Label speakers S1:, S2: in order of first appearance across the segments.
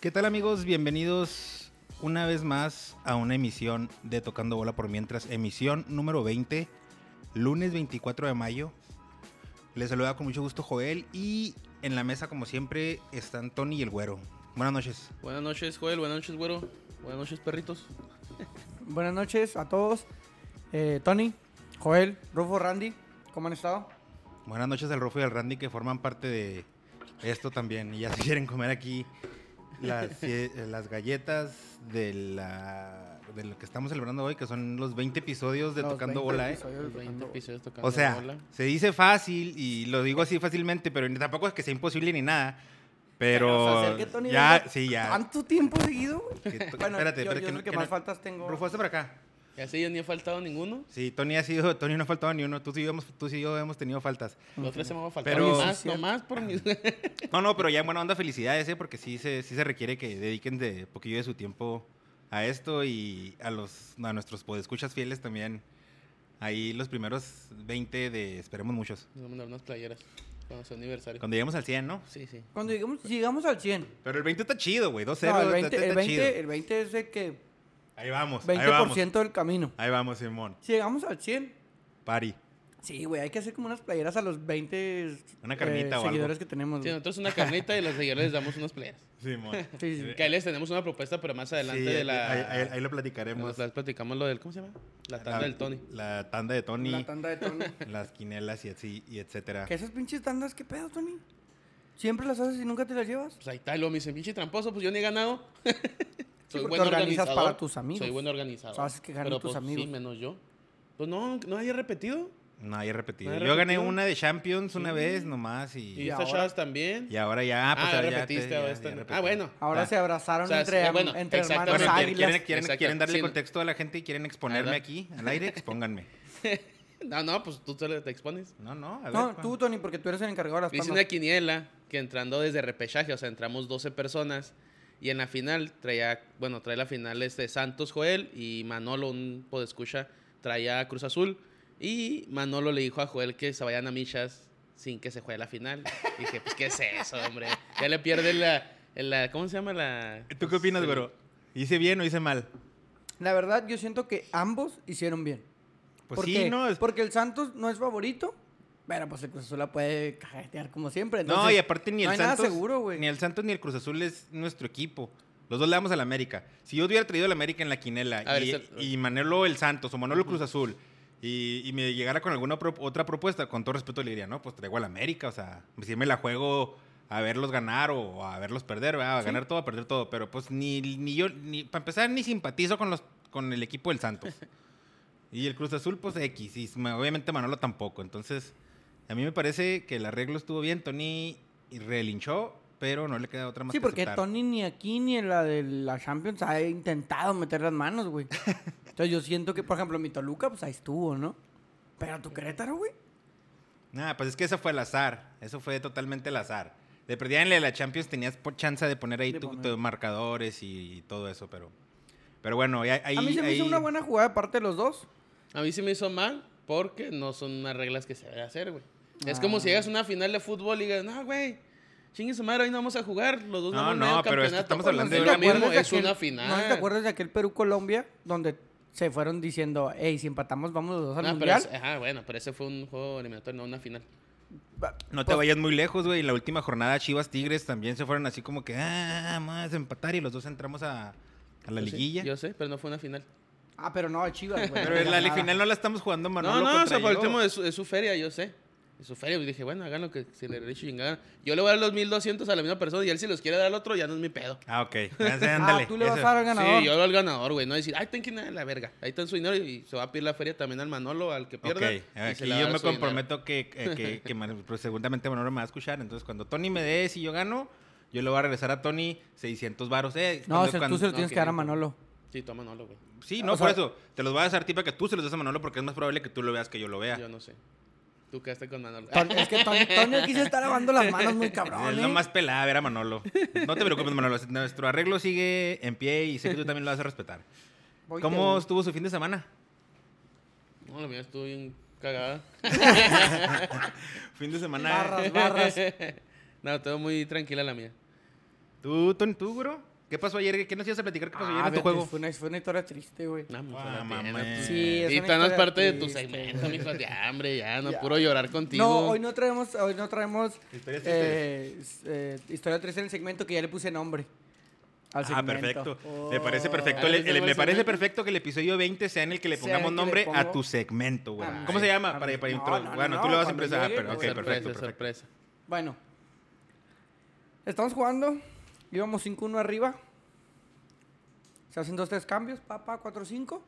S1: ¿Qué tal amigos? Bienvenidos una vez más a una emisión de Tocando Bola por Mientras, emisión número 20, lunes 24 de mayo. Les saluda con mucho gusto Joel y en la mesa como siempre están Tony y el Güero. Buenas noches.
S2: Buenas noches, Joel. Buenas noches, Güero. Buenas noches, perritos.
S3: Buenas noches a todos. Eh, Tony, Joel, Rufo, Randy, ¿cómo han estado?
S1: Buenas noches al Rufo y al Randy que forman parte de esto también. Y ya si quieren comer aquí las, eh, las galletas de, la, de lo que estamos celebrando hoy, que son los 20 episodios de
S3: Los
S1: Tocando
S3: 20
S1: Bola, ¿eh?
S3: episodios de Tocando Bola.
S2: episodios tocando
S1: O sea,
S2: bola.
S1: se dice fácil y lo digo así fácilmente, pero ni- tampoco es que sea imposible ni nada. Pero,
S3: O sea, hacer que Tony
S1: ya,
S3: venga
S1: sí, ya.
S3: ¿Tanto tiempo seguido? güey?
S1: Que to-
S3: Bueno,
S1: espérate,
S3: yo,
S1: espérate,
S3: yo
S1: que
S3: es
S1: no-
S3: el que
S1: que
S3: más
S1: no-
S3: faltas tengo.
S1: Rufo, hazte para acá.
S2: Ya sé, yo ni he faltado ninguno.
S1: Sí, Tony ha sido, Tony no ha faltado ni uno. Tú sí, yo hemos, tú sí yo hemos tenido faltas.
S2: La otra semana va a faltar.
S1: Pero-
S2: Pero...
S3: Sí,
S2: Más,
S3: cierto.
S2: nomás por mis.
S1: No, no, pero ya en buena onda, felicidades, ¿eh? porque sí se, sí se requiere que dediquen de un poquillo de su tiempo a esto y a los a nuestros podescuchas fieles también. Ahí los primeros 20 de esperemos muchos.
S2: Nos van a mandar unas playeras cuando sea aniversario.
S1: Cuando lleguemos al 100, ¿no?
S2: Sí, sí.
S3: Cuando llegamos, llegamos al 100.
S1: Pero el 20 está chido, güey. 2-0
S3: No, el,
S1: está- está,
S3: 20, el,
S1: está
S3: 20,
S1: chido.
S3: el 20 es el que
S1: Ahí vamos, ahí vamos.
S3: 20% del camino.
S1: Ahí vamos, Simón.
S3: Si llegamos al 100,
S1: Pari.
S3: sí, güey, hay que hacer como unas playeras a los 20
S1: Una carnita o algo.
S3: seguidores que tenemos.
S2: Sí,
S3: güey.
S2: nosotros una carnita y los seguidores les damos unas playeras.
S1: Simón.
S3: Sí, sí.
S2: Que ahí les tenemos una propuesta, pero más adelante de la.
S1: ahí, ahí- ahí lo
S2: nos
S1: platicaremos.
S2: las platicamos lo del. ¿Cómo se llama? La tanda del Tony.
S1: La tanda de Tony.
S3: La tanda de Tony.
S1: Las quinelas y así, y etcétera.
S3: ¿Qué esas pinches tandas? ¿Qué pedo, Tony? ¿Siempre las haces y nunca te las llevas?
S2: Pues ahí está, y luego me dicen, pinche tramposo, pues yo ni he ganado. Soy
S3: porque
S2: buen
S3: organizas
S2: organizador.
S3: para tus amigos.
S2: Soy buen organizador.
S3: Haces que ganen
S2: Pero,
S3: tus
S2: pues,
S3: amigos.
S2: Sí, menos yo. Pues no, no haya repetido.
S1: No, ya he repetido.
S2: ¿No he
S1: Yo gané
S2: repetido?
S1: una de Champions una
S2: Sí.
S1: vez nomás y,
S2: Y,
S3: ¿Y
S2: estas
S3: ahora?
S2: chavas también.
S1: y ahora ya.
S2: Ah,
S1: pues,
S2: ya
S1: ahora te-
S2: repetiste.
S1: ya-
S2: ahora
S1: ya
S2: esta-
S1: repetí.
S2: ah, bueno.
S3: Ahora
S1: Ah.
S3: se abrazaron
S2: O sea,
S3: entre,
S2: sí, bueno,
S3: entre hermanos
S2: exactamente.
S1: Bueno, quieren,
S3: águilas.
S1: quieren, quieren-
S2: Exacto.
S1: quieren darle
S2: Sí, no.
S1: contexto a la gente y quieren exponerme
S2: Ahí va.
S1: aquí al aire, expónganme.
S2: No, no, pues tú te, te expones.
S1: No, no, a ver.
S3: No,
S1: pa.
S3: tú, Tony, porque tú eres el encargado de las
S2: Hice
S3: tandas.
S2: una quiniela que entrando desde repechaje, o sea, entramos 12 personas. Y en la final traía, bueno, trae la final este Santos Joel y Manolo, un podescucha, traía a Cruz Azul. Y Manolo le dijo a Joel que se vayan a Michas sin que se juegue la final. Y dije, pues, ¿qué es eso, hombre? Ya le pierde la, la ¿cómo se llama la? Pues,
S1: ¿Tú qué opinas,
S2: el-
S1: güero? ¿Hice bien o hice mal?
S3: La verdad, yo siento que ambos hicieron bien.
S1: Pues
S3: ¿Por
S1: sí,
S3: qué?
S1: ¿no? Es-
S3: Porque el Santos no es favorito, pero pues el Cruz Azul la puede cajetear como siempre.
S1: no,
S3: entonces,
S1: y aparte ni
S3: no
S1: el
S3: hay
S1: Santos.
S3: nada seguro, güey.
S1: ni el Santos ni el Cruz Azul es nuestro equipo. Los dos le damos al América. Si yo hubiera traído al América en la quinela
S2: A ver,
S1: y,
S2: es el-
S1: y Manolo el Santos o Manolo el Cruz Azul y, y me llegara con alguna pro- otra propuesta, con todo respeto le diría, no, pues traigo al América. O sea, si me la juego a verlos ganar o a verlos perder, ¿verdad? a ganar todo, a perder todo. Pero pues ni, ni yo, ni para empezar, ni simpatizo con, los, con el equipo del Santos. Y el Cruz Azul, pues X. Y ma- obviamente Manolo tampoco. Entonces, a mí me parece que el arreglo estuvo bien. Tony y relinchó, pero no le queda otra más
S3: Sí,
S1: que
S3: porque
S1: aceptar.
S3: Tony ni aquí ni en la de la Champions ha intentado meter las manos, güey. Entonces yo siento que, por ejemplo, mi Toluca, pues ahí estuvo, ¿no? Pero tu Querétaro, güey.
S1: Nah, pues es que eso fue el azar. Eso fue totalmente el azar. De perdida en la de la Champions tenías po- chance de poner ahí
S3: De
S1: tu-
S3: poner.
S1: tus marcadores y, todo eso, pero. Pero bueno, y ahí.
S3: a mí se me hizo
S1: ahí-
S3: una buena jugada de parte de los dos.
S2: A mí se me hizo mal porque no son unas reglas que se debe hacer, güey. Es
S3: Ah.
S2: como si llegas a una final de fútbol y digas, no, güey, chingue su madre, hoy no vamos a jugar, los dos
S1: No,
S2: vamos
S1: no,
S2: a medio
S1: pero es que
S2: campeonato".
S1: estamos
S2: Pues,
S1: hablando
S2: es
S1: de
S2: lo
S1: una
S2: mismo,
S3: acuerdas de
S2: es una
S3: aquel-
S2: final. Ah,
S3: ¿No te acuerdas de aquel Perú-Colombia donde se fueron diciendo, hey, si empatamos vamos los dos
S2: Ah,
S3: al
S2: pero
S3: Mundial?
S2: es- ajá, bueno, pero ese fue un juego eliminatorio, no una final.
S1: No te vayas muy lejos, güey. En la última jornada, Chivas Tigres también se fueron así como que. Ah, vamos a empatar y los dos entramos a, a la
S2: Yo sé,
S1: liguilla.
S2: Yo sé, pero no fue una final.
S3: Ah, pero no, Chivas, güey.
S1: Pero en la
S3: Nada.
S1: final no la estamos jugando Manolo
S2: no, no, o
S1: contra
S2: sea, por el
S1: yo.
S2: tema de su, de su feria, yo sé. De su feria, pues dije, bueno, hagan lo que se le dé chingada. Yo le voy a dar los 1200 a la misma persona y él si los quiere dar al otro, ya no es mi pedo.
S1: Ah, ok. Ah, sí, ándale,
S3: Ah, tú le vas
S1: eso.
S3: a dar al ganador.
S2: Sí, yo al ganador, güey. No decir, ay, ten que ir a la verga. Ahí está su dinero y se va a pedir la feria también al Manolo, al que pierda.
S1: Ok,
S2: y se
S1: aquí
S2: la va a
S1: yo
S2: dar
S1: me
S2: su dinero.
S1: comprometo que, eh, que, que Manu- pues, seguramente Manolo me va a escuchar. Entonces, cuando Tony me dé, si yo gano, yo le voy a regresar a Tony 600 varos. Eh,
S3: No,
S1: cuando-
S3: o sea,
S1: cuando-
S3: tú se lo
S2: no,
S3: tienes que
S2: que
S3: dar a
S2: no.
S3: Manolo.
S2: Sí, tú a Manolo, güey.
S1: Sí, no,
S3: o
S1: por
S3: sea-
S1: eso. Te los voy a dar, tipa, que tú se los das a Manolo porque es más probable que tú lo veas que yo lo vea.
S2: Yo no sé. Tú quedaste con Manolo.
S3: Ton- Es que Tony, Tony aquí se está lavando las manos muy cabrón,
S1: Es
S3: ¿eh?
S1: lo más pelada ver a Manolo. No te preocupes, Manolo. Nuestro arreglo sigue en pie y sé que tú también lo vas a respetar.
S3: Voy, te
S1: ¿Cómo
S3: voy.
S1: estuvo su fin de semana?
S2: No, la mía estuvo bien cagada.
S1: Fin de semana.
S3: Barras, barras.
S2: no, todo muy tranquila la mía.
S1: ¿Tú, Tony, tú, bro? ¿Qué pasó ayer? ¿Qué nos ibas a platicar?
S2: Pues,
S1: ¿Qué pasó ayer
S3: Ah,
S1: en tu
S3: fíjate,
S1: juego?
S3: Fue una, fue una historia triste, güey.
S2: No, pues,
S1: Ah,
S2: la pena,
S1: mamá.
S2: tú.
S3: Sí, es
S2: Y
S3: una
S2: tú no es
S3: historia
S2: parte de tu
S3: triste,
S2: segmento,
S3: güey.
S2: mijo. Ya, hombre, ya, no,
S3: Ya.
S2: puro llorar contigo.
S3: No, hoy no traemos, hoy no traemos
S1: Historias
S3: eh, s- eh, historia triste en el segmento que ya le puse nombre. Al
S1: Ah,
S3: segmento.
S1: perfecto. Me parece
S3: Oh.
S1: perfecto.
S2: Ah,
S1: Le-
S2: ese
S1: le-
S2: fue
S1: me
S2: el
S1: parece
S2: segmento.
S1: perfecto que el episodio 20 sea en el que le
S3: Sea el
S1: pongamos
S3: que le
S1: nombre a
S3: pongo.
S1: tu segmento, güey.
S3: Ah,
S1: ¿Cómo se
S3: sí.
S1: llama?
S3: Ah,
S1: Para, para
S3: no,
S1: intro-
S3: no, no,
S1: bueno, tú
S3: no,
S1: lo vas a
S3: cuando
S1: empezar. Ah,
S3: llegue,
S1: pero, ok,
S3: pues,
S1: perfecto,
S2: sorpresa,
S1: perfecto.
S2: sorpresa.
S3: Bueno, estamos jugando. Íbamos 5-1 arriba. Se hacen dos, tres cambios. Papá, 4-5.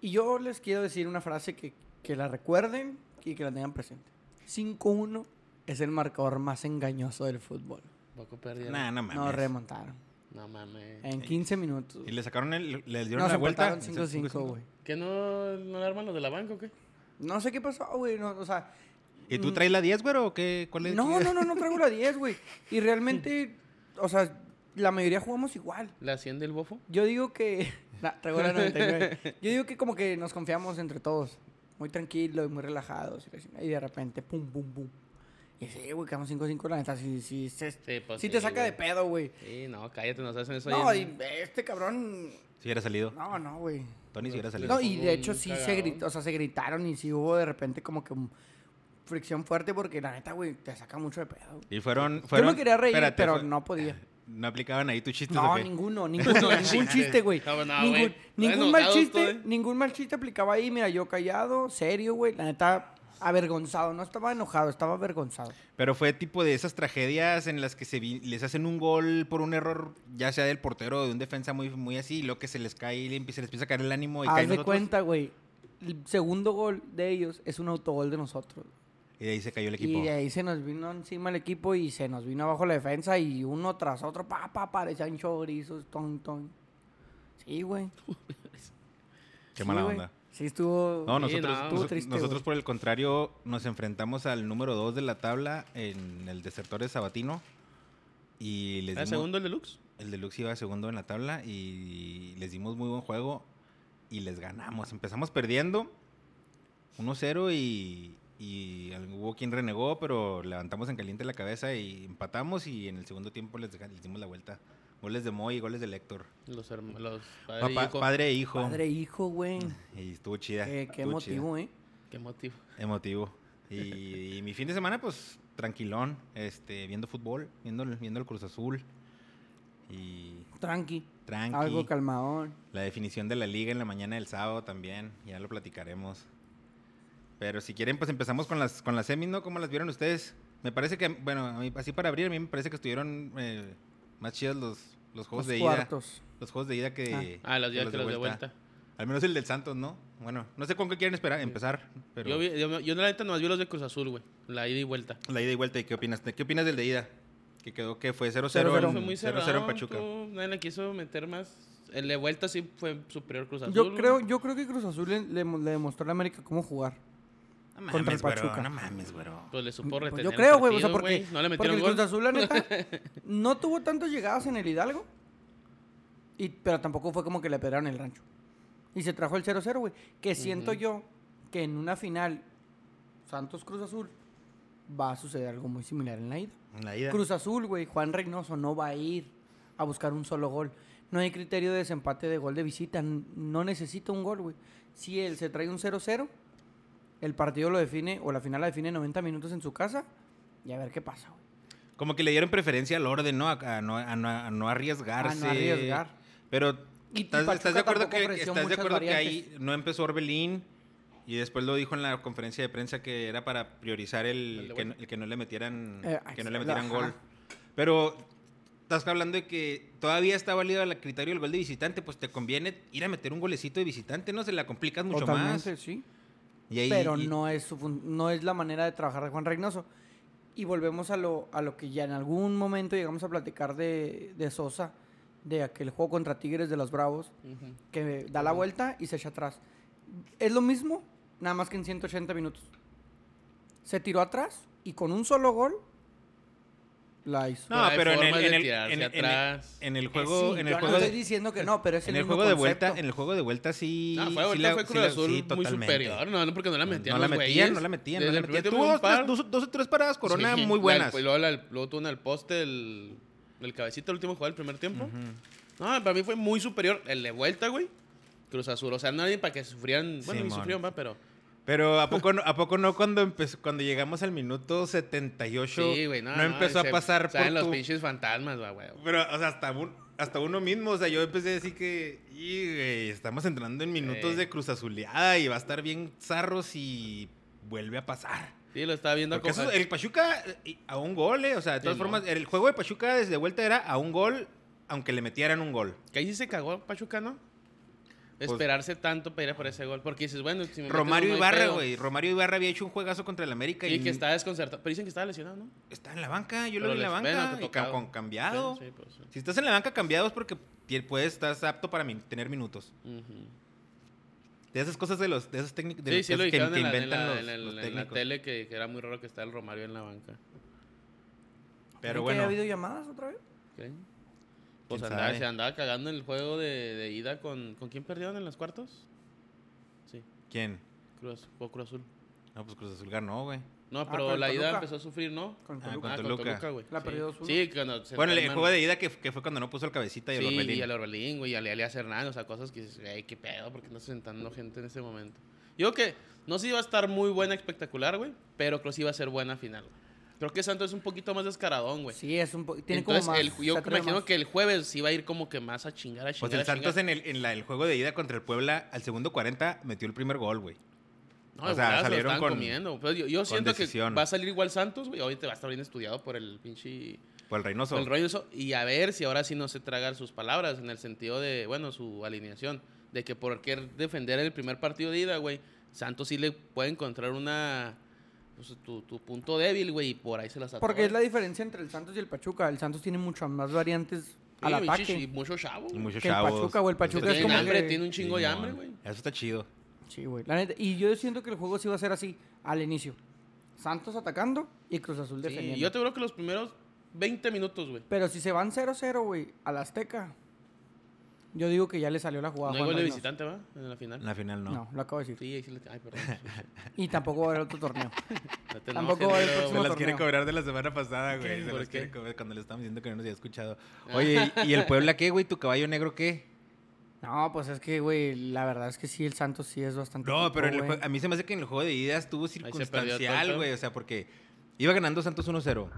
S3: Y yo les quiero decir una frase que, que la recuerden y que la tengan presente. 5-1 es el marcador más engañoso del fútbol.
S2: Poco perdieron.
S1: Nah, no
S3: No
S1: mames.
S3: remontaron.
S2: No mames.
S3: En 15 minutos.
S1: y le sacaron el, le dieron
S3: Nos
S1: la vuelta. "Pues,
S3: empataron 5-5, güey.
S2: ¿Qué no, no le arman los de la banca o qué?
S3: No sé qué pasó, güey. No, o sea,
S1: ¿Y tú traes la 10, güero? ¿O qué? ¿Cuál es?
S3: no, no, no, no traigo la 10, güey. Y realmente, o sea, la mayoría jugamos igual.
S2: ¿Le asciende el bofo?
S3: Yo digo que. Nah, traigo la 99. Yo digo que como que nos confiamos entre todos. Muy tranquilos, muy relajados. y la chingada, Y de repente, pum, pum, pum. Y sí, güey, quedamos 5-5, la neta. Sí, sí, se-
S2: Sí, pues
S3: sí te
S2: sí,
S3: saca
S2: güey.
S3: de pedo, güey.
S2: Sí, no, cállate, nos hacen eso.
S3: No,
S2: ahí
S3: y
S2: en-
S3: este cabrón.
S1: Si hubiera salido.
S3: No, no, güey.
S1: Tony, si hubiera salido.
S3: No, y
S2: pongo
S3: de hecho
S2: un
S3: sí se,
S2: cagadón.
S3: gritó, o sea, se gritaron y sí hubo de repente como que un- fricción fuerte porque la neta, güey, te saca mucho de pedo. güey.
S1: Y fueron, fueron.
S3: Yo me quería reír,
S1: espérate,
S3: pero
S1: fue-
S3: no podía.
S1: No aplicaban ahí tus chistes.
S3: No,
S1: ¿o qué?
S3: ninguno, ninguno, ningún chiste, güey.
S2: No, pues, no,
S3: ningún
S2: güey.
S3: ningún
S2: Bueno,
S3: mal
S2: cada
S3: chiste,
S2: gusto, eh.
S3: ningún mal chiste aplicaba ahí. Mira, yo callado, serio, güey. La neta, avergonzado. No estaba enojado, estaba avergonzado.
S1: Pero fue tipo de esas tragedias en las que se vi- les hacen un gol por un error, ya sea del portero o de un defensa muy, muy así, y luego que se les cae y le empieza- se les empieza a caer el ánimo y
S3: Haz
S1: caen
S3: de
S1: nosotros.
S3: cuenta, güey. El segundo gol de ellos es un autogol de nosotros.
S1: Y de ahí se cayó el equipo.
S3: Y de ahí se nos vino encima el equipo y se nos vino abajo la defensa y uno tras otro, pa, pa, parecían chorizos, ton, ton. Sí, güey.
S1: Qué
S3: Sí,
S1: mala
S3: güey.
S1: onda.
S3: Sí, estuvo.
S1: No,
S2: Sí,
S1: nosotros,
S2: no.
S1: nos-
S3: Estuvo triste,
S1: nosotros
S3: güey.
S1: por el contrario nos enfrentamos al número 2 de la tabla en el Desertores Sabatino y les
S2: ¿El
S1: dimos,
S2: segundo el deluxe?
S1: el Deluxe iba segundo en la tabla y les dimos muy buen juego y les ganamos. Empezamos perdiendo 1-0 y, y hubo quien renegó, pero levantamos en caliente la cabeza y empatamos y en el segundo tiempo les, deja- les dimos la vuelta. Goles de Moy y goles de Lector.
S2: Los hermanos. Los padre y
S1: Papá-
S2: hijo.
S1: Padre e hijo.
S3: Padre e hijo, güey.
S1: Y estuvo chida.
S3: Qué, qué
S1: Mm. estuvo chida.
S3: emotivo, ¿eh?
S2: Qué motivo.
S1: Emotivo. Y, y mi fin de semana, pues, tranquilón, este, viendo fútbol, viendo, el- viendo el Cruz Azul y
S3: Tranqui.
S1: tranqui.
S3: Algo calmadón.
S1: La definición de la liga en la mañana del sábado también, ya lo platicaremos. Pero si quieren, pues empezamos con las, con las semis, ¿no? ¿Cómo las vieron ustedes? Me parece que, bueno, a mí- así para abrir, a mí me parece que estuvieron eh, más chidas los, los juegos
S3: Los
S1: de ida.
S3: cuartos.
S1: Los juegos de ida que,
S2: Ah, los días que los de vuelta.
S1: Al menos el del Santos, ¿no? Bueno, no sé con qué quieren esperar, empezar. Pero...
S2: Yo, vi, yo, yo la neta nomás vi los de Cruz Azul, güey. La ida y vuelta.
S1: La ida y vuelta, ¿y qué opinas? ¿Qué opinas del de ida? Que quedó que fue 0-0
S3: Cero, cero.
S1: en,
S2: Fue muy
S1: 0-0
S2: cerrado.
S1: en Pachuca.
S2: tú, nadie le quiso meter más. El de vuelta sí fue superior Cruz Azul.
S3: Yo
S2: güey.
S3: creo, yo creo que Cruz Azul le, le, le demostró a la América cómo jugar.
S1: No mames,
S3: Contra el
S1: güero,
S3: Pachuca.
S1: no mames, güero.
S2: Pues le supo
S3: Pues
S2: retener.
S3: yo
S2: el
S3: creo, güey. O sea,
S2: partido,
S3: porque,
S2: güey. No le
S3: porque
S2: metieron
S3: el
S2: gol.
S3: Cruz Azul, la neta, no tuvo tantas llegadas en el Hidalgo. Y, pero tampoco fue como que le pegaron el rancho. Y se trajo el 0-0, güey. Que siento
S2: Ujú.
S3: yo que en una final Santos Cruz Azul va a suceder algo muy similar en la ida.
S1: En la ida.
S3: Cruz Azul, güey, Juan Reynoso no va a ir a buscar un solo gol. No hay criterio de desempate de gol de visita. N- No necesita un gol, güey. Si él se trae un 0-0, el partido lo define, o la final la define 90 minutos en su casa, y a ver qué pasa, güey.
S1: Como que le dieron preferencia al orden, ¿no? A, a no, a no- a no arriesgarse.
S3: A no arriesgar.
S1: Pero,
S3: Y- y
S1: ¿estás,
S3: Pachuca
S1: estás de acuerdo,
S3: tampoco
S1: que,
S3: ofreció
S1: estás de
S3: muchas
S1: acuerdo que
S3: variantes.
S1: ahí no empezó Orbelín? Y después lo dijo en la conferencia de prensa que era para priorizar el,
S2: El
S1: que,
S2: de vuelta.
S1: el que no le metieran,
S3: Eh,
S1: que no le
S3: ajá.
S1: metieran gol. Pero estás hablando de que todavía está válido el criterio del gol de visitante, pues te conviene ir a meter un golecito de visitante, ¿no? Se la complicas mucho
S3: Totalmente,
S1: más.
S3: sí.
S1: Y ahí-
S3: Pero
S1: y-
S3: no es, su fun- no es la manera de trabajar de Juan Reynoso. Y volvemos a lo, a lo que ya en algún momento llegamos a platicar de, de Sosa, de aquel juego contra Tigres de los Bravos.
S2: Ujú.
S3: que da la vuelta y se echa atrás. Es lo mismo, nada más que en 180 minutos. Se tiró atrás y con un solo gol la hizo.
S1: No,
S2: Pero hay
S1: pero en el,
S2: formas de
S1: en el-
S2: tirarse
S1: en- en el-
S2: atrás.
S1: en el juego,
S3: Eh, Sí,
S1: en
S3: yo
S1: el
S3: no
S1: juego de,
S3: estoy diciendo que no, pero es
S1: en
S3: el
S1: el
S3: mismo
S1: juego de
S3: concepto.
S1: vuelta, en el juego de vuelta sí.
S2: No, fue
S1: sí
S2: de vuelta
S1: la-
S2: fue
S1: sí
S2: Cruz
S1: la-
S2: Azul
S1: sí,
S2: muy
S1: totalmente.
S2: superior. No, no, porque no la metían.
S1: No la
S2: los
S1: metían,
S2: güeyes.
S1: no la metían, no
S2: Desde
S1: la
S2: el primer
S1: metían.
S2: tiempo
S1: Tuvo
S2: un
S1: dos,
S2: par.
S1: tres- dos- dos o tres paradas corona
S2: Sí, pues,
S1: muy
S2: la-
S1: buenas.
S2: Luego, la- luego tuvo una al poste el el cabecito, el último jugador del primer tiempo. No, para mí fue muy superior el de vuelta, güey. Cruz Azul, o sea, nadie para que sufrieran, bueno, ni
S1: Simón.
S2: sufrieron, va, pero
S1: Pero ¿a poco no, a poco no cuando, empezó, cuando llegamos al minuto 78
S2: sí, güey, no, no,
S1: empezó
S2: se-
S1: a pasar por
S2: salen los
S1: tu-
S2: pinches fantasmas, va, güey.
S1: Pero, o sea, hasta, un- hasta uno mismo, o sea, yo empecé a decir que "Y, güey, estamos entrando en minutos
S2: Sí.
S1: de cruz azuleada y va a estar bien zarro si vuelve a pasar.
S2: Sí, lo estaba viendo
S1: Porque
S2: como-
S1: eso- el Pachuca eh, y- a un gol, eh, o sea, de
S2: Sí,
S1: todas
S2: no.
S1: formas, el juego de Pachuca desde vuelta era a un gol, aunque le metieran un gol.
S2: Que ahí sí se cagó Pachuca, ¿no?
S1: Pues-
S2: Esperarse tanto para ir a por ese gol. Porque dices, bueno, si me metes
S1: Romario
S2: uno, hay
S1: Ibarra,
S2: pedo.
S1: güey, Romario Ibarra había hecho un juegazo contra el América y,
S2: Y que está desconcertado. Pero dicen que estaba lesionado, ¿no?
S1: está en la banca, yo lo
S2: Pero
S1: vi en la
S2: les- bueno,
S1: banca,
S2: te
S1: y ca-
S2: tocaba.
S1: con cambiado.
S2: Sí, sí, pues, sí.
S1: Si estás en la banca cambiado es porque ti- puedes, estás apto para min- tener minutos.
S2: Ujú.
S1: De esas cosas de los, de esos técnicos de
S2: Sí,
S1: los
S2: sí, lo
S1: que,
S2: dijeron
S1: que
S2: en la, en
S1: inventan
S2: la-
S1: los,
S2: en la-
S1: los
S2: en la
S1: técnicos.
S2: tele que, que era muy raro que estaba el Romario en la banca.
S1: Pero
S3: ¿Creen que haya
S1: bueno,
S3: habido llamadas otra vez?
S2: ¿Creen? Pues
S1: ¿Quién
S2: andaba,
S1: sabe?
S2: se andaba cagando en el juego de, de ida con... ¿Con quién perdieron en los cuartos? Sí,
S1: ¿quién?
S2: Cruz, jugó Cruz Azul.
S1: No, pues Cruz Azul ganó, güey.
S2: No,
S3: Ah,
S2: pero
S3: con
S2: la ida
S3: Toluca.
S2: empezó a sufrir, ¿no?
S3: Con
S1: Ah,
S3: Toluca.
S1: con- Toluca.
S2: güey.
S3: La
S2: sí.
S3: perdió 2-1.
S2: Sí, cuando se
S1: Bueno, el
S2: calman.
S1: juego de ida que, que fue cuando no puso el cabecita y el
S2: Sí,
S1: Orbelín.
S2: y al Orbelín, güey, y al Elias Hernández, o sea, cosas que dices, "Ey, qué pedo, porque no está sentando gente en ese momento. Yo creo que no sé si va a estar muy buena, espectacular, güey, pero creo que sí va a ser buena final. güey. Creo que Santos es un poquito más descaradón,
S1: pues.
S2: güey.
S3: Sí, es un po- Tiene
S2: Entonces,
S3: como más.
S2: el-
S3: se
S2: yo
S3: atreve
S2: me imagino
S3: más.
S2: que el jueves sí va a ir como que más a chingar, a chingar.
S1: Pues el
S2: a chingar.
S1: Santos en el, en la- el juego de ida contra el Puebla, al segundo 40, metió el primer gol, güey.
S2: No,
S1: o
S2: de
S1: sea,
S2: volada se lo
S1: salieron
S2: estaban
S1: con-
S2: comiendo. Pero yo, yo siento
S1: decisión.
S2: que va a salir igual Santos, güey. Ahorita va a estar bien estudiado por el pinche
S1: Por el Reynoso.
S2: El rollo eso, y a ver si ahora sí no se tragan sus palabras en el sentido de, bueno, su alineación. De que por querer defender el primer partido de ida, güey, Santos sí le puede encontrar una. pues, tu, tu punto débil, güey, y por ahí se las atora.
S3: Porque es la diferencia entre el Santos y el Pachuca. El Santos tiene muchas más variantes
S2: Sí,
S3: al
S2: y
S3: ataque.
S2: chis- Y mucho chavo.
S1: y
S2: güey.
S1: muchos
S3: que el
S1: chavos.
S3: Pachuca o el Pachuca
S1: Entonces,
S3: es
S2: tiene
S3: como
S2: hambre,
S3: que-
S2: tiene un chingo de
S1: Simón,
S2: hambre, güey.
S1: Eso está chido.
S3: Sí, güey. La neta. Y yo siento que el juego sí va a ser así al inicio. Santos atacando y Cruz Azul
S2: Sí,
S3: defendiendo.
S2: yo te creo que los primeros 20 minutos, güey.
S3: Pero si se van 0-0, güey, al Azteca, yo digo que ya le salió la
S2: No
S3: jugada. a
S2: hay
S3: Juan
S2: gol de
S3: Reynoso.
S2: visitante, ¿va? En la final.
S1: En la final no.
S3: No, lo acabo de decir.
S2: Sí, ahí sí le. Ay, perdón.
S3: Y tampoco va a haber otro torneo.
S2: No te
S3: Tampoco
S2: enojes,
S3: va el
S2: pero-
S1: Se
S3: próximo
S1: las quiere
S3: torneo.
S1: cobrar de la semana pasada,
S2: ¿Por
S1: güey. Se
S2: qué? Ah.
S1: las quiere cobrar cuando le estábamos diciendo que no nos había escuchado. Oye, ¿y el Puebla qué, güey? ¿Tu caballo negro qué?
S3: No, pues es que, güey, la verdad es que sí, el Santos sí es bastante.
S1: No,
S3: equipo,
S1: pero en el
S3: güey.
S1: jue- a mí se me hace que en el juego de ida estuvo
S2: perdió todo el
S1: circunstancial,
S2: pedo.
S1: güey. O sea, porque iba ganando Santos 1-0.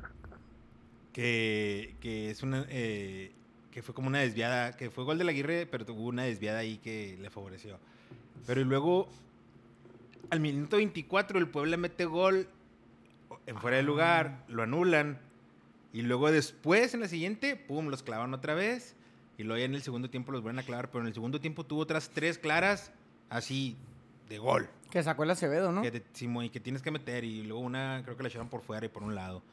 S1: Que, que es una. eh, que fue como una desviada. Que fue gol del Aguirre, pero tuvo una desviada ahí que le favoreció. Pero y luego. Al minuto 24, el Puebla mete gol en fuera de
S2: Ah.
S1: lugar, lo anulan. Y luego después, en la siguiente, pum, los clavan otra vez. Y luego ya en el segundo tiempo los vuelven a clavar. Pero en el segundo tiempo tuvo otras tres claras, así, de gol.
S3: Que sacó el Acevedo, ¿no?
S1: Que, te- Simón, y que tienes que meter. Y luego una, creo que la echaron por fuera y por un lado.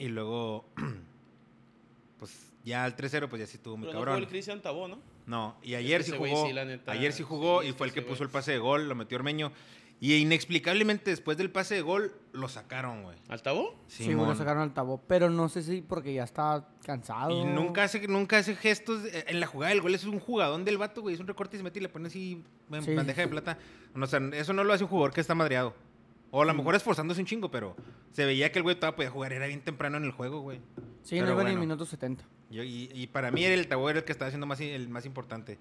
S1: Y luego, pues ya al 3-0, pues ya sí estuvo muy
S2: Pero no
S1: cabrón.
S2: jugó el Cristian Tabó, ¿no?
S1: No, y ayer
S2: ese
S1: sí
S2: güey
S1: jugó.
S2: sí, la neta,
S1: ayer sí jugó
S2: sí,
S1: y fue el
S2: ese
S1: que
S2: güey.
S1: puso el pase de gol, lo metió Ormeño. Y inexplicablemente después del pase de gol, lo sacaron, güey.
S2: ¿Al Tabó?
S3: Sí, güey, lo
S1: Simón.
S3: sacaron al tabó. Pero no sé si porque ya está cansado.
S1: Y nunca hace, nunca hace gestos. eh, En la jugada del gol es un jugadón del vato, güey. Es un recorte y se mete y le pone así en
S3: Sí,
S1: bandeja
S3: sí,
S1: de plata. No, o sea, eso no lo hace un jugador que está madreado. O a lo mejor esforzándose un chingo, pero se veía que el güey todavía podía jugar. Era bien temprano en el juego, güey.
S3: Sí, no
S1: Pero
S3: iba ni en
S1: bueno.
S3: minuto 70.
S1: Yo- y, y para mí era el tabú era el que estaba haciendo más, i- el más importante.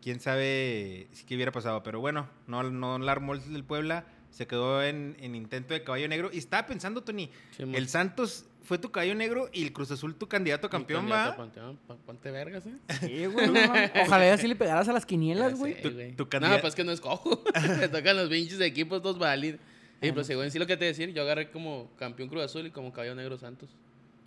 S1: Quién sabe si qué hubiera pasado. Pero bueno, no, no la armó el del Puebla. Se quedó en, en intento de caballo negro. Y estaba pensando, Tony, el Santos fue tu caballo negro y el Cruz Azul tu candidato campeón,
S2: Candidato
S1: va.
S2: a panteón, pa- Ponte vergas, ¿eh?
S3: Sí, güey. no mames. Ojalá ya sí le pegaras a las quinielas, güey.
S1: Tu- tu
S2: no,
S1: candida-
S2: pues es que no escojo. Me tocan los pinches equipos, dos válidos. Y pues según sí lo que te decir, yo agarré como campeón Cruz Azul y como caballo negro Santos.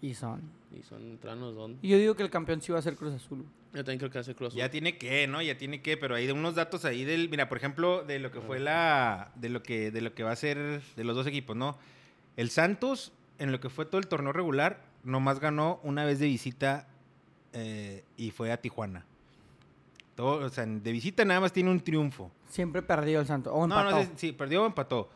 S3: Y son.
S2: Y son entraron los dos.
S3: Y yo digo que el campeón sí va a ser Cruz Azul. güey.
S2: Yo también creo que hace Cruz Azul.
S1: Ya tiene que, ¿no? Ya tiene que, pero hay de unos datos ahí del, mira, por ejemplo, de lo que fue la, de lo que, de lo que va a ser de los dos equipos, ¿no? El Santos, en lo que fue todo el torneo regular, nomás ganó una vez de visita eh, y fue a Tijuana. Todo, o sea, de visita nada más tiene un triunfo.
S3: Siempre perdió el Santos. O
S1: No, no,
S3: empatado.
S1: sí, sí, perdió o empató.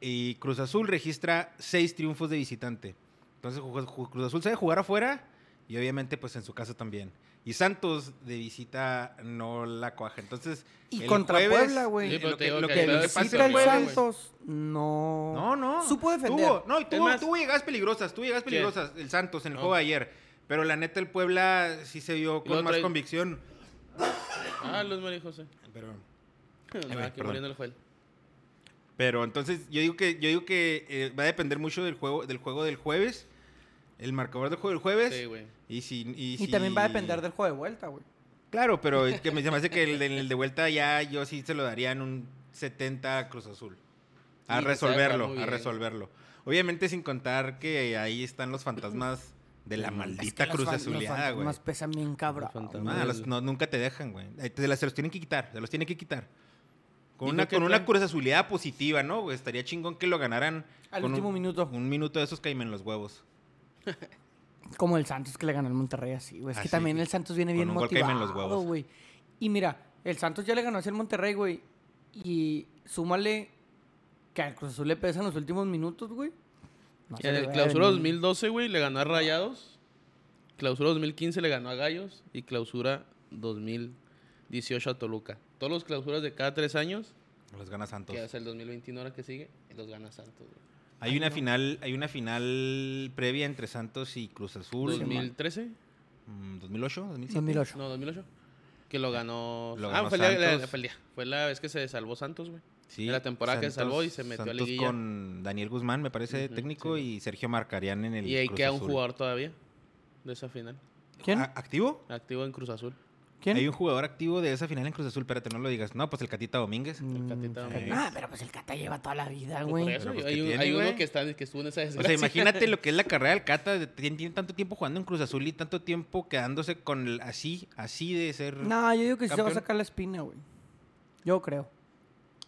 S1: Y Cruz Azul registra seis triunfos de visitante. Entonces ju- ju- Cruz Azul sabe jugar afuera y obviamente pues en su casa también. Y Santos de visita no la cuaja. Entonces
S3: Y
S1: el
S3: contra
S1: jueves-
S3: Puebla, güey.
S2: Sí, pero
S1: lo
S2: te
S1: que-
S2: digo
S1: lo
S2: que
S1: que-
S3: Que
S2: pero
S1: lo que
S2: es
S1: pasa
S3: visita
S1: el
S3: el
S1: jueves-
S3: Santos. No.
S1: No, no.
S3: Supo defender.
S1: Tuvo, no, y
S2: Es
S1: tuvo,
S2: más-
S1: tuvo llegadas peligrosas, tuvo llegadas
S2: ¿Quién?
S1: peligrosas. El Santos en el
S2: No.
S1: juego de ayer. Pero la neta, el Puebla sí se vio con
S2: luego
S1: más
S2: trae-
S1: convicción.
S2: Ah, Luis María José.
S1: Pero,
S2: No, aquí
S1: perdón.
S2: muriendo el Joel.
S1: pero entonces, yo digo que, yo digo que eh, va a depender mucho del juego, del juego del jueves. El marcador del juego del jueves.
S2: Sí, güey.
S1: Y, si, y,
S3: Y
S1: si-
S3: también va a depender del juego de vuelta, güey.
S1: Claro, pero es que me, se me hace que el, de- el de vuelta ya yo sí se lo daría en un 70 a Cruz Azul. A
S2: Sí, que se va a jugar
S1: resolverlo,
S2: muy
S1: a
S2: bien.
S1: resolverlo. Obviamente sin contar que ahí están los fantasmas de
S3: Mm,
S1: la maldita Cruz Azuleada, güey.
S3: Más pesan bien cabrón.
S2: Los fantasmas.
S1: Ah, los- no, nunca te dejan, güey. Ahí te las- se los tienen que quitar, se los tienen que quitar. Con
S2: Dijo
S1: una,
S2: que
S1: con una
S2: traen-
S1: Cruz Azuleada positiva, ¿no? güey? Estaría chingón que lo ganaran.
S3: Al
S1: con
S3: último
S1: un,
S3: minuto.
S1: Un minuto de esos caimen los huevos.
S3: Como el Santos que le ganó al Monterrey así, güey. Es que
S1: Así,
S3: también el Santos viene
S1: con
S3: bien
S1: un gol que
S3: motivado,
S1: quemen los huevos.
S3: güey. Y mira, el Santos ya le ganó así al Monterrey, güey. Y súmale que al Cruz Azul le pesan los últimos minutos, güey. No
S2: Y
S3: se
S2: en
S3: le
S2: el
S3: ve
S2: clausura
S3: venir.
S2: 2012, güey, le ganó a Rayados. Clausura 2015 le ganó a Gallos. Y clausura 2018 a Toluca. Todos los clausuras de cada tres años,
S1: Los gana Santos.
S2: que es el 2021 ahora que sigue, los gana Santos. güey.
S1: Hay una final, hay una final previa entre Santos y Cruz Azul.
S2: ¿2013?
S1: Mm, 2008, 2007.
S3: 2008.
S2: No, 2008. Que lo ganó.
S1: Lo
S2: ah,
S1: ganó
S2: fue, el día- la,
S1: Santos.
S2: fue el día. Fue la vez que se salvó Santos, güey.
S1: Sí,
S2: En la temporada que salvó y se metió a
S1: Santos
S2: liguilla.
S1: con Daniel Guzmán, me parece,
S2: Ujú,
S1: técnico,
S2: sí.
S1: y Sergio Marcarián en el
S2: Y ahí
S1: Cruz
S2: queda un
S1: Azul.
S2: jugador todavía de esa final.
S3: ¿Quién?
S1: ¿A- ¿Activo?
S2: Activo en Cruz Azul.
S3: ¿Quién?
S1: Hay Ah, un jugador activo de esa final en Cruz Azul, espérate, no lo digas. No, pues el Catita Domínguez.
S2: El Catita
S1: sí.
S2: Domínguez.
S3: Mm, Ah, pero pues el Cata lleva toda la vida,
S2: Por
S3: Ah, güey.
S2: eso,
S1: Pero, pues,
S2: hay,
S1: ¿qué
S2: un-
S1: tiene,
S2: hay
S1: güey?
S2: uno que, está, que estuvo en esa
S1: O
S2: desgracia.
S1: sea, imagínate lo que es la carrera del Cata. de- Tiene, tiene tanto tiempo jugando en Cruz Azul y tanto tiempo quedándose con el- así, así de ser.
S3: No, yo digo que sí se va a
S1: Campeón.
S3: sacar la espina, güey. Yo creo.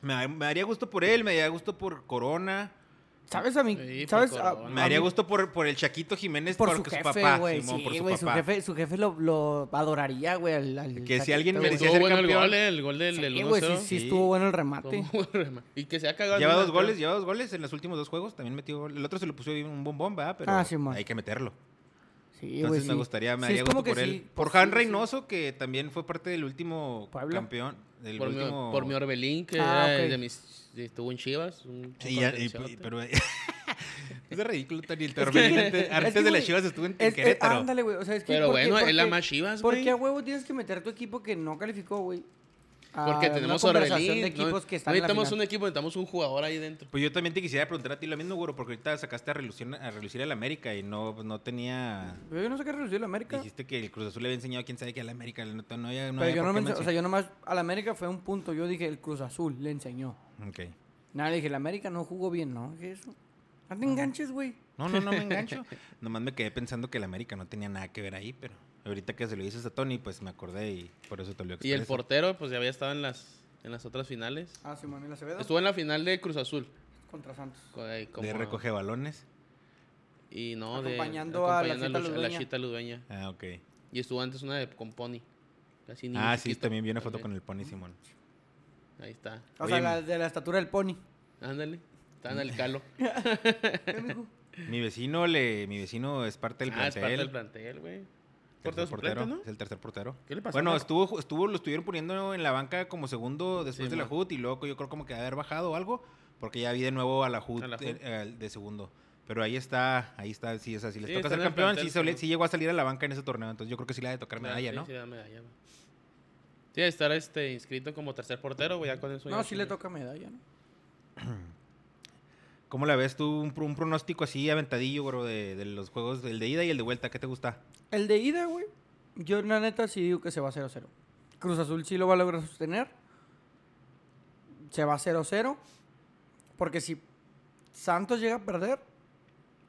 S1: Me, da- me daría gusto por él, me daría gusto por Corona.
S3: ¿Sabes a mí?
S2: Sí, pues, por
S3: ¿Sabes?
S2: Corona.
S3: A-
S2: Me
S3: a
S1: Me daría
S3: mí-
S1: gusto por, por el Chaquito Jiménez,
S3: Por su
S1: porque
S3: jefe, güey.
S1: Simón, por
S3: Sí, güey. Su
S1: papá.
S3: jefe, su jefe lo, lo adoraría, güey. al- al
S1: Que si alguien merecía
S3: Tata, güey.
S1: merecía
S2: Estuvo
S1: ser
S2: bueno el
S1: campeón.
S2: gol, el gol del, del
S3: Sí,
S2: 1-0.
S3: güey, sí, sí
S1: Sí.
S3: estuvo bueno el remate.
S2: Estuvo muy rema- y que se ha cagado. en
S1: Lleva
S2: una,
S1: dos goles,
S2: creo.
S1: lleva dos goles en los últimos dos juegos. También metió gol. El otro se lo puso ahí un bombón, ¿verdad? Pero
S3: Ah, Simón.
S1: hay que meterlo.
S3: Sí, güey.
S1: Entonces me
S3: sí.
S1: gustaría, me
S3: Sí, es
S1: daría
S3: como
S1: gusto
S3: que
S1: por él.
S3: sí,
S1: por
S3: pues,
S1: Jan
S3: sí,
S1: Reynoso, que también fue parte del último
S3: Puebla.
S1: campeón. Del
S2: Por,
S1: último...
S2: mi, por mi Orbelín, que
S3: Ah,
S2: era
S3: ok.
S2: de mis, estuvo en Chivas. un-
S1: Sí,
S2: un
S1: ya, y-
S2: contención.
S1: y- pero... es ridículo, Tony. El
S3: que-
S1: Torbellino
S3: es
S1: antes,
S3: que,
S1: antes de las
S3: güey,
S1: Chivas estuvo en
S3: sí. Es- es-
S1: Querétaro.
S3: ándale, güey. O sea, es que.
S2: Pero
S3: ¿por qué-
S2: bueno,
S3: por
S2: es la
S3: qué-
S2: más Chivas,
S3: ¿Por
S2: güey.
S3: qué a huevo tienes que meter tu equipo que no calificó, güey? A
S2: Porque
S3: ah, una
S2: tenemos
S3: conversación
S2: Orbelín.
S3: de
S2: no,
S3: equipos que están
S2: no
S3: en la
S2: necesitamos
S3: final.
S2: un equipo, necesitamos un jugador ahí dentro.
S1: Pues yo también te quisiera preguntar a ti lo mismo, güero, porque ahorita sacaste a relucir, a relucir al América y no, no tenía...
S3: Yo no sé qué resolvió la América.
S1: Dijiste que el Cruz Azul le había enseñado a quién sabe qué al América. No, no había, no
S3: pero
S1: había
S3: yo no
S1: por qué
S3: mencioné. O sea,
S1: mencionar.
S3: yo nomás. A la América fue un punto. Yo dije, el Cruz Azul le enseñó.
S1: Ok.
S3: Nada, dije, la América no jugó bien, ¿no? ¿Qué es eso? No te enganches, güey.
S1: No, no, no me engancho. Nomás me quedé pensando que el América no tenía nada que ver ahí, pero ahorita que se lo dices a Tony, pues me acordé y por eso te lo
S2: Y el
S1: expreso.
S2: portero, pues ya había estado en las, en las otras finales.
S3: Ah, sí, Manuel Acevedo.
S2: Estuvo en la final de Cruz Azul.
S3: Contra Santos.
S2: co- eh, como-
S1: De recoge balones.
S2: Y no, de-
S3: Acompañando a la Chita
S2: Luch-
S3: Ludueña.
S2: Chita Ludueña.
S1: Ah, ok.
S2: Y estuvo antes una de con Pony. Casi niño
S1: Ah, sí,
S2: chiquito,
S1: también vi una foto con el Pony Simón.
S2: Ahí está.
S3: O
S1: Oye,
S3: sea, la- de la estatura del pony.
S2: Ándale. Está en el calo.
S1: Mi vecino le, mi vecino es parte del
S2: ah, es
S1: plantel.
S2: parte del plantel, güey. Portero
S1: Tercer
S2: suplente, ¿no?
S1: Es el tercer portero.
S2: ¿Qué le pasó?
S1: Bueno,
S2: Paco?
S1: estuvo, estuvo, lo estuvieron poniendo en la banca como segundo después
S2: Sí,
S1: de la
S2: man.
S1: HUD y luego yo creo como que ha de haber bajado o algo, porque ya vi de nuevo a la HUD
S2: A la HUD.
S1: eh, eh, de segundo. Pero ahí está, ahí está, sí, o sea, si les
S2: Sí,
S1: toca
S2: está
S1: ser
S2: en el
S1: campeón,
S2: plantel,
S1: sí, se le-
S2: pero-
S1: sí llegó a salir a la banca en ese torneo, entonces yo creo que sí le ha de tocar
S2: Me da-
S1: medalla,
S2: Ah, sí,
S1: ¿no?
S2: Sí, da medalla, güey. Sí, debe estar este, inscrito como tercer portero, güey. Ya con eso
S3: No,
S2: ya
S3: sí le toca medalla, ¿no?
S1: ¿Cómo la ves tú? Un, pro- un pronóstico así aventadillo, bro, de, de los juegos, el de ida y el de vuelta, ¿qué te gusta?
S3: El de ida, güey. Yo, la neta, sí digo que se va a 0-0. Cruz Azul sí lo va a lograr sostener. Se va a 0-0. Porque si Santos llega a perder,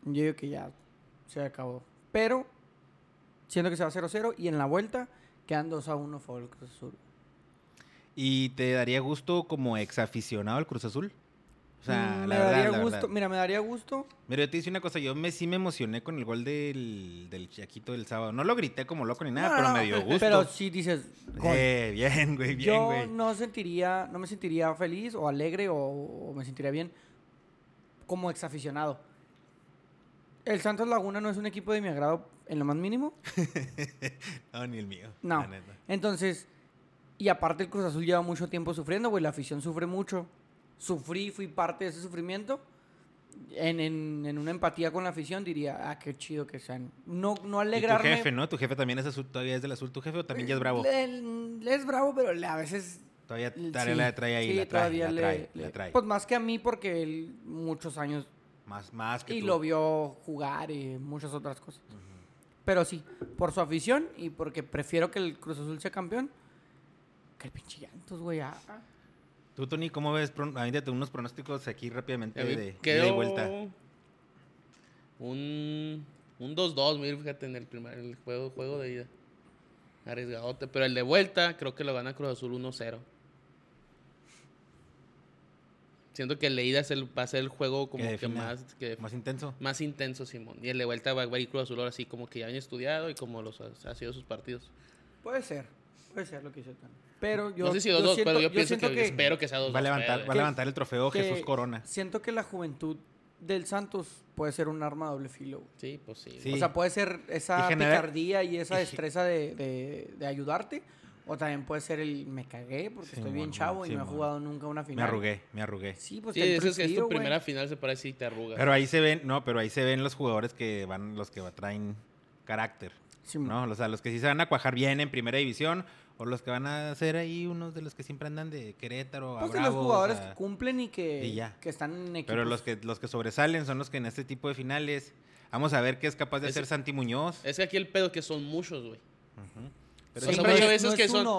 S3: yo digo que ya se acabó. Pero, siento que se va a 0-0. Y en la vuelta, quedan 2-1 favor del Cruz Azul.
S1: ¿Y te daría gusto como ex aficionado al Cruz Azul? O sea,
S3: Mm,
S1: la
S3: me
S1: verdad,
S3: daría
S1: la
S3: gusto,
S1: verdad.
S3: Mira, me daría gusto.
S1: Mira, yo te hice una cosa, yo me, sí me emocioné con el gol del, del Chaquito del sábado. No lo grité como loco ni nada,
S3: No,
S1: pero
S3: no,
S1: me dio gusto.
S3: Pero si dices, gol.
S1: Eh, bien, güey, bien,
S3: yo
S1: güey.
S3: no sentiría, no me sentiría feliz o alegre o, o me sentiría bien como exaficionado. El Santos Laguna no es un equipo de mi agrado en lo más mínimo.
S1: No, ni el mío.
S3: No.
S1: la neta.
S3: Entonces, y aparte el Cruz Azul lleva mucho tiempo sufriendo, güey. La afición sufre mucho. Sufrí, fui parte de ese sufrimiento. en, en- en una empatía con la afición diría, ah, qué chido que sean. No, no
S1: Y tu
S3: alegrarme.
S1: jefe, ¿no? Tu jefe también es azul, todavía es del azul tu jefe o también ya es bravo.
S3: Le- le es bravo, pero le- a veces...
S1: Todavía
S3: l-
S1: tarea
S3: sí,
S1: la trae ahí,
S3: sí,
S1: la trae,
S3: todavía
S1: la
S3: le-
S1: trae,
S3: le-
S1: la trae.
S3: Pues más que a mí porque él muchos años
S1: Más, más que
S3: y
S1: tú.
S3: lo vio jugar y muchas otras cosas. Pero sí, por su afición y porque prefiero que el Cruz Azul sea campeón que el pinche llantos, güey. ah, ah.
S1: Tú, Tony, ¿cómo ves? Pron- Aviéntate unos pronósticos aquí rápidamente
S2: A mí
S1: de, ida
S2: quedó
S1: y vuelta.
S2: Un, un 2-2, mira, fíjate, en el primer el juego, juego de ida. Arriesgadote. Pero el de vuelta, creo que lo gana Cruz Azul 1-0. Siento que el de ida es el, va a ser el juego como que,
S1: defina
S2: más, que,
S1: Más intenso.
S2: más intenso, Simón. Y el de vuelta va a ir Cruz Azul ahora sí, como que ya viene estudiado y como los ha, ha sido sus partidos.
S3: Puede ser, puede ser lo que hizo también. Pero yo.
S2: no sé si 2-2, pero yo, pienso
S3: siento
S2: que, espero que sea 2-2.
S1: Va a levantar,
S2: pero-
S1: va a levantar el trofeo
S3: que
S1: Jesús Corona.
S3: Siento que la juventud del Santos puede ser un arma a doble filo. güey.
S2: Sí, pues sí.
S1: Sí.
S3: O sea, puede ser esa
S1: Y genera-
S3: picardía y esa
S1: y ge-
S3: destreza de, de- de ayudarte. O también puede ser el me cagué porque
S1: Sí,
S3: estoy
S1: mon,
S3: bien
S1: mon,
S3: chavo y
S1: sí,
S3: no he
S1: mon.
S3: jugado nunca una
S1: Me
S3: final.
S1: arrugué, me arrugué.
S3: Sí, pues
S2: Sí,
S3: te
S2: dices que es tu
S3: entristeció, güey.
S2: primera final, se parece y te arrugas.
S1: Pero ahí se ven, no, pero ahí se ven los jugadores que van, los que traen carácter,
S3: Sí, mo-
S1: ¿no? O sea, los que sí se van a cuajar bien en primera división o los que van a ser ahí unos de los que siempre andan de Querétaro a
S3: Pues de
S1: Bravo,
S3: los jugadores
S1: o sea,
S3: que cumplen y que,
S1: y ya.
S3: que están en equipos.
S1: Pero los que, los que sobresalen son los que en este tipo de finales. Vamos a ver qué es capaz de
S2: Es-
S1: hacer Santi Muñoz.
S2: Es que aquí el pedo es que no es uno o dos. Pero sí es que son muchos, güey.
S1: Pero
S3: Sí,
S1: siempre
S3: pero
S1: hay-
S3: yo- no es uno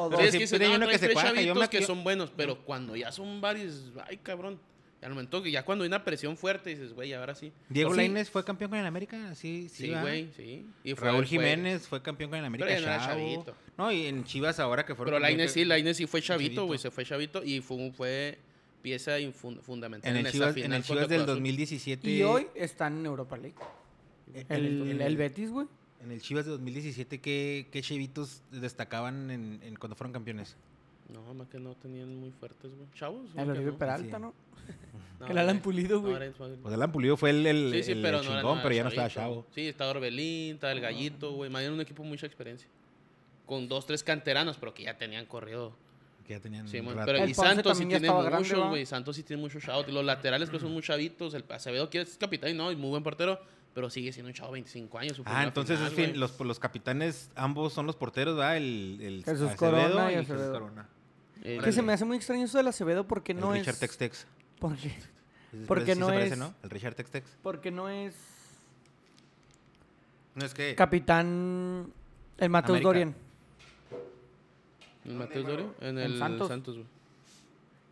S3: o dos.
S2: es que
S1: Siempre
S2: dicen,
S1: hay
S2: "Ah,
S1: uno
S2: traes
S1: que se
S2: tres
S1: cuaja", yo
S2: chavitos
S1: me-
S2: que
S1: yo-
S2: son buenos, pero cuando ya son varios, ay, cabrón. Al momento que ya cuando hay una presión fuerte, dices, güey, ahora sí.
S1: Diego
S2: Pues sí,
S1: Lainez fue campeón con el América, sí, sí,
S2: Sí,
S1: ¿verdad?
S2: güey, sí. Y fue-
S1: Raúl
S2: fue-
S1: Jiménez fue campeón con el América.
S2: ya no era
S1: chavo.
S2: chavito.
S1: No, y en Chivas ahora que fueron.
S2: Pero
S1: campeón-
S2: Lainez sí, Lainez sí fue
S1: Chavito.
S2: chavito, güey, se fue chavito y fue, un- fue pieza infun- fundamental
S1: En el
S2: esa
S1: Chivas, en
S2: final
S1: el Chivas
S2: contra
S1: del
S2: Cruz Azul.
S1: 2017.
S3: Y hoy están en Europa League. El, el- el Betis, güey.
S1: En el Chivas de 2017, ¿qué, qué chevitos destacaban en, en cuando fueron campeones?
S2: No, más que no tenían muy fuertes, güey. Chavos.
S3: El
S2: creo que
S3: Oribe
S2: no.
S3: Peralta,
S1: Sí.
S3: ¿no?
S2: No,
S3: el Alan
S2: güey.
S3: Pulido,
S2: No,
S3: güey.
S2: era el-
S1: Pues Alan Pulido fue el, el-
S2: Sí, sí,
S1: el
S2: pero no era
S1: chingón,
S2: nada
S1: pero ya no estaba
S2: chavito.
S1: chavo.
S2: Sí, estaba Orbelín, estaba el Gallito, güey. Más bien un equipo con mucha experiencia. Con dos, tres canteranos, pero que ya tenían corrido.
S1: Que ya tenían
S2: Sí,
S1: un
S2: mon,
S1: Mm, rato.
S2: pero
S3: El
S2: y
S3: Ponce
S2: Santos sí
S3: también ya
S2: tiene
S3: estaba grande,
S2: muchos,
S3: ¿va?
S2: güey. Santos sí tiene muchos chavos. Los laterales que son muy chavitos. El Acevedo que es capitán y no, y muy buen portero. Pero sigue siendo un chavo de 25 años. su
S1: Ah,
S2: primera
S1: entonces
S2: final,
S1: es fin-
S2: güey.
S1: los, los capitanes, ambos son los porteros, ¿verdad? El, el
S3: Jesús Corona y
S1: el
S3: Acevedo.
S1: Corona.
S2: Eh,
S1: Órale.
S3: Que se me hace muy extraño eso del Acevedo porque
S1: El
S3: no
S1: Richard
S3: es...
S1: Textex.
S3: Porque,
S1: Ese
S3: Porque
S1: parece- sí
S3: no
S1: se parece,
S3: es-
S1: ¿no? El Richard Textex.
S3: porque no es
S1: No es que.
S3: capitán el Mateus
S1: Eh. América.
S3: Dorian.
S2: ¿En Mateus Dorio? En
S3: En
S2: el
S3: Santos.
S2: Santos, güey.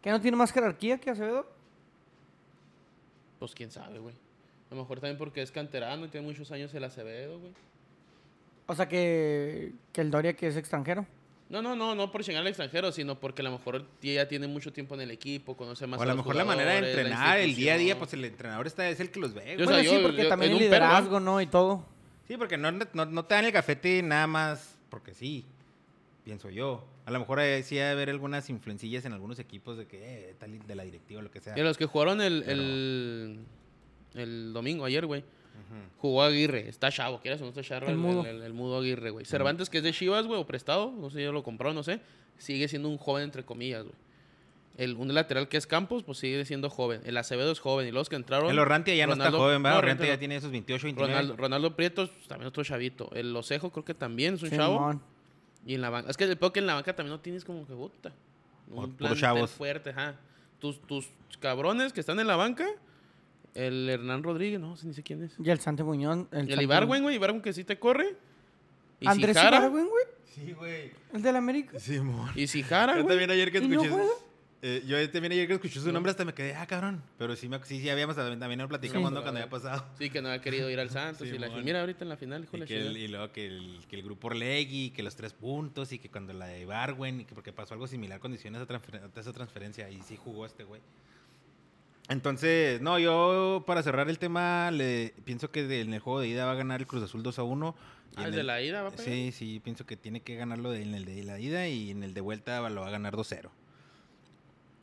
S3: ¿Que no tiene más jerarquía que Acevedo?
S2: Pues quién sabe, güey. A lo mejor también porque es canterano y tiene muchos años el Acevedo, güey.
S3: O sea, que, que el Doria que es extranjero.
S2: No, no, no, no por llegar al extranjero, sino porque a lo mejor ya tiene mucho tiempo en el equipo, conoce más
S1: o a lo
S2: los
S1: mejor la manera de
S2: jugadores, la
S1: entrenar, el día a día,
S2: institución.
S1: pues el entrenador está, es el que los ve.
S2: Yo
S1: güey.
S3: bueno,
S2: sé,
S3: sí, porque
S2: yo-
S3: también
S2: en
S3: el
S2: un perro, ¿ah?
S3: liderazgo, ¿no? Y todo.
S1: Sí, porque no, no, no te dan el gafete nada más porque sí, pienso yo. A lo mejor eh, sí ha de haber algunas influencillas en algunos equipos de que eh, tal y- de la directiva o lo que sea.
S2: De los que jugaron el, el, el domingo, ayer, güey. Jugó Aguirre, está chavo, quieras o no está chavo,
S3: El
S2: el,
S3: mudo.
S2: el, el- el mudo Aguirre, güey. Cervantes, que es de Chivas, güey, o prestado, no sé, yo lo compró, no sé. Sigue siendo un joven, entre comillas, güey. El, un lateral que es Campos, pues sigue siendo joven. El Acevedo es joven. Y los que entraron.
S1: El Orrantia ya no
S2: Ronaldo-
S1: está joven, ¿verdad? Orrantia
S2: no, Orrantia
S1: ya
S2: no.
S1: tiene esos 28, 29.
S2: Ronaldo, Ronaldo Prieto pues, también otro chavito. El Osejo creo que también es un chavo.
S3: Simón.
S2: Y en la banca. Es que el peor que en la banca también no tienes como que puta.
S1: Pu-
S2: Un
S1: puros
S2: plan
S1: chavos.
S2: fuerte, ajá. Tus, tus cabrones que están en la banca. El Hernán Rodríguez, no sé ni sé quién es.
S3: Y el Santi Muñón.
S2: El,
S3: Santi
S2: Ibarwen, güey. Ibarwen que sí te corre. Y
S3: Andrés
S2: Sijara.
S3: Ibargüen, güey.
S1: Sí, güey.
S3: El del América.
S1: Simón.
S2: Y Sijara,
S1: Yo
S2: güey.
S1: también ayer que
S3: ¿Y no
S1: escuché.
S3: juega?
S1: eh, yo también ayer que escuché su nombre hasta me quedé, ah, cabrón. Pero sí, me, sí, sí, habíamos también, también lo platicamos
S2: Sí.
S1: ¿no? cuando había pasado.
S2: Sí, que no había querido ir al Santos. y la
S1: Simón.
S2: mira ahorita en la final, hijo de
S1: Y,
S2: la
S1: que el,
S2: chingada.
S1: y luego que el, que el grupo Orlegui, que los tres puntos, y que cuando la de Barwen, y que porque pasó algo similar cuando hicieron esa, transfer- esa transferencia, y sí jugó este güey. Entonces, no, yo para cerrar el tema, le, pienso que de- en el juego de ida va a ganar el Cruz Azul 2 a 1. y
S2: Ah,
S1: en
S2: el de
S1: el-
S2: la ida, va a pegar.
S1: Sí, sí, pienso que tiene que ganarlo de- en el de la ida y en el de vuelta va- lo va a ganar 2 0.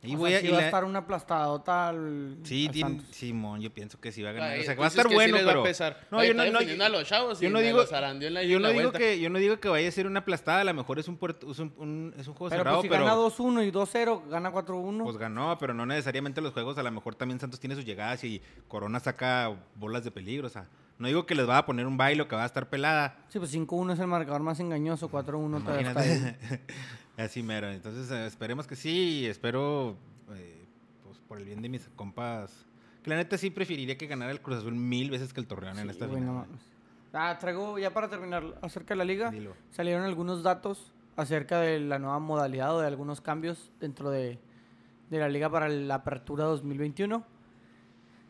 S1: Y
S3: O
S1: voy
S3: sea,
S1: a,
S3: sí
S1: y
S3: va a
S1: la-
S3: estar una aplastadota al.
S1: Sí,
S3: al
S1: tiene-
S3: Santos.
S1: Simón, yo pienso que sí va a ganar.
S2: Ay,
S1: o sea, que va a
S2: entonces
S1: estar
S2: que sí
S1: bueno,
S2: les va a
S1: pero.
S2: pesar.
S1: No,
S2: Oye,
S1: yo no,
S2: está
S1: no,
S2: defendiendo a los chavos
S1: yo
S2: y
S1: no
S2: me
S1: digo,
S2: los zarandeó en la-
S1: Ah, yo
S2: en
S1: no
S2: la
S1: digo
S2: vuelta.
S1: que, yo no digo que vaya a ser una aplastada. A lo mejor es un, puerto- es un, un- es un juego
S3: Pero
S1: cerrado,
S3: pues, si
S1: pero
S3: gana 2-1 y 2-0, gana 4-1.
S1: pues ganó, pero no necesariamente los juegos. A lo mejor también Santos tiene sus llegadas y Corona saca bolas de peligro. O sea, no digo que les va a poner un baile o que va a estar pelada.
S3: sí, pues 5-1 es el marcador más engañoso, 4-1 todavía está ahí.
S1: Imagínate. Así mero. Entonces, eh, esperemos que sí. y Espero, eh, pues, por el bien de mis compas. Que la neta sí preferiría que ganara el Cruz Azul mil veces que el Torreón en
S3: Sí,
S1: esta
S3: güey,
S1: final.
S3: no mames. Ah, traigo ya para terminar acerca de la liga.
S1: Dilo.
S3: Salieron algunos datos acerca de la nueva modalidad o de algunos cambios dentro de, de la liga para la apertura 2021.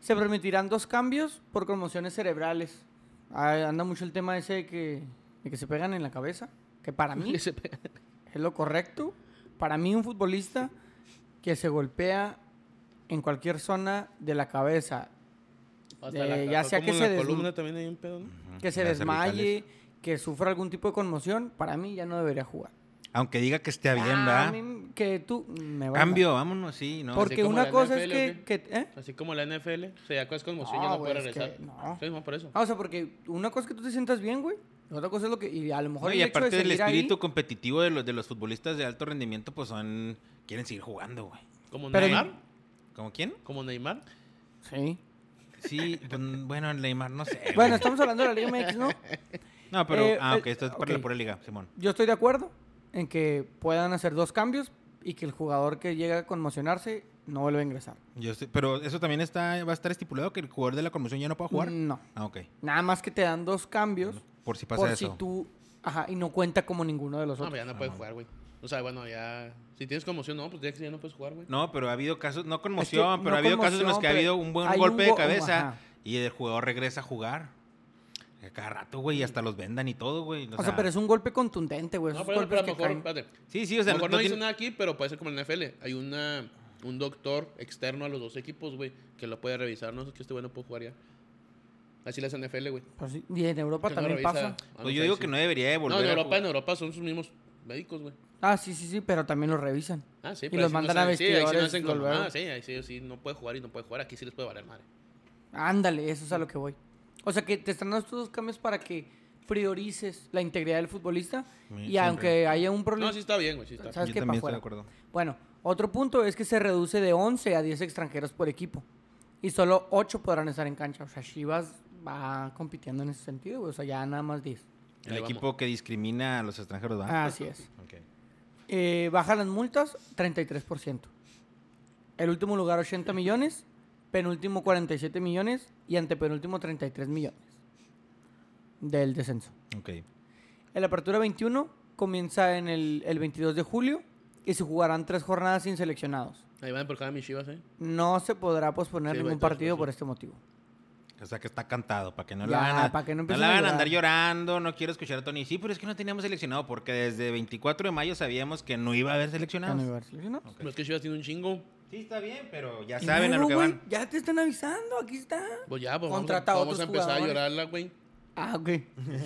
S3: Se permitirán dos cambios por conmociones cerebrales. Ah, anda mucho el tema ese de que, de que se pegan en la cabeza, que para mí
S2: Se pega.
S3: es lo correcto. Para mí un futbolista que se golpea en cualquier zona de la cabeza
S2: Hasta la-
S3: Eh, ya
S2: hasta
S3: sea
S2: como
S3: que
S2: en
S3: se
S2: la
S3: des-
S2: columna también hay un pedo, ¿no?
S1: Ujú,
S3: que se
S1: las
S3: desmaye,
S1: cervicales.
S3: que sufra algún tipo de conmoción, para mí ya no debería jugar.
S1: Aunque diga que esté bien,
S3: Ah,
S1: ¿verdad?
S3: a mí que tú me vale.
S1: Cambio, vámonos, sí, ¿no?
S3: Porque
S2: Así como
S3: una
S2: la
S3: cosa es
S2: NFL,
S3: que, que- ¿eh?
S2: Así como la NFL, o sea, ya es conmoción,
S3: No,
S2: ya no
S3: güey,
S2: puede
S3: es que
S2: regresar.
S3: no.
S2: Sí, no, por eso.
S3: Ah, o sea, porque una cosa es que tú te sientas bien, güey. y Otra cosa es lo que y a lo mejor
S1: No,
S3: el
S1: y
S3: hecho
S1: aparte
S3: de
S1: del
S3: seguir ahí-
S1: espíritu competitivo de los, de los futbolistas de alto rendimiento, pues son. Quieren seguir jugando, güey.
S2: Como
S3: Pero-
S2: Neymar,
S1: ¿Cómo quién?
S2: como Neymar.
S3: Sí.
S1: Sí, pues, Eh, bueno, Neymar, no sé. güey.
S3: Bueno, estamos hablando de la Liga MX, ¿no?
S1: no, pero.
S3: eh,
S1: ah, ok,
S3: eh,
S1: esto es para la
S3: ok.
S1: pura liga, Simón.
S3: Yo estoy de acuerdo en que puedan hacer dos cambios y que el jugador que llega a conmocionarse no vuelva a ingresar.
S1: Yo sé, pero eso también está, va a estar estipulado que el jugador de la conmoción ya no pueda jugar.
S3: No.
S1: Ah, ok.
S3: Nada más que te dan dos cambios
S1: Por si pasa
S3: por
S1: eso.
S3: si tú ajá, y no cuenta como ninguno de los
S2: No,
S3: otros.
S2: pero ya no puede jugar, güey. O sea, bueno, ya. Si tienes conmoción, no, pues ya, ya no puedes jugar, güey.
S1: No, pero ha habido casos, no
S3: Es que
S1: conmoción, pero
S3: no
S1: ha habido casos en los
S3: conmoción,
S1: que ha
S3: pero
S1: habido un buen
S3: hay un
S1: golpe de
S3: go-
S1: cabeza
S3: ajá.
S1: y el jugador regresa a jugar. A Cada rato, güey, y hasta los vendan y todo, güey.
S3: O sea, pero es un golpe contundente, güey.
S2: No,
S3: esos
S2: pero, pero
S3: golpes
S2: a lo
S3: que
S2: mejor,
S3: caen. Pues
S2: espérate.
S1: Sí, sí, o
S2: A
S1: sea,
S2: lo mejor no, dice
S1: tiene-
S2: nada aquí, pero puede ser como en la NFL. Hay una, un doctor externo a los dos equipos, güey, que lo puede revisar. No sé que este güey no puede jugar ya. Así la NFL, güey.
S3: Pues sí, Y en Europa
S2: Que no
S3: también
S2: revisa-
S3: pasa.
S2: Ah,
S1: pues yo
S2: sé,
S1: digo
S2: sí.
S1: que no debería de
S2: No,
S1: volver
S2: en
S1: a
S2: Europa,
S1: jugar.
S2: en Europa son sus mismos médicos, güey.
S3: Ah, sí, sí, sí, pero también los revisan.
S2: Ah, sí,
S3: Y
S2: pero
S3: los
S2: ahí sí
S3: mandan
S2: no
S3: a
S2: hacen- sí, ahí sí no
S3: vestidores,
S2: hacen
S3: los
S2: como,
S3: luego.
S2: ah, sí, ahí sí, sí, no puede jugar y no puede jugar. Aquí sí les puede valer madre.
S3: Ándale, eso es a lo que voy. O sea, que te están dando estos dos cambios para que priorices la integridad del futbolista
S1: Sí,
S3: y
S1: siempre.
S3: aunque haya un problema...
S2: No, sí está bien, güey, sí está.
S3: ¿Sabes
S1: Yo
S3: qué? Pa'
S1: también estoy
S3: fuera.
S1: de acuerdo.
S3: Bueno, otro punto es que se reduce de 11 a 10 extranjeros por equipo y solo 8 podrán estar en cancha. O sea, Chivas va compitiendo en ese sentido, güey. O sea, ya nada más 10.
S1: El
S2: Ahí vamos.
S1: equipo que discrimina a los extranjeros,
S2: Ah,
S1: ¿va?
S3: Así
S2: pues,
S3: es.
S1: Ok.
S3: Eh, bajan las multas 33%. El último lugar 80 millones, penúltimo 47 millones y antepenúltimo 33 millones del descenso.
S1: Ok.
S3: El Apertura 21 comienza en el, el 22 de julio y se jugarán tres jornadas sin seleccionados.
S2: Ahí van por cada mis chivas, ¿eh?
S3: No se podrá posponer
S2: Sí, güey,
S3: ningún
S2: entonces,
S3: partido
S2: pues,
S3: por este motivo.
S1: O sea que está cantado, para que no
S3: Ya,
S1: la van a,
S3: para que no
S1: no
S3: empiecen
S1: la
S3: a
S1: van a
S3: llorar.
S1: andar llorando, no quiero escuchar a Tony. Sí, pero es que no teníamos seleccionado, porque desde 24 de mayo sabíamos que no iba a haber
S3: Ya
S1: seleccionados.
S3: no iba a haber seleccionados.
S1: Ok.
S2: Pero es que chivas tiene un chingo.
S1: Sí, está bien, pero ya
S3: Y
S1: saben a lo
S3: luego,
S1: que
S3: güey,
S1: van.
S3: Ya te están avisando, aquí está.
S2: Pues ya, pues vamos a,
S3: Contrata a
S2: vamos a
S3: otros
S2: empezar a
S3: jugadores.
S2: llorarla, güey.
S3: Ah, ok.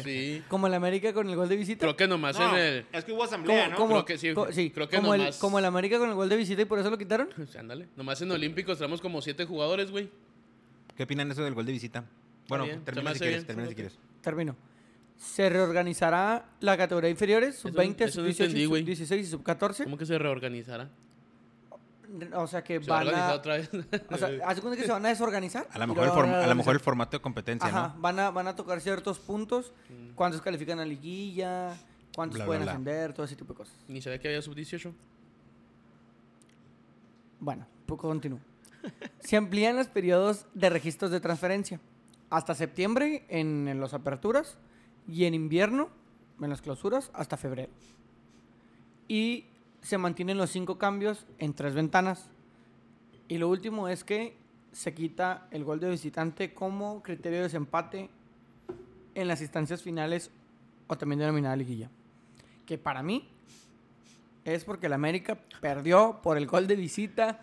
S2: Sí.
S3: Como el América con el gol de visita.
S2: Creo que nomás
S1: No,
S2: en el...
S1: Es que hubo asamblea, ¿no?
S3: como,
S2: Creo que sí.
S3: co-
S2: Creo que
S3: como el-
S2: nomás-
S3: como el América con el gol de visita y por eso lo quitaron.
S2: Sí, ándale. Nomás en Olímpicos traemos como siete jugadores, güey.
S1: ¿Qué opinan eso del gol de visita? Bueno,
S2: bien, se me
S1: termina si
S2: hace
S1: quieres,
S2: bien,
S1: termina
S2: se
S1: si
S2: me
S1: quieres.
S3: Termino. Se reorganizará la categoría de inferiores,
S2: Eso-
S3: sub-20,
S2: eso no
S3: sub-18,
S2: entendí, güey.
S3: sub-16 y sub-14.
S2: ¿Cómo que se reorganizará?
S3: O sea que
S2: ¿Se va a
S3: van
S2: organizar
S3: a...
S2: otra vez?
S3: O sea, ¿hace cuenta que se van a desorganizar?
S1: A lo
S3: y
S1: mejor, el,
S3: luego van
S1: form- a lo mejor el
S3: organizar.
S1: formato de competencia,
S3: Ajá,
S1: ¿no?
S3: van a, van a tocar ciertos puntos,
S2: Mm.
S3: cuántos califican a liguilla, cuántos
S1: Bla, bla,
S3: pueden
S1: bla.
S3: ascender, todo ese tipo de cosas.
S2: Ni sabía que había sub-18.
S3: Bueno, poco continúo. Se amplían los periodos de registros de transferencia. Hasta septiembre en, en las aperturas y en invierno en las clausuras hasta febrero. Y se mantienen los cinco cambios en tres ventanas. Y lo último es que se quita el gol de visitante como criterio de desempate en las instancias finales o también denominada liguilla. Que para mí es porque el América perdió por el gol de visita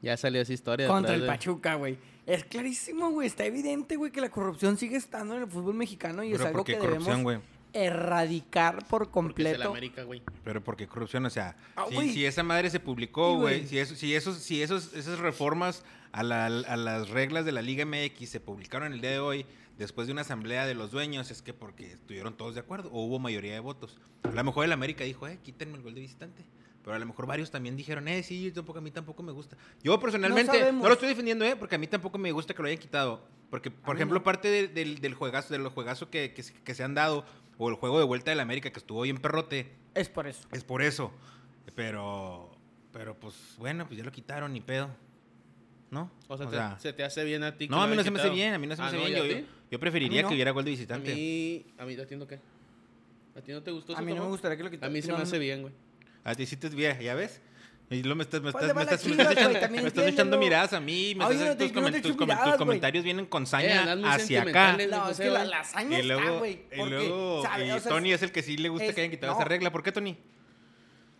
S2: Ya salió esa historia.
S3: contra el Pachuca, güey. Es clarísimo, güey. Está evidente, güey, que la corrupción sigue estando en el fútbol mexicano y
S1: Pero
S3: es algo
S1: porque
S3: que
S1: corrupción,
S3: debemos
S1: güey.
S3: erradicar
S2: Porque es
S3: por
S2: el
S3: completo.
S2: América, güey.
S1: Pero porque corrupción, o sea,
S3: Ah, güey.
S1: si, si esa madre se
S3: Sí,
S1: publicó,
S3: güey.
S1: güey, si, eso, si, esos, si esos, esas reformas a, la- a las reglas de la Liga MX se publicaron el día de hoy, después de una asamblea de los dueños, es que porque estuvieron todos de acuerdo o hubo mayoría de votos. A lo mejor el América dijo, eh, quítenme el gol de visitante. Pero a lo mejor varios también dijeron, eh, sí, yo tampoco, a mí tampoco me gusta. Yo personalmente no,
S3: sabemos.
S1: lo estoy defendiendo, eh, porque a mí tampoco me gusta que lo hayan quitado. Porque, por
S3: mí
S1: ejemplo,
S3: no.
S1: parte de- del, del juegazo, de los juegazos que, que se- que se han dado, o el juego de vuelta del América que estuvo bien perrote,
S3: Es por eso.
S1: es por eso. Pero, pero pues bueno, pues ya lo quitaron, ni pedo. ¿No?
S2: O sea, te- se te hace bien a ti. que
S1: no, a mí no
S2: hayan
S1: se me hace
S2: quitado.
S1: bien, a mí no se me
S2: Ah,
S1: hace
S2: ¿y
S1: bien.
S2: a
S1: Yo,
S2: ti?
S1: yo preferiría
S3: A mí no.
S1: que hubiera gol de
S2: A
S1: visitante. A mí,
S2: mí, a mí, ¿a ti no qué? ¿A ti no te gustó
S3: A
S2: eso,
S3: mí no me
S2: Tomás?
S3: gustaría que lo quitaran.
S2: A mí se
S3: No,
S2: me
S3: no,
S2: hace
S3: no.
S2: bien, güey.
S1: ti sí te es bien, ¿ya ves? Y luego me estás, me
S3: Pues le
S1: estás, me
S3: va la
S1: estás, me
S3: chinga,
S1: estás
S3: güey,
S1: echando,
S3: también
S1: me estás echando
S3: entiéndelo.
S1: miras a mí, me
S3: Oye,
S1: estás,
S3: no te-
S1: tus,
S3: no
S1: comen-
S3: te
S1: tus
S3: echo
S1: comen- tus
S3: miradas, güey.
S1: comentarios vienen con
S2: Eh, andas muy
S1: saña hacia acá.
S2: sentimentales,
S3: No,
S2: güey,
S3: es
S2: José,
S3: que la
S2: güey.
S3: lasaña
S1: Y
S3: está,
S1: luego,
S3: güey.
S1: y
S3: porque,
S1: luego
S3: ¿sabe?
S1: y
S3: O sea,
S1: Tony es el que sí le gusta
S3: es-
S1: que hayan quitado
S3: no.
S1: esa regla. ¿Por qué, Tony?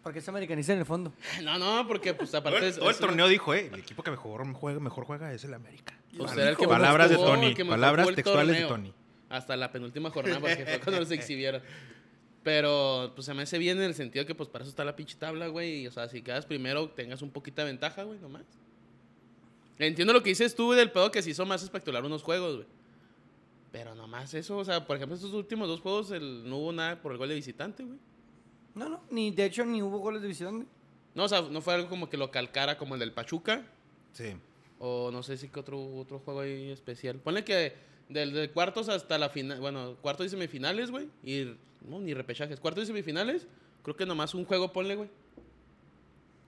S3: Porque es americanista en el fondo.
S2: No, no, porque pues
S1: Todo
S2: aparte...
S1: el,
S2: es-
S1: todo el
S2: es-
S1: torneo dijo, eh, el equipo que mejor juega, mejor juega es el América.
S2: Pues era el que mejor
S1: palabras de
S2: jugó,
S1: Tony,
S2: el que mejor
S1: palabras
S2: jugó el
S1: textuales de
S2: torneo.
S1: Tony.
S2: Hasta la penúltima jornada, porque fue cuando los exhibieron. Pero, pues, se me hace bien en el sentido que, pues, para eso está la pinche tabla, güey. Y, o sea, si quedas primero, tengas un poquito de ventaja, güey, nomás. Entiendo lo que dices tú güey, del pedo que se hizo más espectacular unos juegos, güey. Pero nomás eso, o sea, por ejemplo, estos últimos dos juegos el- no hubo nada por el gol de visitante, güey.
S3: No, no, ni de hecho ni hubo goles de visitante.
S2: No, o sea, no fue algo como que lo calcara como el del Pachuca.
S1: Sí.
S2: O no sé si que otro, otro juego ahí especial. Ponle que del, de cuartos hasta la final. Bueno, cuartos y semifinales, güey. Y no, ni repechajes. Cuartos y semifinales. Creo que nomás un juego ponle, güey.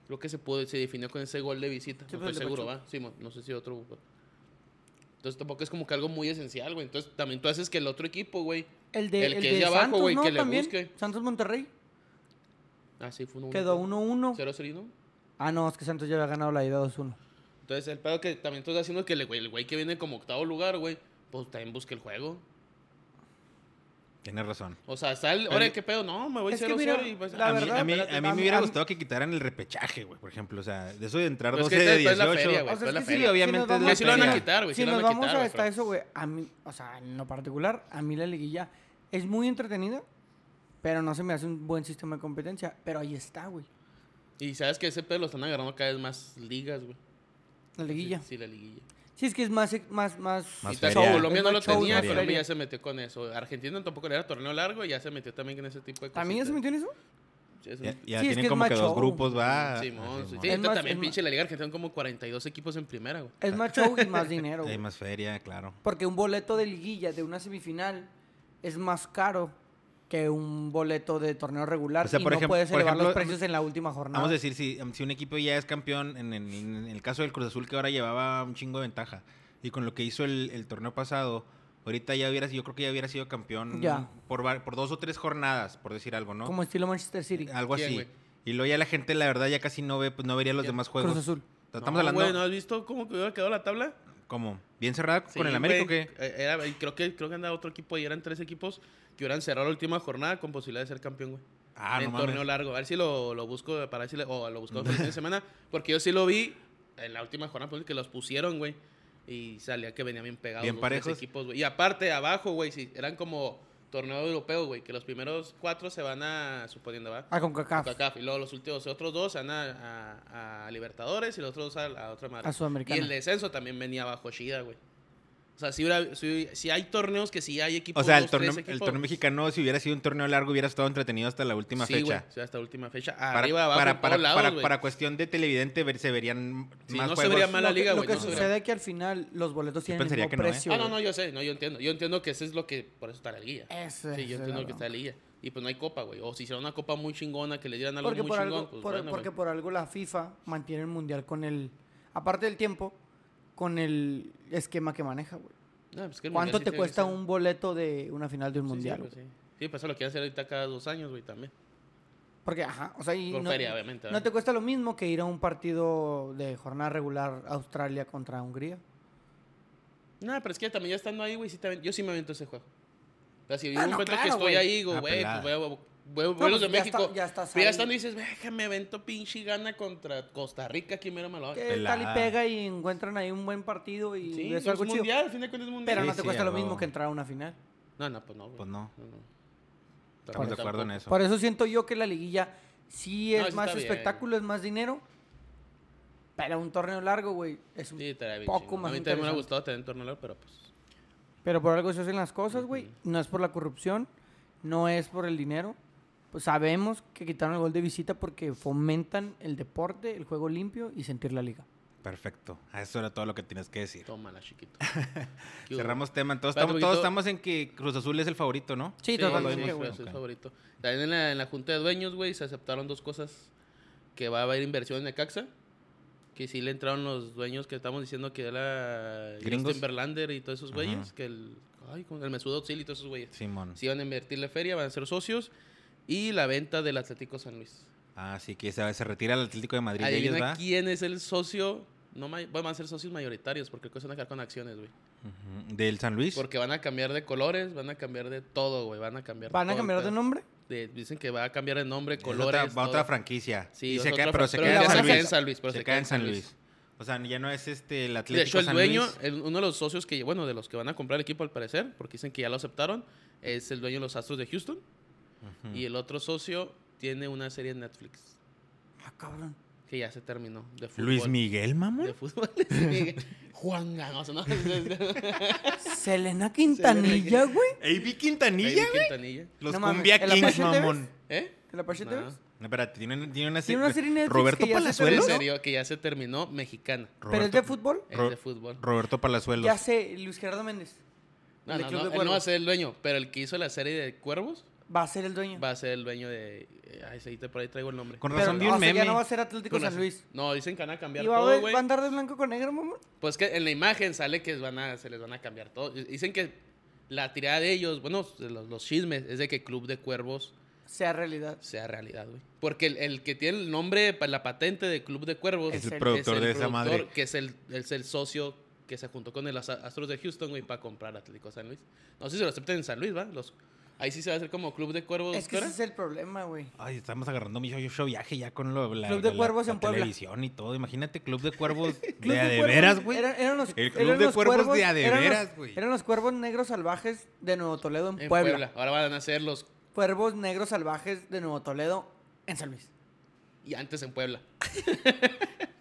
S2: Creo que se pudo, se definió con ese gol de visita.
S3: Sí,
S2: no
S3: pues, el
S2: estoy
S3: de
S2: seguro,
S3: Pachuca.
S2: ¿va? Sí, mo- no sé si otro. güey. Entonces tampoco es como que algo muy esencial, güey. Entonces también tú haces que el otro equipo, güey.
S3: El de,
S2: El
S3: el
S2: que
S3: de
S2: es de abajo,
S3: Santos,
S2: güey,
S3: ¿no?
S2: que le
S3: También.
S2: busque.
S3: Santos Monterrey.
S2: Así fue uno.
S3: Quedó 1-1.
S2: 0 0
S3: Ah, no, es que Santos ya había ganado la ida 2-1.
S2: Entonces el pedo que también tú estás haciendo es que el güey, el güey que viene como octavo lugar, güey, pues también busque el juego.
S1: Tienes razón.
S2: O sea, está el. Ahora, ¿qué pedo? No, me voy
S3: Es que
S2: 0
S3: mira,
S2: 0 y pues, vas
S3: La
S1: a, mí,
S3: verdad,
S1: a mí-
S3: espérate,
S1: a mí
S3: a
S1: me
S3: mí-
S1: hubiera
S3: a mí-
S1: gustado que quitaran el repechaje, güey, por ejemplo. O sea, de eso de entrar
S2: Pero Pues es
S1: 12
S2: que
S1: de
S2: después es la
S1: 18.
S2: feria, güey.
S3: O sea,
S2: después
S3: es
S2: Pues, la
S3: que
S1: sí,
S2: feria.
S1: obviamente
S3: nos
S1: es
S3: vamos-
S1: la
S2: Que sí lo van a
S1: feria.
S2: quitar, güey. sí
S3: Si
S2: lo
S3: nos
S2: van a
S3: vamos
S2: quitar, güey,
S3: hasta
S2: pero-
S3: eso, güey, a mí, o sea, en lo particular, a mí la liguilla es muy entretenida, pero no se me hace un buen sistema de competencia. Pero ahí está, güey,
S2: Y sabes que ese pedo lo están agarrando cada vez más ligas, güey.
S3: la liguilla.
S2: Sí,
S3: Sí,
S2: sí, la liguilla.
S3: es que es más, más, más.
S1: Más
S2: y tanto
S1: feria.
S2: Colombia
S3: Es
S2: no
S3: más
S2: lo
S3: show,
S2: tenía,
S3: más
S1: feria.
S2: Colombia
S3: feria.
S2: ya se metió con eso. Argentina tampoco le era torneo largo y ya se metió también en ese tipo de cosas.
S3: ¿También ya se metió en eso?
S1: Ya, ya
S3: Sí, es que
S1: tienen
S3: es
S1: como que dos
S3: macho.
S1: grupos, va.
S2: Simón, sí,
S1: Simón.
S2: sí,
S3: Es
S2: ahorita
S3: más-
S2: también
S3: es
S2: pinche la Liga Argentina son como 42 equipos en primera, güey.
S3: Es más show y más dinero,
S1: Hay
S3: güey.
S1: más feria, claro.
S3: Porque un boleto de liguilla de una semifinal es más caro que un boleto de torneo regular
S1: O sea,
S3: y
S1: por
S3: no
S1: ejem-
S3: puedes
S1: por
S3: elevar los
S1: ejemplo,
S3: precios en la última jornada.
S1: Vamos a decir, si, si un equipo ya es campeón, en, en- en el caso del Cruz Azul, que ahora llevaba un chingo de ventaja, y con lo que hizo el, el torneo pasado, ahorita ya hubiera, yo creo que ya hubiera sido campeón
S3: Ya.
S1: por, va- por dos o tres jornadas, por decir algo, ¿no? Eh,
S3: Como estilo Manchester City.
S1: Algo
S2: ¿Quién,
S1: así.
S2: güey?
S1: Y luego ya la gente, la verdad, ya casi no ve, pues no vería los
S2: ¿Quién?
S1: demás juegos.
S3: Cruz Azul.
S1: Estamos
S2: No,
S1: hablando
S2: güey, ¿no has visto cómo quedó quedó la tabla?
S1: como bien cerrada
S2: Sí,
S1: con el América o
S2: güey.
S1: qué?
S2: Eh, Era, y creo que creo que andaba otro equipo y eran tres equipos que hubieran cerrado la última jornada con posibilidad de ser campeón, güey.
S1: Ah,
S2: en
S1: no mames.
S2: torneo largo. A ver si lo, lo busco para decirle, o lo busco el fin de semana, porque yo sí lo vi en la última jornada pues, que los pusieron, güey. Y salía que venían bien pegados
S1: Bien
S2: los tres
S1: parejos.
S2: equipos, güey. Y aparte, abajo, güey, sí, eran como torneo europeo, güey, que los primeros cuatro se van a, suponiendo, ¿va?
S3: Ah, con Kaká.
S2: CONCACAF. Y luego los últimos, los otros dos se van a, a- a Libertadores y los otros dos a, a otra madre.
S3: A Sudamericana.
S2: Y el descenso también venía bajo Shida, güey. O sea, si, hubiera- si- si hay torneos que sí hay equipos.
S1: O sea, el
S2: dos, tres
S1: torneo, el
S2: equipos,
S1: torneo mexicano, si hubiera sido un torneo largo, hubiera estado entretenido hasta la última
S2: sí,
S1: fecha.
S2: güey, sí, hasta última fecha.
S1: Para,
S2: Arriba, abajo,
S1: para,
S2: en todos
S1: para,
S2: lados,
S1: para-
S2: güey.
S1: para cuestión de televidente ver- se verían
S2: Sí,
S1: más
S2: no se
S1: juegos.
S2: vería mal la
S3: Lo que-
S2: liga,
S3: Lo
S2: güey,
S3: que
S2: no se
S3: sucede es que al final los boletos tienen el
S1: pensaría
S3: mismo
S1: que no, ¿eh?
S3: precio.
S2: Ah, no, no,
S3: güey.
S2: yo sé, no, yo entiendo. Yo entiendo que ese es lo que. Por eso está la liga.
S3: Ese
S2: sí,
S3: es
S2: yo entiendo
S3: el
S2: que está la liga. Y pues no hay copa, güey. O si hicieron una copa muy chingona que le dieran algo
S3: Porque,
S2: muy
S3: por
S2: chingón,
S3: algo,
S2: pues
S3: por-
S2: bueno,
S3: porque
S2: güey.
S3: por algo la FIFA mantiene el mundial con el. Aparte del tiempo, con el esquema que maneja, güey.
S2: No, pues que el mundial
S3: ¿Cuánto
S2: sí
S3: te
S2: tiene que
S3: cuesta
S2: ser-
S3: un boleto de una final de un
S2: Sí, sí,
S3: mundial?
S2: pues,
S3: güey?
S2: sí. Sí, pues eso lo quieren hacer ahorita cada dos años, güey, también.
S3: Porque, ajá, o sea, y
S2: Por
S3: no,
S2: feria, obviamente,
S3: no
S2: ¿verdad?
S3: te cuesta lo mismo que ir a un partido de jornada regular Australia contra Hungría.
S2: No, pero es que también ya estando ahí, güey, sí te aven- yo sí me avento ese juego. O sea, si
S3: Ah,
S2: un
S3: no,
S2: momento que
S3: claro,
S2: estoy
S3: güey.
S2: ahí, digo,
S1: Ah,
S2: güey,
S1: pelada.
S2: pues voy a- voy a- voy a los de
S3: pues, ya está-
S2: México.
S3: ya estás
S2: Pero
S3: ahí.
S2: ya estando y dices, "Ve, me avento pinche gana contra Costa Rica, aquí mero me lo hago".
S3: Que
S1: Pelada.
S3: tal y pega y encuentran ahí un buen partido y
S2: Sí,
S3: es
S2: es
S3: algo chido.
S2: mundial, al fin de cuentas es mundial.
S3: Pero
S1: Sí,
S3: no te
S1: sí,
S3: cuesta
S1: a
S3: lo
S1: huevo.
S3: mismo que entrar a una final.
S2: No, no, pues no, güey.
S1: Pues no. pues Estamos de
S2: Tampoco.
S1: acuerdo en eso.
S3: Por eso siento yo que la liguilla sí es
S2: No, sí
S3: más
S2: está bien.
S3: espectáculo, es más dinero. Pero un torneo largo, güey, es un
S2: Sí, estaría bien
S3: poco
S2: chingón.
S3: más
S2: A mí también me hubiera
S3: interesante.
S2: gustado tener un torneo, largo, pero pues.
S3: Pero por algo se hacen las cosas, güey. No es por la corrupción, no es por el dinero. Pues sabemos que quitaron el gol de visita porque fomentan el deporte, el juego limpio y sentir la liga.
S2: e-
S1: Perfecto. Eso era todo lo que tienes que decir.
S2: Tómala, chiquito. ¿Qué hubo?
S1: Cerramos tema. Entonces,
S2: Espérate
S1: estamos, todos
S2: poquito.
S1: estamos en que Cruz Azul es el favorito, ¿no?
S3: Sí,
S2: Sí,
S3: totalmente,
S2: sí,
S1: güey.
S2: sí, es
S1: Ok.
S2: favorito. También en la, en la Junta de Dueños, güey, se aceptaron dos cosas. Que va a haber inversión en Necaxa. Que sí le entraron los dueños que estamos diciendo que era
S1: Gringos.
S2: Justin Verlander y todos esos
S1: Ajá.
S2: güeyes. Que el, ay, con el Mesudo Auxil y todos esos güeyes.
S1: Simón.
S2: Sí van a invertirle feria, van a ser socios. Y la venta del Atlético San Luis.
S1: Ah, sí, que se, se retira el Atlético de Madrid de ellos,
S2: Adivina
S1: ¿verdad?
S2: quién es el socio. No may- bueno, van a ser socios mayoritarios porque creo que se van a quedar con acciones, güey.
S1: Ujú. Del San Luis.
S2: Porque van a cambiar de colores, van a cambiar de todo, güey. Van a cambiar
S3: ¿Van
S2: todo
S3: a
S2: el
S3: cambiar de
S2: pedo.
S3: nombre?
S2: De- dicen que va a cambiar de nombre,
S1: Es
S2: colores.
S1: otra, va a
S2: todo.
S1: otra franquicia.
S2: Sí,
S1: Y
S2: es
S1: se
S2: otra
S1: queda- pero
S2: fran-
S1: se
S2: pero
S1: queda
S3: ya
S1: en
S3: se
S1: San
S3: queda en
S1: Luis.
S2: San Luis, pero
S1: se queda en San Luis. O sea, ya no es este el
S2: De
S1: Atlético
S2: hecho, el
S1: San
S2: dueño,
S1: Luis.
S2: el- uno de los socios que, bueno, de los que van a comprar el equipo al parecer, porque dicen que ya lo aceptaron, es el dueño de los Astros de Houston.
S1: Ujú.
S2: Y el otro socio tiene una serie en Netflix,
S3: Ah, cabrón.
S2: que ya se terminó. De fútbol.
S1: Luis Miguel,
S2: De
S1: mamón.
S2: fútbol. Luis Miguel. Juan Ganoso, ¿no?
S3: Selena Quintanilla, güey.
S1: AB Quintanilla.
S2: Baby Quintanilla.
S1: Los
S3: No mames,
S1: Cumbia
S3: ¿el Apache
S1: Kings,
S3: te ves?
S1: mamón.
S2: ¿Eh?
S3: ¿El Apache
S2: No.
S3: TV?
S1: No, espérate, tiene, tiene una
S3: Tiene una serie en Netflix
S1: Roberto
S3: que ya se
S1: Palazuelos.
S2: En
S3: terminó.
S2: serio, que ya se terminó mexicana.
S3: ¿Pero es
S1: Roberto-
S3: de fútbol?
S2: Es
S1: Ro-
S2: de fútbol.
S1: Roberto Palazuelos.
S3: Ya sé, Luis Gerardo Méndez.
S2: No,
S3: el
S2: no,
S3: Club
S2: no,
S3: de
S2: él no va a
S3: Cuervos.
S2: ser el dueño, pero el que hizo la serie de Cuervos
S3: Va a ser el dueño.
S2: va a ser el dueño de... eh, Ay, sí, te- por ahí traigo el nombre.
S1: Con
S3: Pero,
S1: razón vi
S3: o
S1: un
S3: sea,
S1: meme.
S3: ya no va a ser Atlético
S2: Con
S3: San
S2: razón.
S3: Luis.
S2: No, dicen que van a cambiar
S3: ¿Y va a,
S2: todo,
S3: haber-
S2: güey.
S3: va a andar de blanco con negro, mamón?
S2: Pues que en la imagen sale que van a, se les van a cambiar todo. Dicen que la tirada de ellos, bueno, los, los chismes, es de que Club de Cuervos
S3: Sea realidad.
S2: sea realidad, güey. Porque el, el que tiene el nombre, pa- la patente de Club de Cuervos...
S1: Es
S3: Es
S1: el
S3: el
S1: productor
S2: el
S1: de esa
S2: productor,
S1: madre.
S2: Que es el, es el socio que se juntó con el Asa- Astros de Houston, güey, para comprar Atlético San Luis. No sé si se lo aceptan en San Luis, ¿va? Los, ahí sí se va a hacer como Club de Cuervos.
S3: Es que
S2: ¿verdad?
S3: ese es el problema, güey.
S1: Ay, estamos agarrando mi yo, yo viaje ya con lo, la,
S3: Club de
S1: la-
S3: Cuervos
S1: la
S3: en Puebla.
S1: televisión y todo. Imagínate, Club de Cuervos de,
S3: Club
S1: a de
S3: Cuervos
S1: veras, güey.
S3: eran- eran los-
S1: El Club
S3: eran
S1: de
S3: los
S1: Cuervos de a de
S3: eran los-
S1: veras, güey.
S3: Eran los cuervos negros salvajes de Nuevo Toledo en,
S2: En
S3: Puebla.
S2: Puebla. Ahora van a ser los...
S3: Cuervos negros salvajes de Nuevo Toledo en San Luis.
S2: Y antes en Puebla.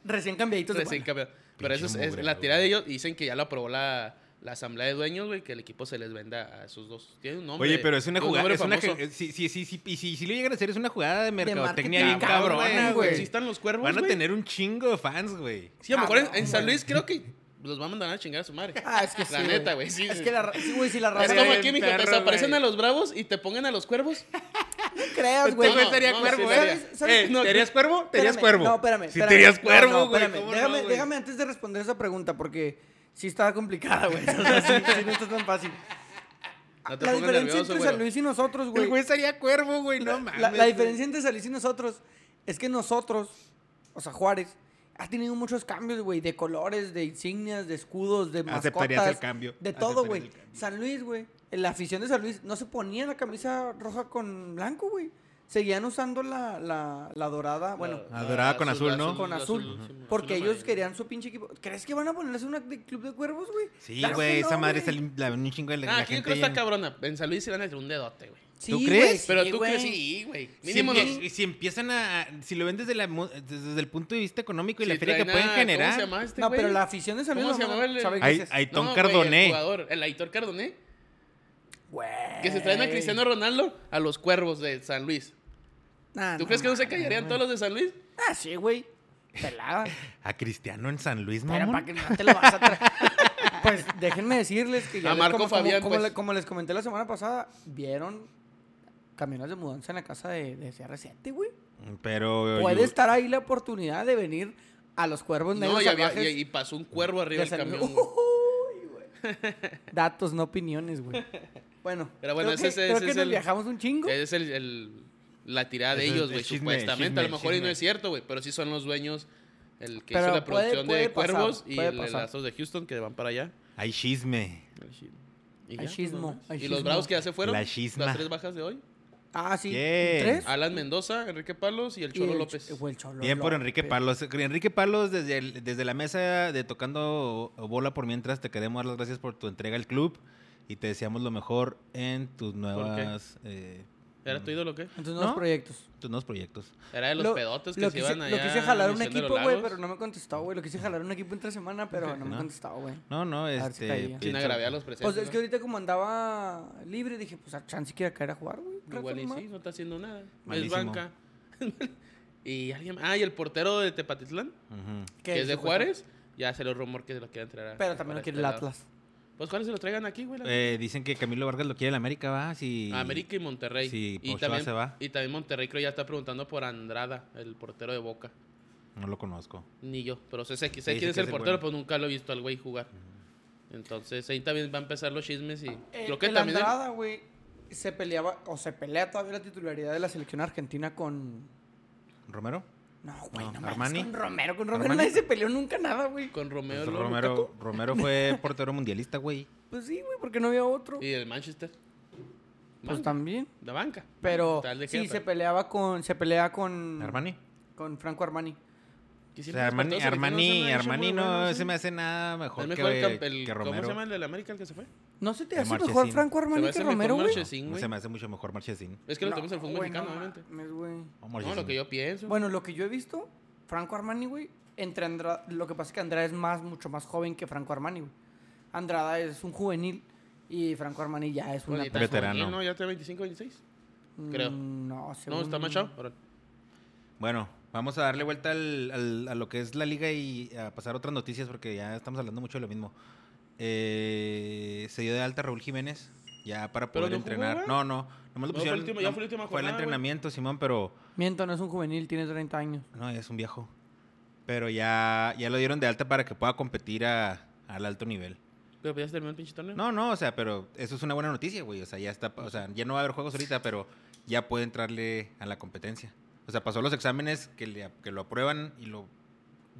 S3: Recién cambiaditos de
S2: Recién
S3: Puebla.
S2: cambiado. Pero eso
S1: Pinche
S2: es, es
S1: mugrero,
S2: la tirada de
S1: güey.
S2: ellos. Dicen que ya lo aprobó la, la asamblea de dueños, güey, que el equipo se les venda a esos dos. Tiene un nombre.
S1: Oye, pero es una
S2: tiene un
S1: jugada.
S2: nombre
S1: Es una,
S2: famoso.
S1: je- sí, sí, sí, sí, y si, si lo llegan a hacer, es una jugada de mercadotecnia bien
S3: marketing
S1: cabrona,
S3: cabrona,
S2: güey.
S3: güey.
S1: güey.
S2: Existan los cuervos,
S1: Van a
S2: güey.
S1: tener un chingo de fans, güey.
S2: Sí, a lo mejor en,
S3: Cabrón,
S2: en San
S3: güey.
S2: Luis creo que los va a mandar a chingar a su madre.
S3: Ah, es que sí.
S2: La neta, güey. Sí,
S3: Es que la ra- sí, güey, si la
S2: Es
S3: raza.
S2: como
S1: bien
S2: aquí, mijo,
S1: perro,
S2: te desaparecen a
S1: güey.
S2: los bravos y te pongan a los cuervos.
S3: No creas, güey.
S1: Este güey sería
S2: no,
S1: cuervo,
S2: sí,
S1: ¿eh?
S3: ¿sabes- sabes-
S1: Eh, ¿Terías cuervo? ¿Terías
S3: Espérame,
S1: cuervo?
S3: No, espérame.
S1: Si
S3: espérame.
S1: tenías
S3: No,
S1: cuervo,
S3: no,
S1: güey.
S3: espérame.
S1: ¿cómo no,
S3: déjame,
S1: güey?
S3: déjame antes de responder esa pregunta porque sí estaba complicada, güey. O sea, sí, sí no está tan fácil.
S2: No te
S3: La
S2: pongas
S3: diferencia
S2: nervioso,
S3: entre
S2: güey.
S3: San Luis y nosotros,
S1: El
S3: güey.
S1: güey sería cuervo, güey. No mames.
S3: La, la
S1: güey.
S3: diferencia entre San Luis y nosotros es que nosotros, o sea, Juárez, ha tenido muchos cambios, güey, de colores, de insignias, de escudos, de mascotas.
S1: Aceptarías el cambio.
S3: De todo,
S1: Aceptarías
S3: güey.
S1: el cambio.
S3: San Luis, güey. La afición de San Luis no se ponía la camisa roja con blanco, güey. Seguían usando la, la, la dorada, bueno,
S1: Ah, dorada con azul, ¿no?
S3: con azul.
S2: sí,
S3: porque
S2: azul
S3: ellos
S2: amarillo.
S3: querían su pinche equipo. ¿Crees que van a ponerse una de club de cuervos, güey?
S1: Sí,
S3: Claro que
S1: güey. Esa
S3: no,
S1: madre
S3: güey.
S1: está la ven un chingo de la
S2: Ah,
S1: la
S2: aquí
S1: gente.
S2: yo creo que está
S1: bien-
S2: cabrón. En San Luis se van a hacer un dedote, güey.
S3: Sí,
S1: ¿Tú
S3: güey,
S1: crees?
S3: sí,
S2: Pero tú
S3: güey.
S2: crees, sí, güey.
S1: Si,
S2: Mínimo
S1: empie-
S2: nos-
S1: si empiezan a. Si lo ven desde, la, mo- desde el punto de vista económico y la
S2: si
S1: feria que
S2: traen a-
S1: pueden generar.
S2: ¿Cómo se llama este
S3: No,
S2: güey?
S3: pero la afición de San Luis
S2: ¿Cómo se
S3: no
S2: llamaba el-
S3: sabe qué
S1: Ay-
S3: es eso.
S1: ay, Aitón
S2: No, güey,
S1: Cardoné.
S2: el jugador, el Aitor Cardoné.
S3: Güey.
S2: Que se traen a Cristiano Ronaldo a los cuervos de San Luis.
S3: Nah,
S2: ¿Tú crees que no se
S3: Ah, mames.
S2: callarían todos los de San Luis?
S3: Ah, sí, güey. Pelada.
S1: A Cristiano en San Luis,
S3: Pero
S1: mamón.
S3: para que no te lo vas a traer. Pues déjenme decirles que ya.
S2: A
S3: les-
S2: Marco
S3: como, como-
S2: Fabián,
S3: como
S2: pues.
S3: le- como les comenté la semana pasada, vieron camiones de mudanza en la casa de, de CR7, güey.
S1: Pero.
S3: Puede
S1: yo-
S3: estar ahí la oportunidad de venir a los cuervos negros.
S2: No, y, había-
S3: salvajes
S2: y- y pasó un cuervo
S3: de
S2: arriba del
S3: San Luis.
S2: camión. güey.
S3: Uy, güey. Datos, no opiniones, güey. Bueno,
S2: Pero bueno,
S3: creo
S2: ese-
S3: que,
S2: ese-
S3: creo
S2: ese
S3: que
S2: es
S3: nos
S2: el- Eh,
S3: viajamos un chingo.
S2: Es el, el- la tirada de
S1: Eso es-
S2: ellos,
S1: es
S2: güey,
S1: chisme,
S2: supuestamente. a lo
S1: chisme,
S2: mejor y no
S1: chisme.
S2: es cierto, güey, pero sí son los dueños el que hizo
S3: Pero
S2: la
S3: puede-
S2: producción
S3: puede
S2: de
S3: pasar,
S2: Cuervos y
S3: puede
S2: el, el
S3: pasar.
S2: Astros de Houston que van para allá.
S1: Hay chisme.
S2: Y, ya,
S3: Hay
S2: pues,
S3: chismo,
S2: nomás.
S3: hay
S2: y los
S3: chismo.
S2: bravos que ya se fueron,
S1: La chisma.
S2: las tres bajas de hoy.
S3: Ah, sí.
S1: Bien.
S3: ¿Tres?
S2: Alan Mendoza, Enrique Palos y el
S3: Y
S2: Cholo
S3: el-
S2: López.
S3: fue el Cholo
S1: Bien por
S3: López.
S1: Enrique Palos. Enrique Palos, desde, el- desde la mesa de Tocando Bola por Mientras, te queremos dar las gracias por tu entrega al club y te deseamos lo mejor en tus nuevas eh,
S2: ¿Era tu ídolo o qué?
S3: En tus nuevos
S1: ¿No?
S3: proyectos.
S1: Tus nuevos proyectos.
S2: Era de los
S3: Lo-
S2: pedotes que
S3: lo
S2: se
S3: quise-
S2: iban allá.
S3: Lo quise jalar
S2: a
S3: un
S2: Misión de los
S3: equipo, güey,
S2: Lagos.
S3: pero no me contestó, güey. Lo quise jalar un equipo entre semana, pero no me
S1: No.
S3: contestó, güey.
S1: No, no,
S3: ver si caía.
S1: este.
S3: Sin
S2: Sin
S1: pienso-
S2: agraviar los
S3: O
S2: presentes.
S3: sea, es que
S2: ¿no?
S3: ahorita como andaba libre, dije, pues a chance quiera caer a jugar, güey. un rato
S2: Igual y
S3: nomás.
S2: sí, no está haciendo nada.
S1: Malísimo.
S2: Es banca. y alguien. Ah, y el portero de Tepatitlán,
S1: Ujú.
S3: Que
S2: que es de
S3: supuesto-
S2: Juárez, ya se los rumor que se lo quiere entregar. a-
S3: Pero también
S2: para
S3: lo quiere
S2: este
S3: el
S2: lado.
S3: Atlas.
S2: Pues Juárez se lo traigan aquí, güey. la-
S1: Eh, dicen que Camilo Vargas lo quiere en América, va. Si...
S2: a América y Monterrey.
S1: Sí,
S2: y
S1: Ochoa
S2: también,
S1: se va.
S2: Y también Monterrey creo ya está preguntando por Andrada, el portero de Boca.
S1: No lo conozco.
S2: Ni yo, pero sé, sé, sé
S1: dice
S2: quién es
S1: que
S2: el
S1: es el
S2: portero,
S1: bueno.
S2: pues nunca lo he visto al güey jugar. Entonces ahí también va a empezar los chismes y
S3: El-
S2: creo que
S3: Ah, eh, el
S2: también... el-
S3: Andrada, güey, se peleaba, o se pelea todavía la titularidad de la selección argentina con...
S1: ¿Romero?
S3: No, güey,
S1: No,
S3: no, mames,
S1: Armani.
S3: Con Romero, con Romero
S1: Armani.
S3: nadie se peleó nunca nada, güey.
S2: Con Romeo
S1: Pues
S2: Lolo,
S1: Romero, Romero fue portero mundialista, güey.
S3: Pues sí, güey, porque no había otro.
S2: Y el Manchester.
S3: Pues
S2: Banca,
S3: también.
S2: La banca.
S3: Pero
S2: Tal de
S3: sí,
S2: jefe.
S3: se peleaba con... Se pelea
S2: Mm.
S3: con...
S1: Armani.
S3: Con Franco Armani.
S2: Que
S1: O sea,
S2: siempre los
S1: Armani,
S2: porteros argentinos
S1: Armani,
S2: se me han hecho
S1: Armani
S2: muy
S1: no
S2: buenos,
S1: se
S2: ¿eh?
S1: me hace nada mejor,
S2: Es mejor el,
S1: que,
S2: camp- el-
S1: que
S2: ¿Cómo se
S1: Romero.
S2: llama el del América el que se fue?
S3: ¿No se te
S1: De
S3: hace mejor
S1: Marchesín.
S3: Franco
S2: Se me
S3: Armani
S2: hace
S3: que
S2: mejor
S3: Romero, güey?
S2: Marchesín,
S1: No,
S2: güey.
S1: se me hace mucho mejor Marchesín.
S2: Es que lo tenemos
S3: No,
S2: el fútbol
S3: güey,
S2: mexicano,
S3: no
S2: obviamente.
S3: mames, güey.
S1: No,
S2: No,
S1: Marchesín.
S2: lo que yo pienso.
S3: Bueno, lo que yo he visto, Franco Armani, güey, entre Andrada, lo que pasa es que Andrada es más, mucho más joven que Franco Armani, güey. Andrada es un juvenil y Franco Armani ya es una...
S2: Bueno, y
S3: persona.
S2: tan
S1: Veterano.
S2: juvenil, ¿no? Ya tiene 25, 26. creo.
S3: Mm, No,
S2: No,
S3: según-
S2: está machado. Órale.
S1: Bueno, vamos a darle vuelta al- al- a lo que es la liga y a pasar a otras noticias porque ya estamos hablando mucho de lo mismo. Eh, se dio de alta Raúl Jiménez ya para
S2: Pero
S1: poder
S2: no jugó,
S1: entrenar.
S2: güey.
S1: no, no, nomás lo
S2: No, fue el
S1: pusieron.
S2: último- ya
S1: no,
S2: fue la última
S1: el
S2: jornada, güey.
S1: entrenamiento, Simón, pero
S3: Miento, no es un juvenil, tiene 30 años.
S1: no, es un viejo. Pero ya, ya lo dieron de alta para que pueda competir a- al alto nivel.
S2: Pero pues ya se terminó el pinche torneo.
S1: No, no, o sea, pero eso es una buena noticia, güey. O sea, ya está, o sea, ya no va a haber juegos ahorita, pero ya puede entrarle a la competencia. O sea, pasó los exámenes que, le- que lo aprueban y lo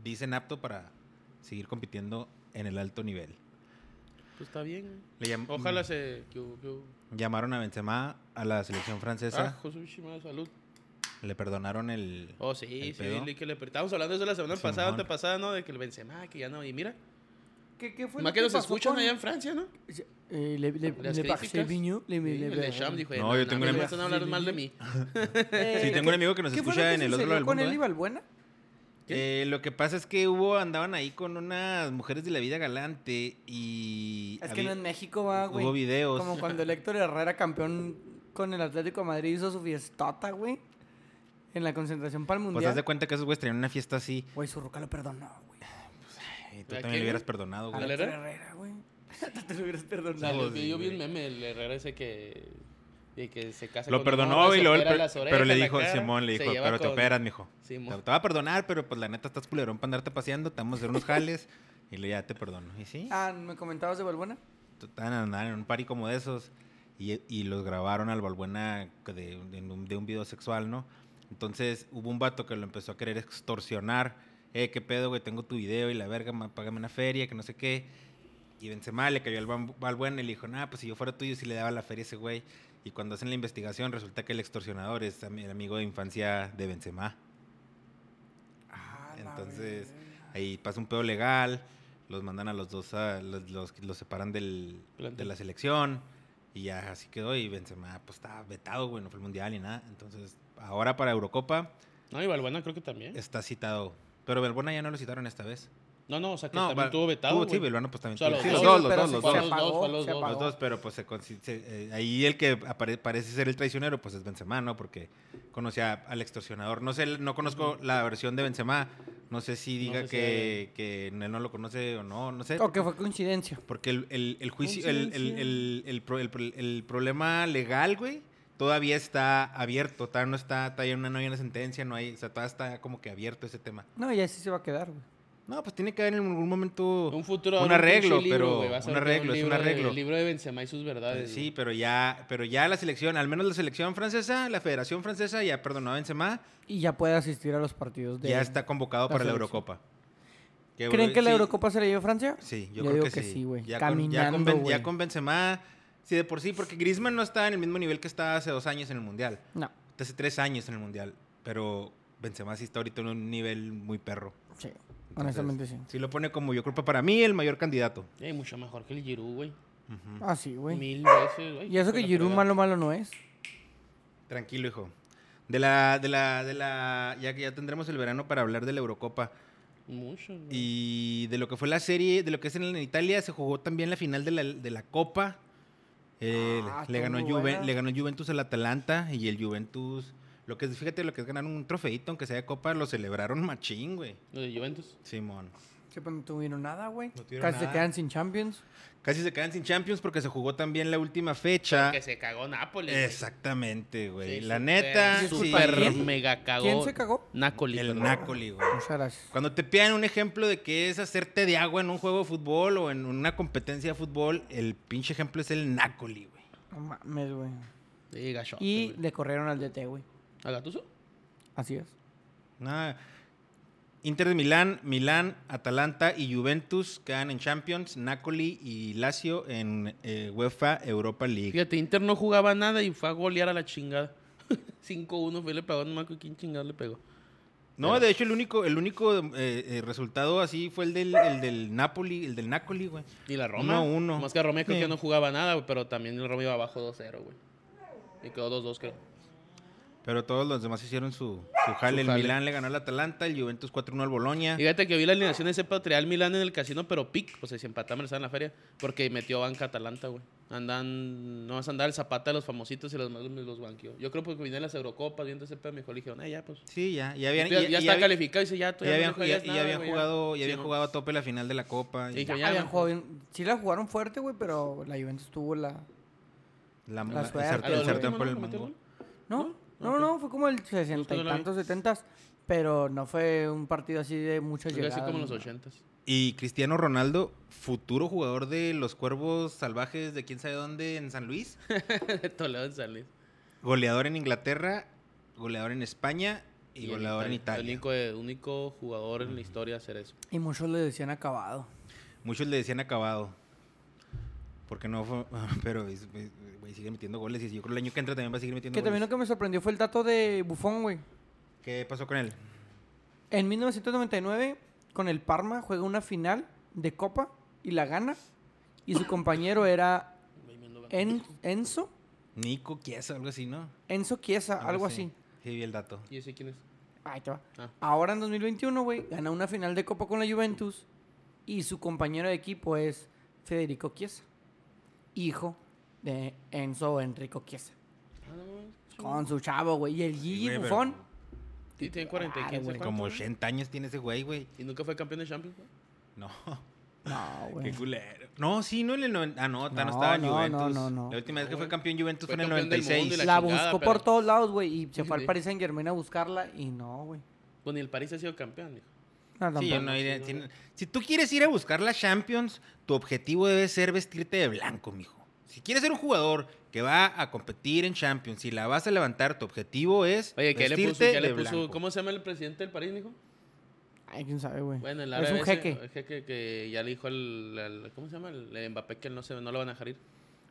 S1: dicen apto para seguir compitiendo en el alto nivel.
S2: Pues está bien. güey.
S1: Le llam- mm,
S2: Ojalá se... Que, que,
S1: llamaron a Benzema a la selección
S2: ah,
S1: francesa,
S2: Josushima, salud.
S1: le perdonaron el
S2: Oh, sí,
S1: ¿El
S2: sí.
S1: pedo?
S2: leí que le... Estábamos hablando de eso la semana pasada,
S1: Simón.
S2: otra pasada, ¿no? De que el Benzema, que ya no... Y mira,
S3: ¿Qué, qué fue
S2: más
S3: lo
S2: que nos
S3: pasó
S2: escuchan
S3: con-
S2: allá en Francia, ¿no?
S3: Eh, le, le,
S2: Las
S3: le pasé
S2: críticas.
S3: viño, le-
S2: Sí,
S3: le-
S2: el
S3: le-
S2: de Sham dijo, eh,
S1: No, yo tengo
S2: no
S1: una-
S2: me vas a hablar mal de mí.
S3: Eh,
S1: Sí, tengo
S3: ¿qué-
S1: un amigo que nos
S3: qué fue lo
S1: escucha
S3: que
S1: en el otro
S3: sucedió
S1: lado del
S3: con
S1: mundo,
S3: Eli
S1: ¿eh?
S3: Balbuena?
S1: Eh, lo que pasa es que hubo, andaban ahí con unas mujeres de la vida galante y
S3: Es que
S1: había-
S3: no en México va, güey.
S1: hubo videos.
S3: Como cuando el Héctor Herrera, campeón con el Atlético de Madrid, hizo su fiestota, güey. En la concentración para el
S1: Pues haz de
S3: Mundial.
S1: cuenta que esos güeyes tenían una fiesta así.
S3: Güey, su roca lo perdonó, güey.
S1: Y tú
S2: ¿A
S1: también
S2: quién?
S1: le hubieras perdonado,
S3: Al
S1: güey.
S2: ¿Al
S3: Héctor
S2: Herrera?
S3: Herrera, güey. Hasta Te lo hubieras
S2: Nah,
S3: perdonado.
S2: lo
S1: Sí,
S2: vi- yo vi
S1: güey.
S2: un meme el Herrera ese que, de que se casa
S1: Lo
S2: con tu
S1: perdonó
S2: morra,
S1: y
S2: se
S1: luego el
S2: opera
S1: per-
S2: las orejas,
S1: pero le
S2: la
S1: dijo,
S2: cara,
S1: Simón, le
S2: se
S1: dijo,
S2: lleva
S1: pero te
S2: con-
S1: operas, mijo. Te,
S2: Simón.
S1: te va a perdonar, pero pues la neta estás culerón para andarte paseando, te vamos a hacer unos jales y le ya te perdono. Y sí,
S3: Ah, ¿me comentabas de Balbuena?
S1: estaban andando en un party como de esos y, y los grabaron al Balbuena que de, en un, de un video sexual, ¿no? Entonces hubo un vato que lo empezó a querer extorsionar. Eh, qué pedo, güey, tengo tu video y la verga, ma- págame una feria, que no sé qué. Y Benzema le cayó al Bam- Balbuena y le dijo, nah, pues si yo fuera tuyo, sí le daba la feria a ese güey. Y cuando hacen la investigación, resulta que el extorsionador es ami- el amigo de infancia de Benzema.
S3: Ah, la
S1: Entonces,
S3: verga.
S1: Ahí pasa un pedo legal, los mandan a los dos, a, los, los, los separan del,
S2: Plantel.
S1: de la selección y ya así quedó y Benzema pues está vetado, güey, no fue el Mundial ni nada. Entonces, ahora para Eurocopa
S2: No, y Balbuena creo que también.
S1: está citado, pero Belbona ya no lo citaron esta vez.
S2: No, no, o sea, que
S1: no,
S2: también
S1: Bal-
S2: tuvo vetado,
S1: tuvo-
S2: güey.
S1: sí, Belbona pues también
S2: O sea,
S1: tuvo-
S2: los
S1: sí,
S2: dos,
S1: los dos, los
S3: pero
S1: dos,
S3: sí
S1: los
S2: Fue a
S1: dos.
S3: se
S2: los dos,
S3: apagó,
S2: fue a los
S3: se
S2: dos.
S1: Los
S3: apagó.
S1: dos, pero pues se consi- se- eh, ahí el que apare- parece ser el traicionero pues es Benzema, ¿no? Porque conocía al extorsionador. No sé, no conozco la versión de Benzema. No sé si
S2: No
S1: diga
S2: sé si
S1: que, que él no lo conoce o no, no sé.
S3: O que fue coincidencia.
S1: Porque el, el-
S2: Oh,
S1: el juicio, el, el- el- el pro- el pro- el problema legal, güey, todavía está abierto. Todavía no está, todavía no hay una sentencia, no hay, o sea, todavía está como que abierto ese tema.
S3: No, ya sí se va a quedar, güey.
S1: No, pues tiene que haber en algún momento
S2: Un futuro.
S1: un
S2: ahora
S1: arreglo,
S2: pinche libro,
S1: pero
S2: güey, vas a
S1: un
S2: ver
S1: arreglo, es un
S2: libro de-
S1: arreglo.
S2: El libro de Benzema y sus verdades.
S1: Pues Sí,
S2: güey.
S1: pero ya, pero ya la selección, al menos la selección francesa, la Federación Francesa ya perdonó a Benzema,
S3: Y ya puede asistir a los partidos de...
S1: ya está convocado
S3: la
S1: para la
S3: selección.
S1: Eurocopa.
S3: ¿Creen que la
S1: sí,
S3: Eurocopa se la lleve Francia?
S1: Sí, yo
S3: Ya
S1: creo
S3: digo
S1: que,
S3: que sí,
S1: sí.
S3: güey.
S1: ya, con, ya, con,
S3: Caminando,
S1: Ben- ya
S3: güey.
S1: con Benzema, sí, de por sí, porque Griezmann no está en el mismo nivel que estaba hace dos años en el Mundial.
S3: No.
S1: Está Hace tres años en el Mundial, pero Benzema sí está ahorita en un nivel muy perro.
S3: Sí,
S1: Entonces,
S3: honestamente sí.
S1: Sí lo pone como, yo creo que para mí, el mayor candidato.
S2: Eh, mucho mejor que el Giroud, güey.
S1: Ujú.
S3: Ah, sí, güey.
S2: Mil veces, güey.
S3: Y eso
S2: fue
S3: que
S2: la
S3: Giroud
S2: fregada.
S3: malo malo no es.
S1: Tranquilo, hijo. De la, de la, de la, ya que ya tendremos el verano para hablar de la Eurocopa.
S2: Mucho. güey.
S1: Y de lo que fue la serie, de lo que es en, en Italia, se jugó también la final de la, de la Copa. Eh,
S3: Ah,
S1: le, ganó
S3: estuvo muy
S1: Juve-
S3: buena.
S1: le ganó Juventus al Atalanta y el Juventus, lo que es, fíjate, lo que es ganar un trofeito, aunque sea de Copa, lo celebraron machín, güey.
S2: Lo de Juventus.
S1: Simón.
S3: Sí, pues no tuvieron nada, güey.
S1: No tuvieron
S3: Casi se
S1: nada.
S3: quedan sin Champions.
S1: Casi se quedan sin Champions porque se jugó también la última fecha.
S2: Que se cagó Nápoles. güey.
S1: Exactamente, güey.
S2: Sí,
S1: la
S2: súper,
S1: neta, sí,
S2: Súper
S3: ¿Quién?
S2: mega cagó.
S3: ¿Quién se cagó?
S2: Nápoles.
S1: el
S2: perdón.
S1: Nácoli, güey.
S3: Muchas gracias.
S1: Cuando te pidan un ejemplo de que es hacerte de agua en un juego de fútbol o en una competencia de fútbol, el pinche ejemplo es el Nácoli, güey.
S3: No mames, güey.
S2: Sí, gachote,
S3: Y
S2: güey.
S3: le corrieron al DT, güey.
S2: ¿A Gattuso?
S3: Así es.
S1: Nada. Inter de Milán, Milán, Atalanta y Juventus quedan en Champions, Nácoli y Lazio en eh, UEFA Europa League.
S2: Fíjate, Inter no jugaba nada y fue a golear a la chingada. 5-1 fue, le pegó, no me acuerdo quién chingada le pegó.
S1: No, de hecho el único, el único eh, eh, resultado así fue el del, el del Napoli, el del Nácoli, güey.
S2: Y la Roma.
S1: Uno a uno.
S2: Más que a Roma creo
S1: Sí.
S2: que no jugaba nada, güey, pero también el Roma iba abajo 2-0, güey. Y quedó 2-2, creo.
S1: Pero todos los demás hicieron su, su jale. El
S2: jale.
S1: Milán le ganó al Atalanta, el Juventus 4-1 al Boloña.
S2: Fíjate que vi la alineación de ese patrial Milán en el casino, pero pic, pues se empatamos en la feria, porque metió banca Atalanta, güey. Andan, no vas a andar el zapata de los famositos y los más los banqueó. Yo creo porque vine a las Eurocopas, viendo ese pedo, mejor le dijeron, eh, ya, pues.
S1: Sí, ya, ya habían,
S2: ya,
S1: y-
S2: ya
S1: y
S2: está
S1: habían-
S2: calificado y dice, ya, tú
S1: Y
S2: ya, no
S1: habían,
S2: le
S1: ya-
S2: juegas
S1: y
S2: nada,
S1: habían
S2: güey, ya".
S1: jugado, y
S2: Sí,
S1: habían
S2: mo-
S1: jugado a tope la final de la Copa.
S2: Y
S1: y
S2: que ya,
S3: Habían
S2: güey.
S3: jugado bien- Sí la jugaron fuerte, güey, pero la Juventus tuvo la...
S1: la,
S3: la
S1: la- el
S3: suerte.
S1: sartén-
S2: A
S1: el
S2: lo
S3: del
S1: sartén
S2: último,
S1: por
S2: ¿no?
S1: el
S2: ¿Que metió
S1: mango.
S2: gol?
S3: No,
S2: ¿No?
S3: no,
S2: Ok.
S3: no, fue como el sesenta
S2: Justo
S3: y
S2: no la vi.
S3: tantos, setentas, pero no fue un partido así de muchas
S2: Creo que
S3: llegadas.
S2: así como en los
S3: ¿no?
S2: 80
S1: Y Cristiano Ronaldo, futuro jugador de los Cuervos Salvajes de quién sabe dónde en San Luis,
S2: Toledo en San Luis.
S1: goleador en Inglaterra, goleador en España y,
S2: Y en
S1: goleador en Italia.
S2: El único, el único jugador en la historia a hacer eso.
S3: Y muchos le decían acabado.
S1: Muchos le decían acabado. Porque no fue, pero es- es- güey, sigue metiendo goles y yo creo que el año que entra también va a seguir metiendo
S3: Que también lo
S1: goles.
S3: que me sorprendió fue el dato de Bufón, güey.
S1: ¿Qué pasó con él?
S3: En 1999, con el Parma, juega una final de Copa y la gana. Y su compañero era En- Enzo,
S1: Nico Chiesa, algo así, ¿no?
S3: Enzo
S2: Ah,
S3: Chiesa, algo así.
S1: Sí, vi el
S3: Eh.
S1: dato.
S2: ¿Y ese quién es?
S3: Ahí te va.
S2: Ah.
S3: Ahora en 2021, güey, gana una final de Copa con la Juventus y su compañero de equipo es Federico Chiesa, hijo de Enzo Enrico Chiesa.
S2: Ah, no, mames.
S3: Con su chavo, güey. Y el
S1: Sí,
S3: Gigi
S1: güey, pero-
S3: Buffon,
S2: Sí, tiene 45.
S3: Ah, güey.
S1: Como 80 años tiene ese güey, güey.
S2: ¿Y nunca fue campeón de Champions? güey?
S1: No,
S3: no,
S1: qué
S3: güey.
S1: culero. No, sí, no en el 90. Ah, no, ta- no,
S3: No,
S1: estaba en
S3: no,
S1: Juventus.
S3: no, no, no.
S1: La última vez que
S2: No,
S1: fue
S2: Ah, güey.
S1: campeón Juventus fue
S2: Fue
S1: en el
S2: campeón del mundo y
S1: 96.
S2: la
S3: La
S2: chingada,
S3: buscó
S2: pero-
S3: por todos lados, güey, y se
S2: Sí,
S3: fue
S2: sí.
S3: al Paris Saint Germain a buscarla y no, güey.
S2: Pues ni el París ha sido campeón, hijo.
S3: No,
S1: Sí, yo
S3: tampoco.
S1: no iré-
S2: no,
S1: si,
S2: no.
S1: si tú quieres ir a buscar la Champions, tu objetivo debe ser vestirte de blanco, mijo. Si quieres ser un jugador que va a competir en Champions, si la vas a levantar, tu objetivo es
S2: Oye, que le puso,
S1: vestirte
S2: que le
S1: de
S2: puso,
S1: blanco.
S2: ¿cómo se llama el presidente del París, hijo?
S3: Ay, quién sabe, güey.
S2: Bueno, el árabe
S3: es un
S2: ese,
S3: jeque.
S2: El jeque que ya le dijo al, al- ¿cómo se llama? El, el Mbappé que no se no lo van a dejar ir.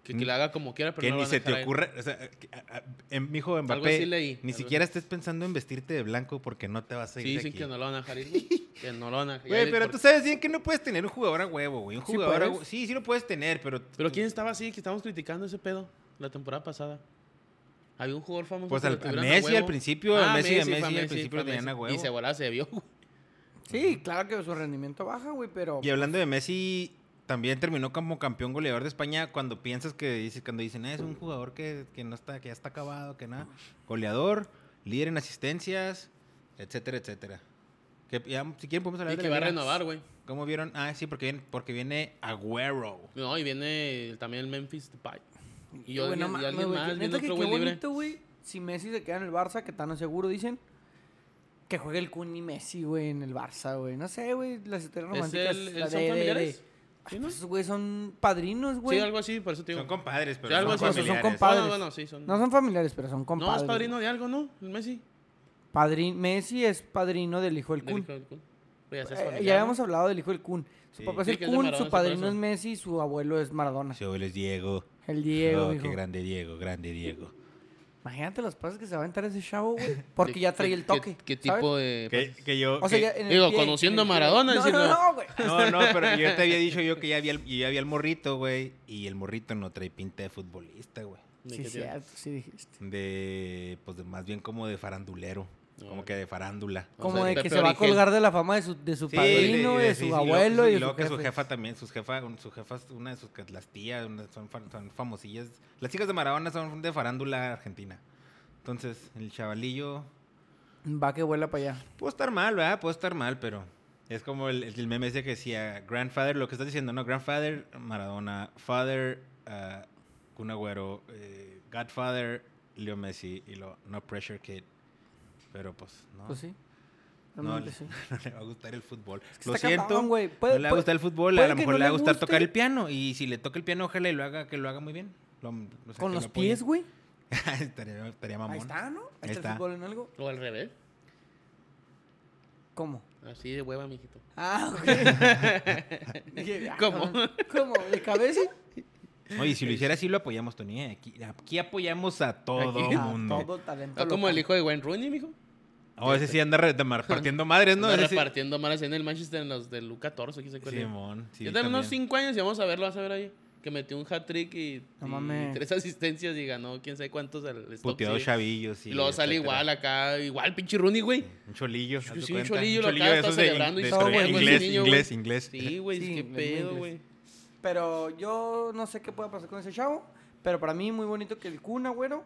S2: Que, que lo haga como quiera, pero
S1: que
S2: no lo
S1: Mm. ni
S2: van a
S1: se
S2: dejar
S1: te
S2: ir.
S1: ocurra, o sea, que- a- a- en- mijo Mbappé,
S2: así leí,
S1: ni
S2: algo
S1: siquiera estés pensando en vestirte de blanco porque no te vas a ir
S2: Sí,
S1: de
S2: dicen
S1: aquí.
S2: que no lo van a dejar ir. güey. que no lo van a dejar
S1: Güey, pero tú sabes bien que no puedes tener un jugador a huevo, güey. Un
S3: Sí
S1: jugador a
S3: puedes.
S1: hue- Sí, sí lo puedes tener, pero.
S2: Pero ¿quién estaba así? Que estábamos criticando ese pedo la temporada pasada. Había un jugador famoso.
S1: Pues
S2: que
S1: al-
S2: lo
S1: a
S2: tuvieron
S1: Messi al
S2: huevo. Ah,
S1: principio, a Messi, a
S2: fue
S1: Messi, al principio
S2: fue
S1: lo tenían a huevo.
S2: Y se volaba, se vio. güey.
S3: Sí, claro que su rendimiento baja, güey, pero...
S1: Y hablando de Messi, también terminó como campeón goleador de España cuando piensas que dice, cuando dicen, "Ah, es un jugador que, que no está, que ya está acabado, que nada. Goleador, líder en asistencias, etcétera, etcétera. Que ya, si quieren podemos hablar
S2: Y
S1: de
S2: que
S1: la
S2: va
S1: liga.
S2: a renovar, güey.
S1: ¿Cómo vieron? Ah, sí, porque viene, porque viene Agüero.
S2: No, y viene también el Memphis Depay. Y yo
S3: Güey, no
S2: y
S3: mames,
S2: alguien
S3: güey, que
S2: más, viene
S3: neta que
S2: otro
S3: qué
S2: güey libre.
S3: bonito, güey. Si Messi se queda en el Barça, que tan seguro dicen, que juegue el Kun y Messi, güey, en el Barça, güey. No sé, güey, las historias
S2: ¿Es
S3: románticas.
S2: el,
S3: la
S2: el- ¿Son
S3: de- de-
S2: familiares?
S3: de-
S2: ¿Sí, no?
S3: Pues, güey, son padrinos, güey.
S2: Sí, algo así, por eso te digo.
S1: Son compadres, pero
S2: Sí, algo
S1: son
S2: así,
S1: familiares.
S3: son compa-
S2: Ah,
S3: Padres.
S2: bueno, sí, son.
S3: No son familiares, pero son
S2: No,
S3: compadres.
S2: es padrino de algo, ¿no? El Messi.
S3: güey. Padrin- Messi es padrino del hijo del
S2: Del
S3: Kun.
S2: hijo del Kun. Pues ya seas
S3: Eh,
S2: familiar,
S3: ya
S2: ¿no?
S3: habíamos hablado del hijo del Kun. Su
S1: Sí.
S3: papá es
S2: Sí,
S3: el
S2: que es de
S3: Kun,
S2: Maradona, sí,
S3: su
S2: por
S3: padrino
S2: eso.
S3: es Messi y su abuelo es Maradona.
S1: Sí, abuelo es Diego.
S3: El Diego,
S1: Oh,
S3: hijo.
S1: qué grande Diego, grande Diego.
S3: Imagínate los pasos que se va a entrar ese chavo, güey. Porque ya trae el
S2: ¿Qué-
S3: toque.
S2: ¿Qué, qué
S3: ¿sabes?
S2: tipo de.?
S1: Que, que yo,
S3: O sea,
S1: que-
S3: ya en el
S2: Digo,
S3: pie,
S2: conociendo
S3: en el
S2: a
S3: pie.
S2: Maradona,
S3: No,
S2: diciendo-
S3: No, no, güey.
S1: No, no, pero yo te había dicho yo que ya vi al, yo ya vi al morrito, güey. Y el morrito no trae pinta de futbolista, güey.
S2: pues, ¿De
S3: Sí,
S2: qué tiene?
S3: cierto, sí dijiste.
S1: De, pues de- más bien como de farandulero. Como que de farándula.
S2: O
S3: Como
S2: sea,
S3: de que
S2: Pepe
S3: se va a
S2: Origel.
S3: colgar de la fama de su, de su padrino, de, su
S1: sí, sí,
S3: abuelo
S1: luego-
S3: y de
S1: y luego
S3: su
S1: que su
S3: jefe.
S1: jefa también, sus jefas, sus jefas, una de sus que las tías, una- son, fan- son famosillas. Las chicas de Maradona son de farándula argentina. Entonces, el chavalillo
S3: Va que vuela para allá.
S1: Puedo estar mal, ¿verdad? Puedo estar mal, pero es como el, el meme ese que decía Grandfather, lo que estás diciendo, ¿no? Grandfather, Maradona, Father, uh, Kun Agüero, eh, Godfather, Leo Messi y lo No Pressure Kid. Pero pues no,
S3: Pues sí.
S1: No,
S3: Realmente
S1: le-
S3: sí.
S1: no le va a gustar el fútbol.
S3: que
S1: lo
S3: está
S1: siento,
S3: cabrón, güey. Puede-
S1: no le va a
S3: puede-
S1: gustar el fútbol, a
S3: puede
S1: lo
S3: que
S1: mejor
S3: no
S1: le va a
S3: le
S1: gustar
S3: guste.
S1: tocar el piano y si le toca el piano, ojalá y lo haga, que lo haga muy bien. Lo- o sea,
S3: Con
S1: que
S3: los
S1: lo apoye.
S3: pies, güey.
S1: estaría, estaría mamón.
S3: Ahí está, ¿no? Ahí
S1: Ahí
S3: está,
S1: está.
S3: el fútbol en algo.
S2: O al revés.
S3: ¿Cómo?
S2: Así de hueva, mijito.
S3: Ah, ok. Dije, ah,
S2: ¿Cómo?
S3: cabrón. ¿Cómo? ¿De cabeza?
S1: Oye, si lo hiciera así lo apoyamos, Tony. ¿eh? Aquí, aquí apoyamos a todo
S2: Aquí.
S1: el
S3: Ah,
S1: mundo.
S3: todo talento.
S2: O como
S3: local.
S2: el hijo de Wayne Rooney, mijo.
S1: Oh, ese sí anda re- de mar- partiendo madres, ¿no?
S2: Anda
S1: Ese sí-
S2: repartiendo malas en el Manchester en los del U14, quién sabe cuál es.
S1: Simón, sí,
S2: Yo tengo unos
S1: también.
S2: 5 años y vamos a verlo, vas a ver ahí. Que metió un hat-trick y,
S3: No
S2: y
S3: mames.
S2: tres asistencias y ganó quién sabe cuántos al Stoke
S1: Puteado
S2: City.
S1: chavillo, sí.
S2: Y luego sale
S1: etcétera.
S2: igual acá, igual pinche Rooney, güey.
S1: Un cholillo. haz de
S2: Sí, un
S1: cuenta.
S2: cholillo, lo acaba de estar
S1: de
S2: celebrando y
S1: de
S3: todo,
S1: estrella.
S3: güey,
S1: inglés,
S2: buen niño,
S1: inglés,
S2: güey.
S1: inglés.
S2: Sí, güey,
S3: Sí,
S2: qué
S3: es muy
S2: pedo,
S3: inglés.
S2: güey.
S3: Pero yo no sé qué pueda pasar con ese chavo. Pero para mí muy bonito que el Kun Agüero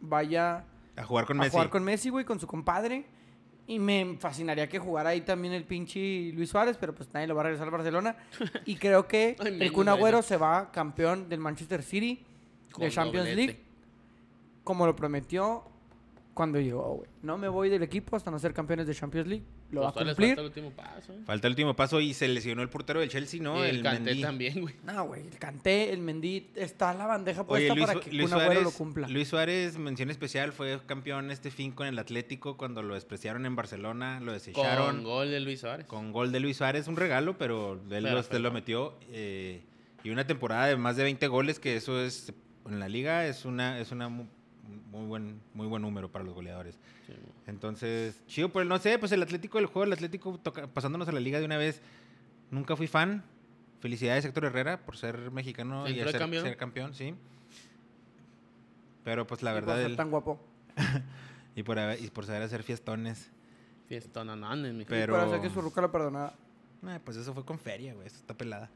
S3: vaya
S1: A jugar con
S3: a
S1: Messi.
S3: jugar con Messi, güey, con su compadre. Y me fascinaría que jugara ahí también el pinche Luis Suárez, pero pues nadie lo va a regresar al Barcelona. Y creo que
S2: Ay,
S3: el
S2: menos,
S3: Kun Agüero
S2: menos.
S3: se va campeón del Manchester City, de
S2: Con
S3: Champions
S2: doblete.
S3: League, como lo prometió cuando llegó, güey. No me voy del equipo hasta no ser campeones de Champions League. Lo va a
S2: Pues todavía les
S3: cumplir.
S2: falta el último paso. ¿eh?
S1: Falta el último paso y se lesionó el portero del Chelsea, ¿no?
S2: y el Kanté
S1: Mendy.
S2: también, güey.
S3: No, güey, el Canté, el Mendy, está la bandeja
S1: Oye,
S3: puesta
S1: Luis,
S3: para que
S1: Luis
S3: Kun Agüero
S1: Suárez,
S3: lo cumpla.
S1: Luis Suárez, mención especial, fue campeón este fin con el Atlético cuando lo despreciaron en Barcelona, lo desecharon.
S2: Con gol de Luis Suárez.
S1: con gol de Luis Suárez, un regalo, pero él
S2: Pero,
S1: los-
S2: pero.
S1: lo metió. eh, y una temporada de más de 20 goles, que eso es, en la liga, es una es una mu- muy, buen, muy buen número para los goleadores.
S2: Sí, güey.
S1: Entonces, chido, pues no sé, pues el Atlético, el juego del Atlético, toca- pasándonos a la liga de una vez, nunca fui fan. Felicidades, Héctor Herrera, por ser mexicano
S2: Sí,
S1: y
S2: fue
S1: ser,
S2: campeón.
S1: ser campeón, sí. Pero pues la
S3: Y por
S1: verdad,
S3: ser
S1: él-
S3: tan guapo.
S1: y, por haber- y por saber hacer fiestones.
S2: Fiestonananes, mijo.
S1: Pero-
S3: Para hacer que su ruca la perdonara.
S1: Eh, pues eso fue con feria, güey. Eso está pelada.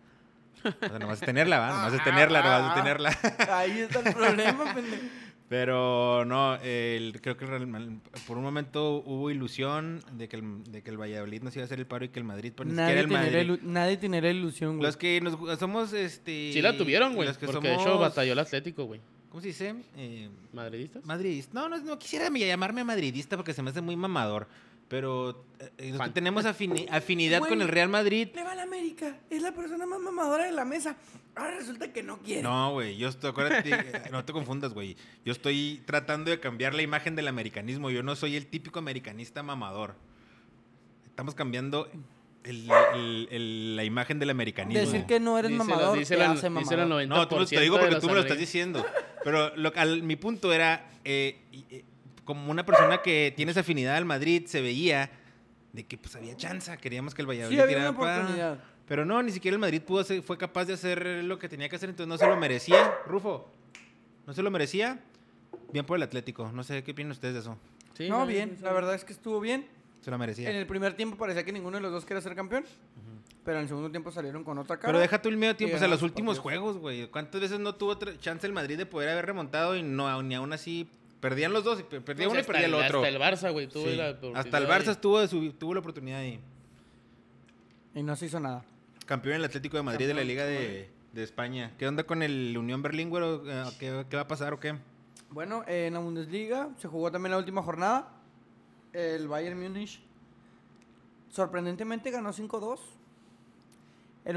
S1: O sea, nomás es tenerla, ¿va? Nomás es tenerla, nomás es tenerla.
S3: Ahí está el problema, pendejo.
S1: Pero no, el- creo que el Real Madrid- por un momento hubo ilusión de que, el, de que el Valladolid nos iba a hacer el paro y que el Madrid, pues ni siquiera
S3: Nadie
S1: el Madrid.
S3: tiene, nadie tiene la ilusión, güey.
S1: Los que nos gu- somos, este...
S2: Sí la tuvieron, güey.
S1: los que
S2: Porque de hecho
S1: somos-
S2: batalló el Atlético, güey.
S1: ¿Cómo se dice? Eh,
S2: ¿Madridistas?
S1: Madridista. No, no, no quisiera mi- llamarme madridista porque se me hace muy mamador. Pero eh, eh, los que
S2: Fan.
S1: tenemos afini- afinidad
S3: Güey.
S1: con el Real Madrid.
S3: Le va a la América. Es la persona más mamadora de la mesa. Ahora resulta que no quiere.
S1: No, güey, yo estoy, acuérdate, eh, no te confundas, güey. Yo estoy tratando de cambiar la imagen del americanismo. Yo no soy el típico americanista mamador. Estamos cambiando el- el- el- la imagen del americanismo.
S3: Decir que no eres
S2: Díselo-
S3: mamador
S2: díselo
S3: te
S2: al-
S3: hace
S2: díselo al
S3: mamador.
S2: 90%
S1: no, tú lo- te digo porque
S2: de
S1: tú
S2: los
S1: me lo estás
S2: madridistas.
S1: diciendo. Pero lo- al- mi punto era, eh, y- eh, como una persona que tiene esa afinidad al Madrid, se veía de que pues había chance. Queríamos que el Valladolid
S3: Sí, había una
S1: tirara para-
S3: oportunidad.
S1: Pero no, ni siquiera el Madrid pudo hacer- fue capaz de hacer lo que tenía que hacer, entonces no se lo merecía. Rufo, no se lo merecía. Bien por el Atlético. No sé qué opinan ustedes de eso.
S2: Sí,
S3: No,
S2: Madrid,
S3: bien.
S2: sí, sí.
S3: La verdad es que estuvo bien.
S1: Se lo
S3: En
S1: merecía.
S3: el primer tiempo parecía que ninguno de los dos quería ser campeón. Pero en el segundo tiempo salieron con otra cara.
S1: Pero deja tú el medio tiempo, o sea,
S3: Llegaron
S1: los
S3: los
S1: últimos
S3: partidos.
S1: juegos, güey. ¿Cuántas veces no tuvo otra chance el Madrid de poder haber remontado y no, ni aún así perdían los dos? y per- Perdía
S2: O sea,
S1: uno y
S2: hasta
S1: perdía el
S2: el-
S1: otro.
S2: Hasta el Barça, güey. tuvo
S1: Sí.
S2: la
S1: Hasta el
S2: oportunidad
S1: Barça
S2: de-
S1: estuvo, de su- tuvo la oportunidad de
S3: Y no se hizo nada.
S1: campeón en el Atlético de Madrid de la
S3: Campeón,
S1: Liga de, de España. ¿Qué onda con el Unión Berlín, güero? Eh, ¿Qué, qué va a pasar o qué?
S3: Bueno, eh, en la Bundesliga se jugó también la última jornada. El Bayern Múnich sorprendentemente ganó 5-2. El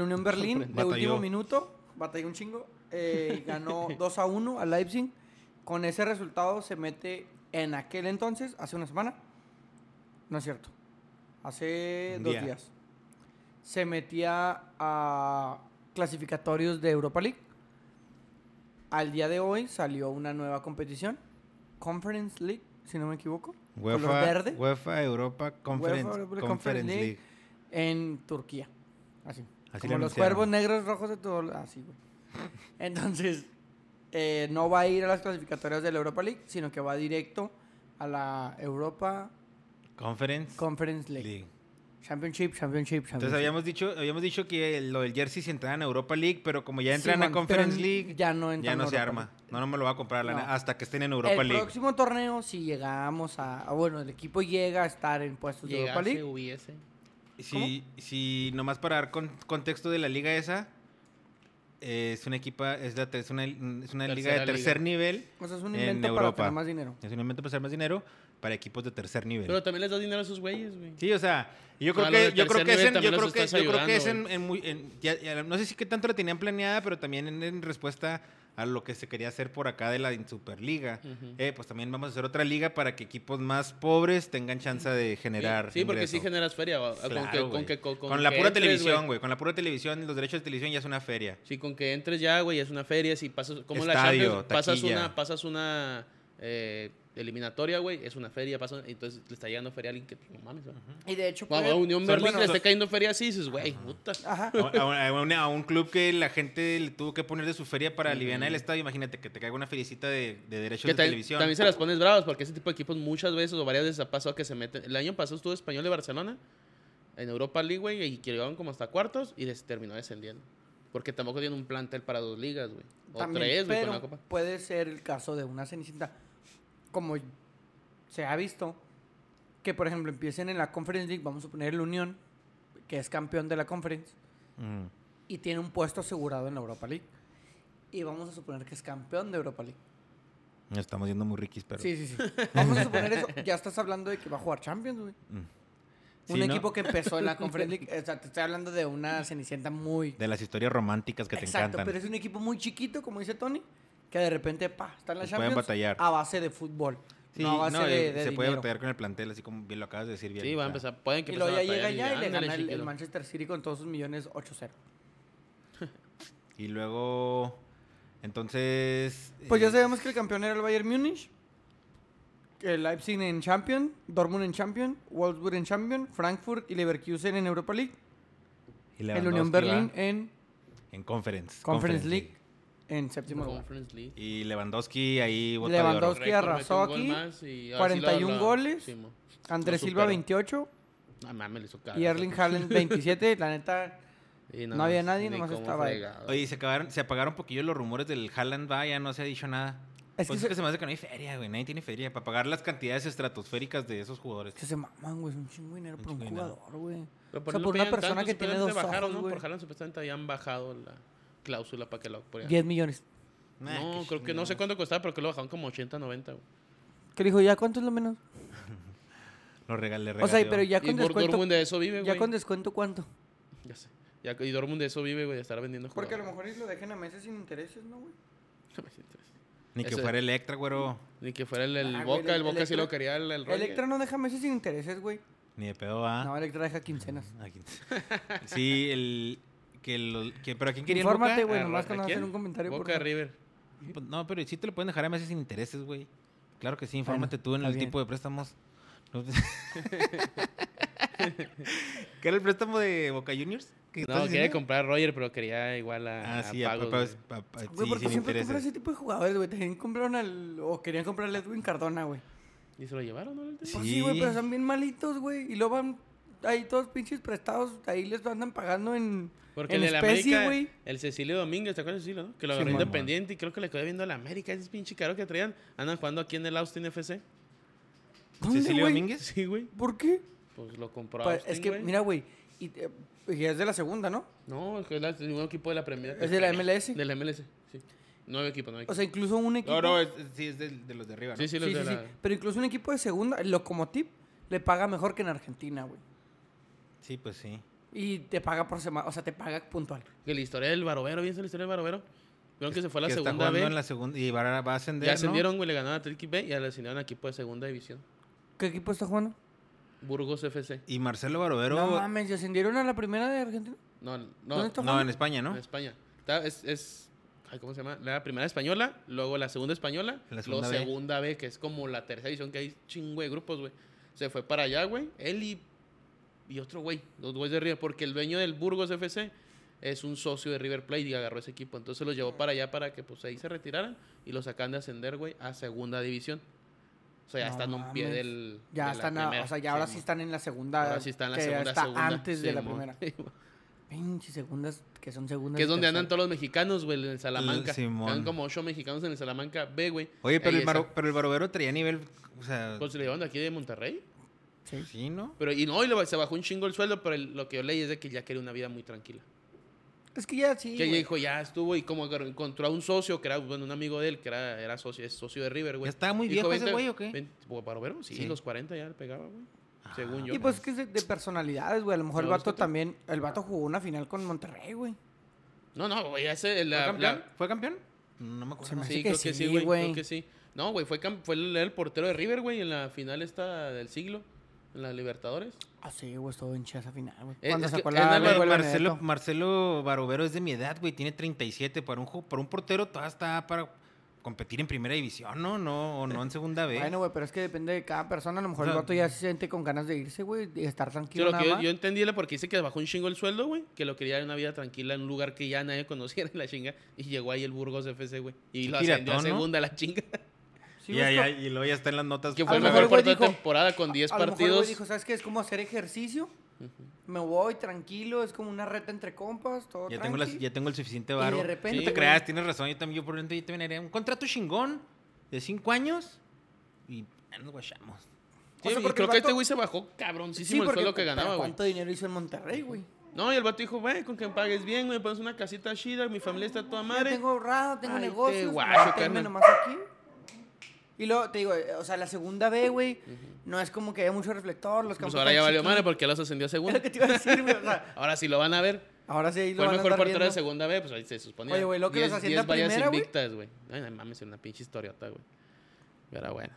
S3: Unión Berlín de
S1: Batalló.
S3: último minuto, batalló un chingo, eh, ganó 2-1 al Leipzig. Con ese resultado se mete en aquel entonces, hace una semana. No es cierto. Hace
S1: Un
S3: dos
S1: día.
S3: días. Se metía a clasificatorios de Europa League. Al día de hoy salió una nueva competición, Conference League, si no me equivoco, color
S1: UEFA,
S3: verde,
S1: UEFA Europa Conference,
S3: UEFA Europa
S1: Conference
S3: Conference
S1: League.
S3: League. en Turquía. Así.
S1: Así le
S3: Como los
S1: anunciaron.
S3: cuervos negros, rojos de todo. Así, güey. Entonces, eh, no va a ir a las clasificatorias de la Europa League, sino que va directo a la Europa
S1: Conference
S3: Conference League. Ah,
S1: League.
S3: Championship, Championship, Championship.
S1: Entonces habíamos dicho, habíamos dicho que lo del jersey se entraba en Europa League, pero como ya entran
S3: Sí,
S1: a
S3: man,
S1: Conference
S3: pero
S1: League,
S3: ya no
S1: ya
S3: entran
S1: no
S3: a
S1: se
S3: Europa
S1: arma.
S3: League.
S1: No, no me lo voy a comprar la
S3: No.
S1: nana, hasta que estén en Europa
S3: el
S1: League.
S3: próximo torneo, si llegamos a. Bueno, el equipo llega a estar en puestos de Europa
S2: Llegase,
S3: League.
S2: hubiese.
S1: Si, si nomás para dar con- contexto de la liga esa, eh, es una equipa, es, la ter- es una, es una liga
S2: Tercera
S1: de tercer
S2: liga.
S1: nivel.
S3: O sea, es un
S1: en
S3: invento para
S1: Europa.
S3: tener más dinero.
S1: Es un invento para hacer más dinero para equipos de tercer nivel.
S2: Pero también les da dinero a esos güeyes, güey.
S1: Sí, o sea, y yo
S2: No,
S1: creo
S2: lo
S1: que,
S2: del
S1: yo creo
S2: tercer
S1: que es
S2: nivel
S1: en, yo
S2: también
S1: creo
S2: los
S1: que,
S2: estás
S1: yo creo que es en,
S2: ayudando,
S1: en muy- en- ya- ya- no sé si qué tanto la tenían planeada, pero también en, en respuesta a lo que se quería hacer por acá de la Superliga,
S2: Ujú.
S1: eh, pues también vamos a hacer otra liga para que equipos más pobres tengan chance de generar.
S2: Sí, porque sí
S1: ingreso.
S2: generas feria. o- con,
S1: Claro,
S2: que, con,
S1: güey.
S2: que- con-
S1: con,
S2: con
S1: la
S2: que
S1: pura
S2: entres,
S1: televisión, güey, con la pura televisión, los derechos de televisión ya es una feria.
S2: Sí, con que entres ya, güey, es una feria. Si pasas, como la
S1: Estadio,
S2: Champions, pasas
S1: taquilla.
S2: una, pasas una eh, eliminatoria, güey, es una feria. pasas- entonces le está llegando feria a alguien que no mames, güey.
S3: Y de hecho.
S2: Cuando a
S3: puede-
S2: Unión
S1: son
S2: Berlín
S1: los-
S2: le esté cayendo feria así, dices, güey, puta.
S3: Ajá.
S1: A, a- a un- a un club que la gente le tuvo que poner de su feria para aliviar el estadio, imagínate que te caiga una felicita de, de derechos
S2: Que
S1: de
S2: también,
S1: televisión.
S2: también se las pones bravas porque ese tipo de equipos muchas veces o varias veces ha pasado que se meten. El año pasado estuvo Español de Barcelona en Europa League, güey, y que llegaban como hasta cuartos y des- terminó descendiendo. Porque tampoco tiene un plantel para dos ligas, güey. O
S3: También,
S2: tres, güey,
S3: pero
S2: con la copa.
S3: puede ser el caso de una cenicienta. Como se ha visto, que por ejemplo empiecen en la Conference League, vamos a poner el Unión, que es campeón de la Conference,
S1: Mm.
S3: y tiene un puesto asegurado en la Europa League. Y vamos a suponer que es campeón de Europa League.
S1: Nos estamos yendo muy riquis, pero...
S3: Sí, sí, sí. Vamos a suponer eso. Ya estás hablando de que va a jugar Champions, güey.
S1: Mm.
S3: un
S1: Sí, ¿no?
S3: equipo que empezó en la Conference League. O sea, te estoy hablando de una cenicienta muy.
S1: De las historias románticas que te
S3: Exacto,
S1: encantan.
S3: pero es un equipo muy chiquito, como dice Tony, que de repente, pa, está en la
S1: Pues pueden
S3: Champions
S1: batallar.
S3: a base de fútbol,
S1: Sí,
S3: no a base
S1: no,
S3: de,
S1: y
S3: de
S1: se
S3: dinero.
S1: puede batallar con el plantel, así como bien lo acabas de decir bien.
S2: Sí, va a
S1: o sea,
S2: empezar. Pueden que
S3: Y luego ya
S2: empiecen a
S3: llega
S2: batallar
S3: ya y le
S2: ándale,
S3: gana el, el
S2: chiquito.
S3: Manchester City con todos sus millones 8-0.
S1: Y luego, entonces...
S3: Pues
S1: eh,
S3: ya sabemos que el campeón era el Bayern Múnich, el Leipzig en Champions, Dortmund en Champions, Wolfsburg en Champions, Frankfurt y Leverkusen en Europa League,
S1: y
S3: el
S1: Lewandowski
S3: Unión Berlín
S1: va
S3: en
S1: En conference.
S3: Conference League en séptimo lugar.
S2: Conference League.
S1: Y Lewandowski ahí bota
S3: Lewandowski.
S1: de
S3: Pues que
S2: Récord, metió
S3: arrasó
S2: un gol
S3: aquí,
S2: más y ahora sí lo-
S3: 41
S2: lo-
S3: goles,
S2: sí, mo.
S3: Andrés
S2: Lo
S3: Silva
S2: superó.
S3: 28
S2: No mames, le hizo cagar.
S3: y Erling Haaland 27. La neta,
S2: Y
S3: no había
S2: mames,
S3: nadie,
S2: ni
S3: nomás
S2: cómo
S3: estaba él.
S2: fregado.
S1: oro. Oye, y se, acabaron, se apagaron un poquillo los rumores del Haaland, va, ya no se ha dicho nada. Es pues
S3: Es que
S1: que,
S3: se-
S1: es que se me hace que no hay feria, güey. Nadie tiene feria para pagar las cantidades estratosféricas de esos jugadores.
S3: que se maman, güey, es un chingo de dinero por un
S1: chingo de dinero.
S3: jugador, güey.
S2: Pero
S3: O sea,
S2: él no
S3: por una
S2: pedían
S3: persona
S2: tanto,
S3: que tiene dos
S2: supuestamente bajaron,
S3: ojos,
S2: ¿no?
S3: güey.
S2: Por Haaland supuestamente habían bajado la cláusula para que lo ponían.
S3: 10 millones.
S1: Nah,
S2: No,
S1: qué
S2: creo que no sé
S1: chingados.
S2: cuánto costaba, pero que lo bajaron como 80, 90. güey.
S3: Que le dijo, ¿ya cuánto es lo menos?
S1: Lo regalé,
S3: O sea, pero ya
S2: Y
S3: con
S2: Dor-
S3: descuento.
S2: Dortmund de eso vive, güey.
S3: Ya con descuento, ¿cuánto?
S2: Ya sé. Ya- y Dortmund de eso vive, güey, de estar vendiendo jugadores.
S3: mejor lo dejen a meses sin intereses, ¿no, güey?
S1: Ni que
S2: Ese-
S1: fuera Electra, güero.
S2: Ni que fuera el, el
S3: Ah, güey,
S2: Boca, el,
S3: el
S2: Boca sí
S3: Electra-
S2: lo quería el, el Roger.
S3: Electra no deja meses sin intereses, güey.
S1: Ni de pedo ¿ah? va.
S3: No, Electra deja quincenas.
S1: Aquí. Sí, el. Que lo- que, pero ¿a quién querían
S3: Infórmate,
S1: Boca?
S3: güey,
S2: Ah,
S3: nomás
S2: ¿a
S3: con hacer
S2: quién?
S3: un comentario. por
S2: Boca
S3: favor.
S2: River.
S1: Pues, No, pero sí te lo pueden dejar a meses sin intereses, güey. Claro que sí, infórmate tú en
S3: está
S1: el
S3: bien.
S1: tipo de préstamos. No- pues, ¿Qué era el préstamo de Boca Juniors? ¿Qué estás
S2: No, quería
S1: diciendo?
S2: comprar a Roger, pero quería igual a,
S1: Ah,
S2: a
S1: sí, a,
S2: pagos,
S1: pa-
S2: güey.
S1: pa- pa- sí, sin
S3: Güey, porque siempre compran
S1: intereses.
S3: ese tipo de jugadores, güey. También compraron al. O querían comprar a Edwin Cardona, güey.
S2: Y se lo llevaron, ¿no?
S3: Pues sí, güey,
S1: Sí.
S3: pero son bien malitos, güey. Y luego van ahí todos pinches prestados. Ahí les andan pagando en,
S2: Porque
S3: en
S2: el de la
S3: especie,
S2: América,
S3: güey.
S2: el Cecilio Domínguez, ¿te acuerdas de Cecilio, no? Que lo
S1: Sí,
S2: agarró
S1: mon.
S2: independiente y creo que le quedó viendo a la América, ese pinche caro que traían. Andan jugando aquí en el Austin FC.
S3: ¿Dónde,
S1: ¿Cecilio
S3: güey?
S1: Domínguez?
S2: Sí, güey.
S3: ¿Por qué?
S2: Pues lo compró
S3: Pa-
S2: Austin,
S3: es que,
S2: güey.
S3: mira, güey. Y, eh, y es de la segunda, ¿no?
S2: No, es que es la- el nuevo equipo de la Premier.
S3: Es de la MLS.
S2: De la MLS, sí. Nuevo equipo, nuevo equipo.
S3: O sea, incluso un equipo.
S1: No, no, es- es- sí, es del- de, los de arriba. ¿no?
S2: sí, sí, los
S3: sí,
S2: de
S3: sí,
S2: la...
S3: sí. Pero incluso un equipo de segunda, el Locomotiv, le paga mejor que en Argentina, güey.
S1: Sí, pues sí.
S3: Y te paga por semana, o sea, te paga puntual.
S2: Que la historia del Barovero, ¿vieron la historia del Barovero? Vieron que se fue a la
S1: Que está
S2: segunda
S1: jugando
S2: B.
S1: en la segunda y va a, va a ascender,
S2: Ya
S1: ¿no?
S2: ascendieron, güey, le ganaron a Tricky B y ya le ascendieron a equipo de segunda división.
S3: ¿Qué equipo está jugando?
S2: Burgos FC.
S1: Y Marcelo Barovero...
S3: No
S1: No,
S3: mames, ¿se ascendieron a la primera de Argentina?
S2: No, no.
S3: está jugando?
S1: en España, ¿no?
S2: En España. Está- es, es- ay, ¿Cómo se llama? La primera española, luego la segunda española,
S1: La
S2: la
S1: segunda
S2: segunda,
S1: B.
S2: segunda B, que es como la tercera edición que hay chingo de grupos, güey. Se fue para allá, güey. Él y, y otro güey, los güeyes de River, porque el dueño del Burgos FC es un socio de River Plate y agarró ese equipo. Entonces los llevó para allá para que pues ahí se retiraran y los sacan de ascender, güey, a segunda división. O sea, ya
S3: No
S2: están a un pie
S3: mames.
S2: del.
S3: Ya
S2: de la
S3: están, a-
S2: primera.
S3: o sea, ya ahora
S2: Sí,
S3: sí
S2: mo.
S3: están en la segunda.
S2: Ahora sí están en la
S3: que
S2: segunda,
S3: está
S2: segunda.
S3: antes de
S2: Sí,
S3: la
S2: mo.
S3: primera.
S2: Sí, mo.
S3: Pinche segundas, que son segundas.
S2: que es donde
S3: y
S2: andan
S3: terceras.
S2: todos los mexicanos, güey, en el Salamanca.
S1: Simón.
S2: Están como ocho mexicanos en el Salamanca B, güey.
S1: Oye, pero
S2: Ahí
S1: el, baro-
S2: está.
S1: pero el Barovero traía nivel, o sea,
S2: Pues se lo llevaron de aquí de Monterrey.
S3: Sí.
S1: sí, ¿no?
S2: Pero, y no, y le- se bajó un chingo el sueldo, pero el- lo que yo leí es de que ya quería una vida muy tranquila.
S3: Es que ya sí.
S2: que ella
S3: güey.
S2: dijo, ya estuvo, y como que encontró a un socio, que era bueno, un amigo de él, que era, era socio, es socio de River, güey.
S1: ¿Ya estaba muy
S2: Dijo,
S1: viejo ese
S2: "Vente,
S1: güey o qué?
S2: ven, pues, Barovero, sí,
S1: Sí. Ah.
S2: los 40 ya le pegaba, güey. Según yo.
S3: Y pues es que es de, de personalidades, güey. A lo mejor el
S2: No, es que
S3: vato
S2: te-
S3: también. El vato jugó una final con Monterrey, güey.
S2: No, no, güey, ese... el-
S1: ¿Fue
S2: la-
S1: campeón?
S2: la-
S1: ¿Fue campeón? No me acuerdo.
S3: Se me-
S2: sí,
S3: Así que
S2: creo que
S3: sí,
S2: sí, güey,
S3: güey.
S2: creo que sí. No, güey, fue, cam- fue el, el portero de River, güey, en la final esta del siglo, en la Libertadores.
S3: Ah, sí, güey, estuvo en esa final, güey.
S2: Eh,
S3: Cuando
S2: es
S3: sacó
S2: que-
S3: la.
S2: es
S3: la-
S2: Álvaro
S3: la- la-
S1: Marcelo,
S3: Benedetto.
S1: Marcelo Barovero es de mi edad, güey. Tiene 37. Para un, ju- para un portero todavía está para competir en primera división, ¿no? no o no en segunda vez.
S3: Bueno, güey, pero es que depende de cada persona. A lo mejor
S1: O sea,
S3: el vato ya se siente con ganas de irse, güey, y estar
S2: Sí,
S3: tranquilo.
S2: lo
S3: nada
S2: que yo,
S3: más.
S2: yo entendí era porque dice que bajó un chingo el sueldo, güey, que lo quería en una vida tranquila en un lugar que ya nadie conociera la chinga, y llegó ahí el Burgos FC, güey, y
S1: Qué
S2: lo ascendió a
S1: piratón, ¿no?
S2: segunda la chinga.
S3: Sí,
S1: y, ahí-
S3: güey,
S1: ahí- y luego ya está en las notas. Ah,
S2: Que
S1: Que
S2: fue
S3: A
S2: el
S3: lo
S2: mejor
S3: mejor, güey,
S2: portero de
S3: dijo-
S2: temporada con 10
S3: a lo mejor, güey,
S2: partidos.
S3: dijo, ¿sabes qué? Es como hacer ejercicio. Me voy tranquilo, es como una reta entre compas, todo
S1: ya, tengo las-
S3: tranqui.
S1: ya tengo el suficiente
S3: de
S1: varo.
S3: repente,
S1: no te
S3: güey.
S1: creas, tienes razón. Yo también, yo por dentro, yo también haría un contrato chingón de 5 años y ya nos guachamos.
S2: Sí,
S3: O sea,
S2: y
S3: porque
S2: creo
S3: el
S2: que este
S3: vato-
S2: güey se bajó cabroncísimo el
S3: porque,
S2: sueldo que
S3: pero
S2: ganaba, güey.
S3: ¿Cuánto dinero hizo en Monterrey, güey?
S2: No, y el vato dijo, güey, con que me pagues bien, me pones una casita chida, mi familia está a toda
S3: Yo
S2: madre.
S3: tengo ahorrado, tengo
S2: Ay, te
S3: negocios,
S2: guacho,
S3: manténme
S2: carnal.
S3: nomás aquí. Y luego, te digo, eh, o sea, la segunda B, güey, no es como que haya mucho reflector, los
S2: Pues
S3: campos
S2: ahora
S3: están
S2: ya valió
S3: chiquitos.
S2: madre porque los ascendió a
S3: Es
S2: segunda.
S3: lo que te iba a decir, güey, o sea,
S2: Ahora sí lo van a ver.
S3: ahora sí ahí
S2: Fue
S3: lo
S2: el
S3: van a
S2: mejor
S3: andar
S2: portero de
S3: viendo.
S2: segunda B, pues ahí se suponía.
S3: Oye, güey, lo que los
S2: Diez-
S3: hacían
S2: diez
S3: la
S2: vallas
S3: primera, güey.
S2: invictas, güey. Ay, no mames, una pinche historiota, güey. Pero bueno.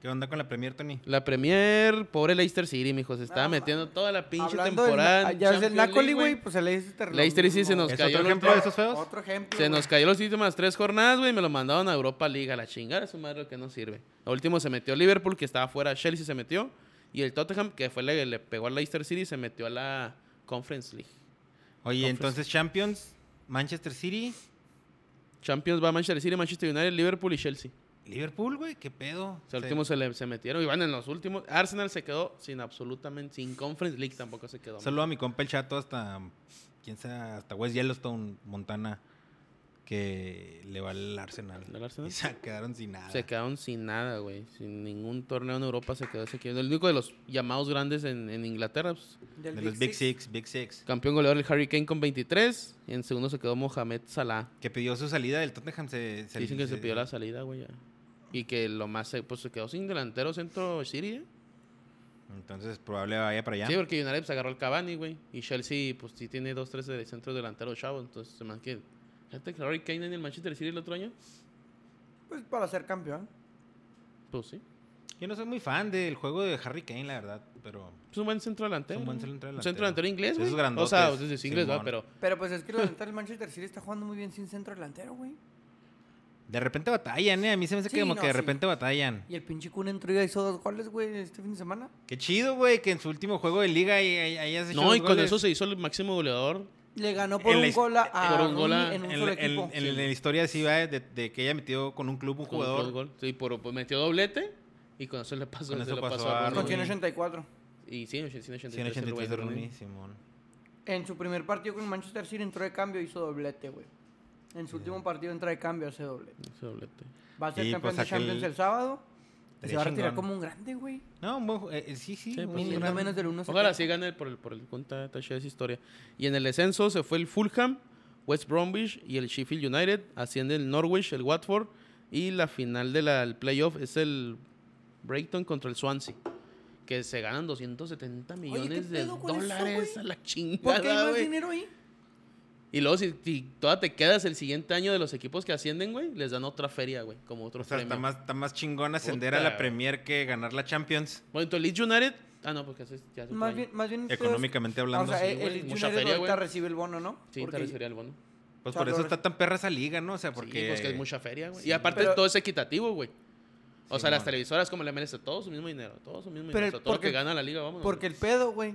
S1: ¿Qué onda con la Premier, Tony?
S2: La Premier, pobre Leicester City, mijo, se estaba
S3: No,
S2: metiendo toda la pinche
S3: Hablando del-
S2: temporada. en
S3: ya ves el
S2: Champions
S3: Napoli,
S2: League,
S3: güey, pues el Leicester. lo
S2: Leicester sí
S3: mismo.
S2: se nos
S1: ¿Es
S2: cayó
S1: otro
S2: los
S1: ejemplo de
S2: tres-
S1: esos feos?
S3: Otro ejemplo.
S2: Se
S3: güey.
S2: nos cayó los últimas tres jornadas, güey, y me lo mandaron a Europa League a la chingada, su madre lo que no sirve. Lo último se metió Liverpool, que estaba fuera, Chelsea se metió, y el Tottenham, que fue le, le pegó al Leicester City, se metió a la Conference League.
S1: Oye,
S2: Conference.
S1: entonces Champions, Manchester City,
S2: Champions va Manchester City, Manchester United, Liverpool y Chelsea.
S1: Liverpool, güey, qué pedo.
S2: O sea,
S1: Se-
S2: el último se, le, se metieron, y van en los últimos. Arsenal se quedó sin absolutamente, sin Conference League tampoco se quedó.
S1: Saludo a mi compa el chato hasta, quién sabe, hasta West Yellowstone, Montana, que le va al Arsenal.
S2: ¿Al Arsenal?
S1: Y se quedaron sin nada.
S2: Se quedaron sin nada, güey. Sin ningún torneo en Europa se quedó ese equipo. El único de los llamados grandes en, en Inglaterra, pues,
S1: de los Big Six, Big Six.
S2: Campeón goleador el Harry Kane con 23. Y en segundo se quedó Mohamed Salah.
S1: Que pidió su salida del Tottenham. Se, se-
S2: Dicen que se pidió la salida, güey. ya. Y que lo más... se- Pues se quedó sin delantero centro City, ¿eh?
S1: Entonces probable vaya para allá.
S2: Sí, porque United pues, agarró al Cavani, güey. Y Chelsea, pues sí tiene dos, tres de centros delanteros chavos. Entonces, se más que... Fíjate que Harry Kane en el Manchester City el otro año.
S3: Pues para ser campeón.
S2: Pues sí.
S1: Yo no soy muy fan del juego de Harry Kane, la verdad, pero...
S2: Es un buen centro
S1: Es
S2: delantero.
S1: un buen
S2: ¿no?
S1: centro
S2: Un centro
S1: delantero.
S2: delantero inglés,
S1: Esos
S2: güey. O
S1: grandotes,
S2: sea, o sea, es inglés, va,
S1: Simón.
S2: pero...
S3: Pero pues es que la neta el Manchester City está jugando muy bien sin centro delantero, güey.
S1: De repente batallan, ¿eh? A mí se me hace que
S3: Sí,
S1: como
S3: no,
S1: que de
S3: sí.
S1: repente batallan.
S3: Y el pinche Kun entró y hizo dos goles, güey, este fin de semana.
S1: Qué chido, güey, que en su último juego de liga ahí- ahí- ahí has hecho
S2: No,
S1: dos
S2: y con
S1: goles.
S2: eso se hizo el máximo goleador.
S3: Le ganó por
S1: En la
S3: un
S1: his-
S3: gol a, a
S2: por un gol a-
S3: Rooney en un
S1: En,
S3: solo
S1: la- en-
S3: equipo.
S1: en la historia sí va de, de que ella metió con un club un
S2: con un
S1: jugador.
S2: gol. Sí, por, pues, metió doblete. Y con eso le pasó,
S1: Con
S2: se
S1: eso
S2: lo
S1: pasó
S2: pasó
S1: a
S2: a
S1: Rooney.
S3: Con
S2: Rooney.
S3: 184.
S2: Y sí, 183 el
S1: 183
S2: güey,
S1: de
S2: Rooney.
S1: Rooney, Simón.
S3: En su primer partido con Manchester City entró de cambio y hizo doblete, güey. En su último partido entra de cambio hace doblete.
S2: Ese doblete.
S3: Va a ser
S1: Y,
S3: campeón
S1: pues,
S3: de Champions
S1: aquel-
S3: el sábado. Y se
S1: Estaría
S3: va a retirar
S1: chingón.
S3: como un grande, güey.
S1: No, un buen ju- eh, eh, sí, sí.
S2: Sí,
S1: un
S2: pues,
S1: buen
S2: sí.
S3: Midiendo
S1: gran-
S3: menos del 1
S2: Ojalá sí gane por el, por el cuenta tache de esa historia. Y en el descenso se fue el Fulham, West Bromwich y el Sheffield United. Asciende el Norwich, el Watford. Y la final del playoff es el Brighton contra el Swansea. Que se ganan 270 millones de
S3: pedo con eso,
S2: dólares
S3: güey?
S2: a la
S3: ¿Por qué hay
S2: chingada,
S3: más
S2: güey. Pues
S3: dinero ahí?
S2: Y luego, si, si todavía te quedas el siguiente año de los equipos que ascienden, güey, les dan otra feria, güey, como otro
S1: O sea, está
S2: premio.
S1: más, está más chingón ascender a
S2: Puta,
S1: la
S2: güey.
S1: Premier que ganar la Champions.
S2: Bueno, entonces Leeds United. Ah, no, porque hace- ya hace otro
S3: Más
S2: año.
S3: bien, más bien ustedes-
S1: Económicamente hablando,
S3: O sea, e- eh,
S1: sí,
S3: el,
S2: güey.
S3: el
S2: Mucha
S3: United
S2: feria,
S3: ahorita
S2: güey.
S3: recibe el bono, ¿no?
S2: Sí,
S3: Porque-
S2: interesaría el bono.
S1: Pues
S3: O sea,
S1: por eso
S3: lo-
S1: está tan perra esa liga, ¿no? O sea,
S2: Porque...
S1: porque...
S2: Sí, pues que es mucha feria, güey. y aparte
S3: pero-
S2: todo es equitativo, güey. O sea, las
S1: Simón.
S2: televisoras como le merecen todo su mismo dinero, todo su mismo
S3: Pero
S2: dinero. o sea, todo lo
S3: porque-
S2: que gana la liga, vamos.
S3: Porque el pedo, güey,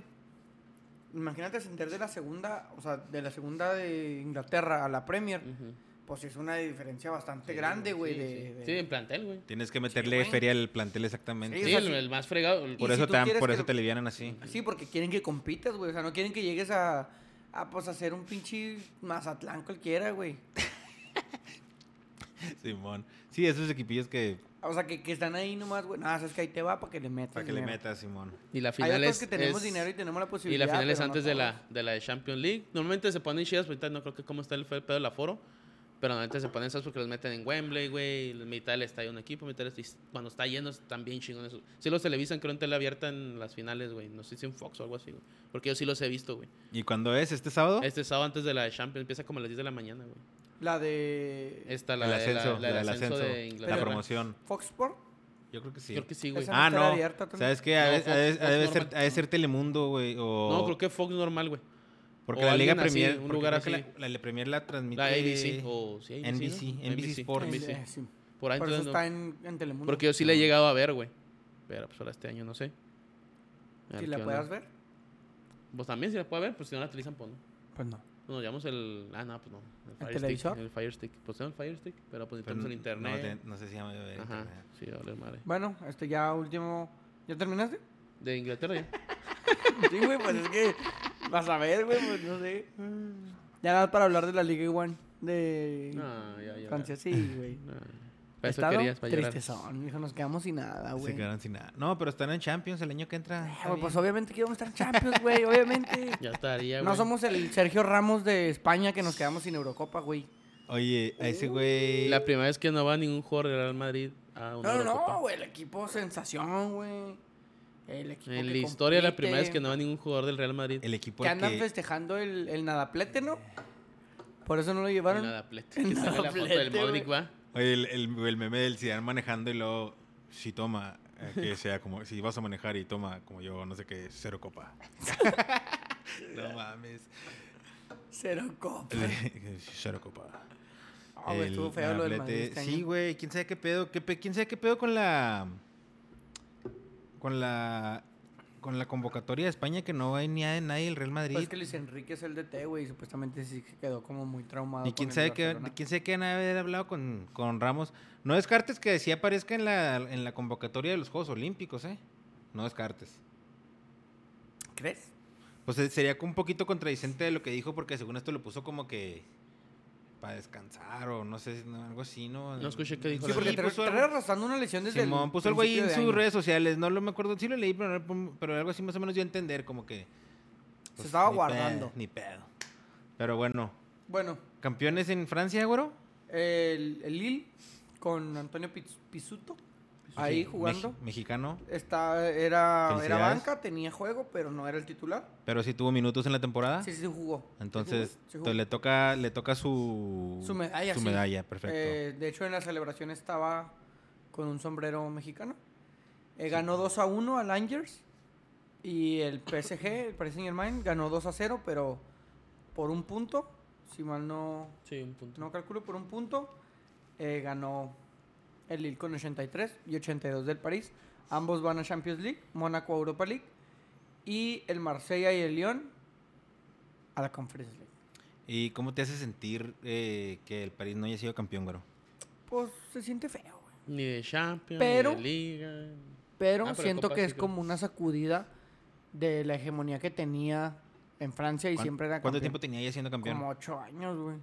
S3: imagínate ascender de la segunda, o sea, de la segunda de Inglaterra a la Premier,
S2: Ujú.
S3: pues es una diferencia bastante grande, güey.
S2: Mm. Sí,
S3: de-
S2: sí.
S3: de-
S2: Sí, en plantel, güey.
S1: Tienes que meterle
S3: güey.
S1: feria al plantel exactamente.
S3: Sí,
S2: Sí,
S3: o sea,
S2: el,
S3: sí.
S2: el más fregado. el-
S3: Y
S1: Por
S3: si
S1: eso,
S3: tú
S1: te, dan-
S3: quieres
S1: por
S3: que
S1: eso
S3: lo-
S1: te alivianan así.
S3: Sí, porque quieren que compitas, güey. O sea, no quieren que llegues a, a pues, hacer un pinche Mazatlán cualquiera, güey.
S1: Simón. Sí, esos equipillos que,
S3: O sea, que, que están ahí nomás, güey. Nada, sabes que ahí te va para que le metas.
S1: para que le
S3: dinero.
S1: metas, Simón.
S2: Y la
S3: Hay
S2: final
S3: otros
S2: es.
S3: que tenemos
S2: es-
S3: dinero y tenemos la
S2: y
S3: posibilidad.
S2: la final es
S3: pero no
S2: antes de,
S3: todos.
S2: la, de la de Champions League. Normalmente se ponen chidas, pero ahorita no creo que cómo está el, fe- pedo del aforo. Pero normalmente se ponen esas porque los meten en Wembley, güey. y la Mitad del estadio un equipo, mitad del estadio- y Cuando está lleno, están bien chingones. Sí los televisan, creo, en tele abierta en las finales, güey. No sé si en Fox o algo así, güey. Porque yo sí los he visto, güey.
S1: ¿Y cuándo es? ¿Este sábado?
S2: Este sábado antes de la de Champions empieza como a las 10 de la mañana, güey.
S3: La de.
S2: Esta, la,
S1: el
S2: de-
S1: ascenso,
S2: la, la del
S1: el
S2: ascenso,
S1: ascenso,
S2: de Inglaterra.
S1: la promoción.
S3: Fox Sport.
S1: Yo creo que sí.
S2: Creo que sí, güey.
S3: Esa-
S1: Ah,
S3: estará
S1: no.
S3: abierta también.
S1: ¿Sabes qué? Ha
S2: No,
S1: de-
S2: Fox-
S1: ha de- ha de
S2: Fox
S1: ser-
S2: normal.
S1: ha de ser Telemundo, güey. O...
S2: No, creo que Fox normal, güey.
S1: Porque
S2: o
S1: la Liga
S2: alguien así,
S1: Premier.
S2: un
S1: porque
S2: lugar
S1: creo que
S2: así.
S1: La, la Premier la transmite.
S2: La ABC. O, sí, ABC,
S1: NBC,
S2: ¿no?
S1: NBC Sport.
S3: Eh,
S2: NBC.
S3: sí.
S2: Por ahí
S3: Por eso
S2: Ah, entonces, no-
S3: está en, en Telemundo.
S2: Porque yo sí la he llegado a ver, güey. Pero pues ahora este año no sé. A
S3: Si
S2: ver
S3: la
S2: qué
S3: puedas
S2: onda.
S3: ver,
S2: Pues también si la puedes ver, pues si no la utilizan, pues no.
S3: pues no.
S2: Nos llevamos el. Ah, no, pues no. El, Fire
S3: televisor?
S2: Stick. El Fire Stick. Pues tenemos el Fire Stick, pero pues
S1: Pero
S2: necesitamos el
S1: no- no
S2: internet.
S1: te- No, sé si llama de
S2: Ajá.
S3: Ah,
S1: internet.
S2: Sí, vale, madre.
S3: Bueno, este ya último. ¿Ya terminaste?
S2: De Inglaterra ya.
S3: Sí, güey, pues es que. Vas a ver, güey, pues no sé. Ya nada más para hablar de la Liga One de
S2: no, Ah, ya, ya.
S3: Francia, sí, güey.
S2: No. Para eso
S3: Estado
S2: querías, para llorar.
S3: tristezón, hijo, nos quedamos sin nada, güey.
S1: Se quedaron sin nada. No, pero están en Champions el año que entra.
S3: Ah,
S1: Está
S3: güey, pues
S1: bien.
S3: obviamente que íbamos a estar Champions, güey, obviamente.
S2: Ya estaría, güey.
S3: No somos el Sergio Ramos de España que nos quedamos sin Eurocopa, güey.
S1: Oye, a
S3: uh,
S1: ese güey.
S2: La primera vez que no va ningún jugador del Real Madrid a una
S3: No, no,
S2: Eurocopa.
S3: no, güey, el equipo sensación, güey. El equipo
S2: En
S3: que
S2: la historia, la
S3: compite,
S2: primera vez que no va ningún jugador del Real Madrid.
S1: El equipo
S3: Que
S1: al
S3: andan
S1: que-
S3: festejando el, el nadaplete, ¿no? Por eso no lo llevaron.
S2: Nada, plete. Que sale la foto
S3: Nadaplete,
S2: del Modric,
S3: güey.
S2: va.
S1: Oye, el, el- el meme del Zidane manejando y luego, si toma, eh, que sea como, si vas a manejar y toma, como yo, no sé qué, cero copa. no mames.
S3: Cero copa.
S1: Le- cero copa.
S3: Ah, güey, estuvo
S1: El
S3: feo lo del
S1: Madrid
S3: Madrid este
S1: Sí,
S3: año.
S1: güey, quién sabe qué pedo, qué pe- quién sabe qué pedo con la con la con la convocatoria de España que no hay ni a nadie el Real Madrid.
S3: Pues es que Luis Enrique es el DT, güey, y supuestamente sí que quedó como muy traumado.
S1: Ni
S3: con
S1: quién
S3: el
S1: sabe qué,
S3: Barcelona.
S1: quién sabe qué han de haber hablado con, con Ramos. No descartes que sí aparezca en la, en la convocatoria de los Juegos Olímpicos, ¿eh? No descartes.
S3: ¿Crees?
S1: Pues eh, sería un poquito contradicente de lo que dijo porque según esto lo puso como que para descansar o no sé, no, algo así, ¿no?
S2: No escuché qué dijo
S3: Sí,
S2: la
S3: porque
S2: Sí,
S3: trae,
S1: puso algo-
S3: trae arrastrando una lesión desde
S1: Simón,
S3: el
S1: puso algo ahí
S3: principio
S1: en
S3: de
S1: sus
S3: año.
S1: redes sociales, no lo me acuerdo, sí lo leí, pero, no- pero algo así más o menos dio a entender, como que... pues,
S3: estaba
S1: ni pedo,
S3: guardando.
S1: ni pedo. Pero bueno,
S3: Bueno,
S1: ¿campeones en Francia, güero?
S3: el, el Lille con Antonio Piz- Pizzuto ahí
S1: Meji-
S3: jugando.
S1: Pues mexicano,
S3: Está, era, era
S1: Felicidades.
S3: banca, tenía juego, pero no era el titular.
S1: pero sí tuvo minutos en la temporada.
S3: Sí, sí, sí jugó.
S1: Ah. Entonces,
S3: Sí jugó, sí jugó.
S1: to- le toca le toca su
S3: Su medalla,
S1: su
S3: sí.
S1: medalla, perfecto.
S3: Eh, de hecho, en la celebración estaba con un sombrero mexicano. Eh, ganó 2 a 1 al Angers. Y el PSG, el Paris Saint Germain, ganó 2 a 0, pero por un punto. Si mal no,
S2: Sí, un punto.
S3: no calculo, por un punto. eh, ganó el Lille con 83 y 82 del París. Ambos van a Champions League, Mónaco a Europa League. Y el Marsella y el Lyon a la Conference League.
S1: ¿Y cómo te hace sentir eh, que el París no haya sido campeón, güero?
S3: Pues se siente feo, güey.
S2: Ni de Champions,
S3: Pero-
S2: ni de Liga.
S3: Pero
S2: Ah, pero
S3: siento
S2: Copa
S3: que
S2: sí
S3: es
S2: creo.
S3: como una sacudida de la hegemonía que tenía en Francia y
S1: ¿Cuán-
S3: siempre era
S1: ¿Cuánto
S3: campeón.
S1: tiempo tenía ya siendo campeón?
S3: Como ocho años, güey.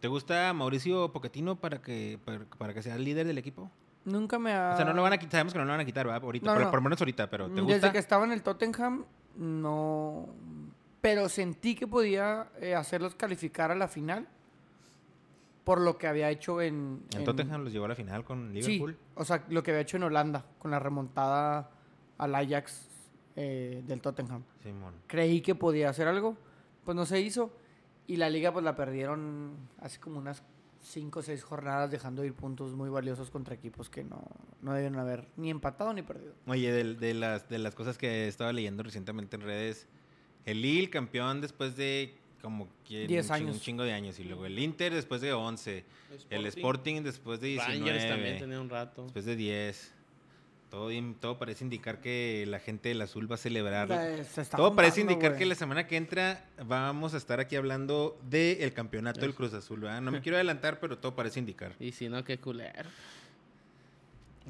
S1: ¿Te gusta Mauricio Pochettino para que para, para que sea el líder del equipo?
S3: Nunca me ha...
S1: O sea, no lo van a quitar, sabemos que no lo van a quitar, ¿verdad? Ahorita,
S3: No,
S1: por,
S3: no.
S1: por lo menos ahorita, pero ¿te
S3: Desde
S1: gusta?
S3: que estaba en el Tottenham, no... Pero sentí que podía eh, hacerlos calificar a la final por lo que había hecho en...
S1: En Tottenham los llevó a la final con
S3: Sí,
S1: Liverpool.
S3: o sea, lo que había hecho en Holanda con la remontada al Ajax eh, del Tottenham.
S1: Simón.
S3: creí que podía hacer algo, pues no se hizo. Y la liga pues la perdieron hace como unas 5 o 6 jornadas dejando ir puntos muy valiosos contra equipos que no, no debieron haber ni empatado ni perdido.
S1: Oye, del- de, las, de las cosas que estaba leyendo recientemente en redes, el Lille campeón después de como que
S3: Diez
S1: un chingo-
S3: años.
S1: un chingo de años, y luego el Inter después de 11, el Sporting después de 19, pues-
S2: Rangers también tenía un rato.
S1: después de 10. Todo, bien- todo parece indicar que la gente del azul va a celebrar.
S3: La- se está
S1: todo parece
S3: juntando,
S1: indicar
S3: güey.
S1: que la semana que entra vamos a estar aquí hablando del campeonato del Cruz Azul. ¿verdad? No me quiero adelantar, pero todo parece indicar.
S2: Y si no, qué culero.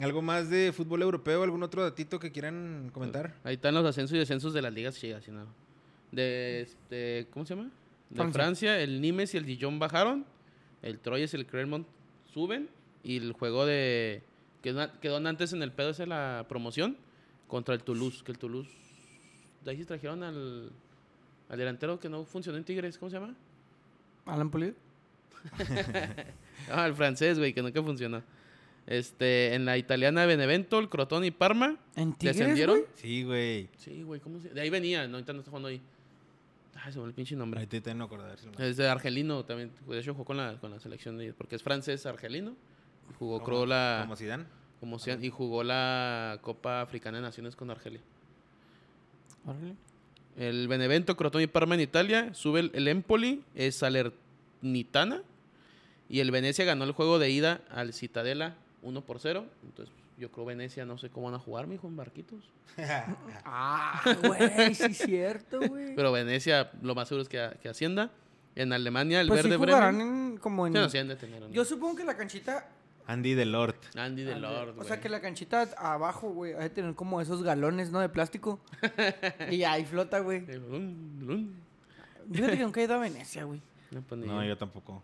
S1: ¿Algo más de fútbol europeo? ¿Algún otro datito que quieran comentar?
S2: Ahí están los ascensos y descensos de las ligas chicas, si no. De, este, ¿cómo se llama? De
S3: Francia.
S2: Francia. el Nimes y el Dijon bajaron, el Troyes y el Clermont suben, y el juego de... Quedó, quedó antes en el pedo ese la promoción contra el Toulouse, que el Toulouse... De ahí se trajeron al, al delantero que no funcionó en Tigres, ¿cómo se llama?
S3: Alan Pulido.
S2: Ah, el francés, güey, que nunca funcionó. Este, en la italiana Benevento, el Crotón y Parma
S3: ¿En Tigres,
S2: descendieron.
S3: güey?
S1: Sí, güey.
S2: Sí, güey, ¿cómo se...? De ahí venía, no, ahorita no está jugando ahí. Ay, se me olvidó el pinche nombre.
S1: Ahorita no acuerdo, a ver si lo-
S2: Es de argelino también. De hecho, jugó con la, con la selección de... Porque es francés, argelino. Jugó, creo, la...
S1: Como Zidane.
S2: como sea- y jugó la Copa Africana de Naciones con Argelia.
S3: Órale.
S2: El Benevento, Crotón y Parma en Italia. Sube el, el Empoli, es Salernitana. Y el Venecia ganó el juego de ida al Citadela 1 por 0. Entonces, yo creo Venecia, no sé cómo van a jugar, mijo, en barquitos.
S3: Ah, güey, sí es cierto, güey.
S2: Pero Venecia, lo más seguro es que, que ascienda. En Alemania, el
S3: pues sí
S2: Verde
S3: jugarán
S2: Bremen.
S3: en- como en...
S2: Sí, no, sí han de tener, ¿no?
S3: Yo supongo que la canchita...
S1: Andy Delort.
S2: Andy de Lord,
S3: o sea, que la canchita abajo, güey, ha de tener como esos galones, ¿no? De plástico. y ahí flota, güey. Yo creo que nunca he ido a Venecia, güey.
S2: No, pues, ni
S1: No,
S2: yo.
S1: yo tampoco.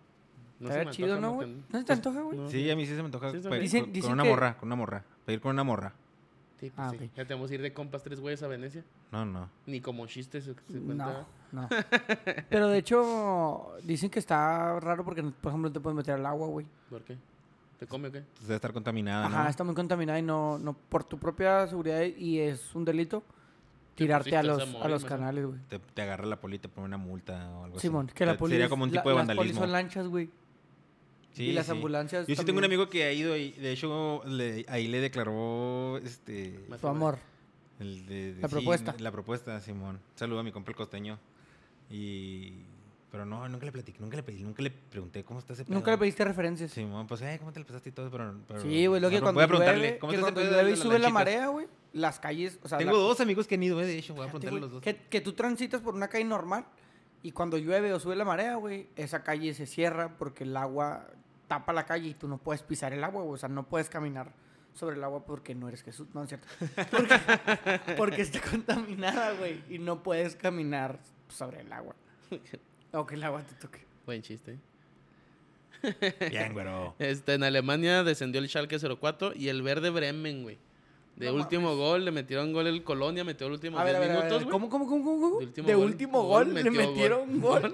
S2: No
S3: Está
S2: se me
S3: bien chido,
S2: antoja,
S3: ¿no,
S2: no,
S3: güey?
S2: Ten-
S3: ¿No se te antoja, güey?
S2: no.
S1: Sí, a mí sí se me antoja
S2: Sí, está
S1: pe-
S2: bien.
S3: Dicen-
S1: con,
S3: dicen
S1: con una
S3: que-
S1: morra, con una morra. Pedir con una morra.
S2: Sí, pues,
S3: Ah,
S2: sí.
S3: ok.
S2: Ya te vamos a ir de compas tres güeyes a Venecia.
S1: No, no.
S2: Ni como chistes se, se
S3: No,
S2: cuenta.
S3: no. Pero de hecho, dicen que está raro porque, por ejemplo, no te puedes meter al agua, güey.
S2: ¿Por qué? ¿Te come o qué?
S1: Entonces debe estar
S2: Ah,
S1: contaminada, ¿no?
S3: Ajá, está muy contaminada y no, no, por tu propia seguridad y es un delito tirarte a
S2: pusiste a
S3: los, a
S2: morir,
S3: los
S2: mejor.
S3: canales, güey.
S1: Te, te agarra la poli y te pone una multa o algo así.
S3: Simón, que la
S1: Se-
S3: policía.
S1: Pues Sería como un tipo de
S3: Las
S1: vandalismo.
S3: polis son lanchas, güey.
S1: Sí,
S3: y las
S1: sí.
S3: ambulancias.
S1: Yo sí tengo un
S3: también.
S1: amigo que ha ido y de hecho le- ahí le declaró este
S2: Más-
S3: Su amor.
S1: el de- de-
S3: La
S1: sí,
S3: propuesta.
S1: La propuesta, Simón. Saludo a mi compa el costeño. Y pero no, nunca le platiqué, nunca le pedí, nunca le pregunté cómo está ese pedo.
S3: Nunca le pediste referencias. Sí,
S1: Simón, pues, eh, ¿cómo te lo pasaste y todo? Pero, pero-
S3: güey, lo
S1: no,
S3: que
S1: no,
S3: cuando
S1: voy a preguntarle,
S3: llueve,
S1: ¿cómo
S3: que
S1: está ese
S3: cuando
S1: pedo de
S3: llueve y
S1: las
S3: sube la
S1: lanchitas?
S3: marea, güey, las calles, o sea,
S1: Tengo
S3: la-
S1: dos amigos que han ido, eh, de hecho, voy a preguntarle a los dos.
S3: Que, que tú transitas por una calle normal y cuando llueve o sube la marea, güey, esa calle se cierra porque el agua tapa la calle y tú no puedes pisar el agua, güey. O sea, no puedes caminar sobre el agua porque no eres Jesús. No, es cierto. Porque, porque está contaminada, güey. Y no puedes caminar sobre el agua. O que el agua te toque.
S2: Buen chiste.
S1: Bien, güero.
S2: Este, en Alemania descendió el Schalke 04 y el Verde Bremen, güey. De
S3: No
S2: último gol, le metieron gol el Colonia, metió el último
S3: A ver, a
S2: 10
S3: ver, a ver,
S2: minutos, güey.
S3: ¿Cómo, cómo, cómo, cómo, cómo?
S2: De último
S3: De
S2: gol.
S3: último
S2: Gol,
S3: gol, le
S2: metió gol.
S3: metieron gol.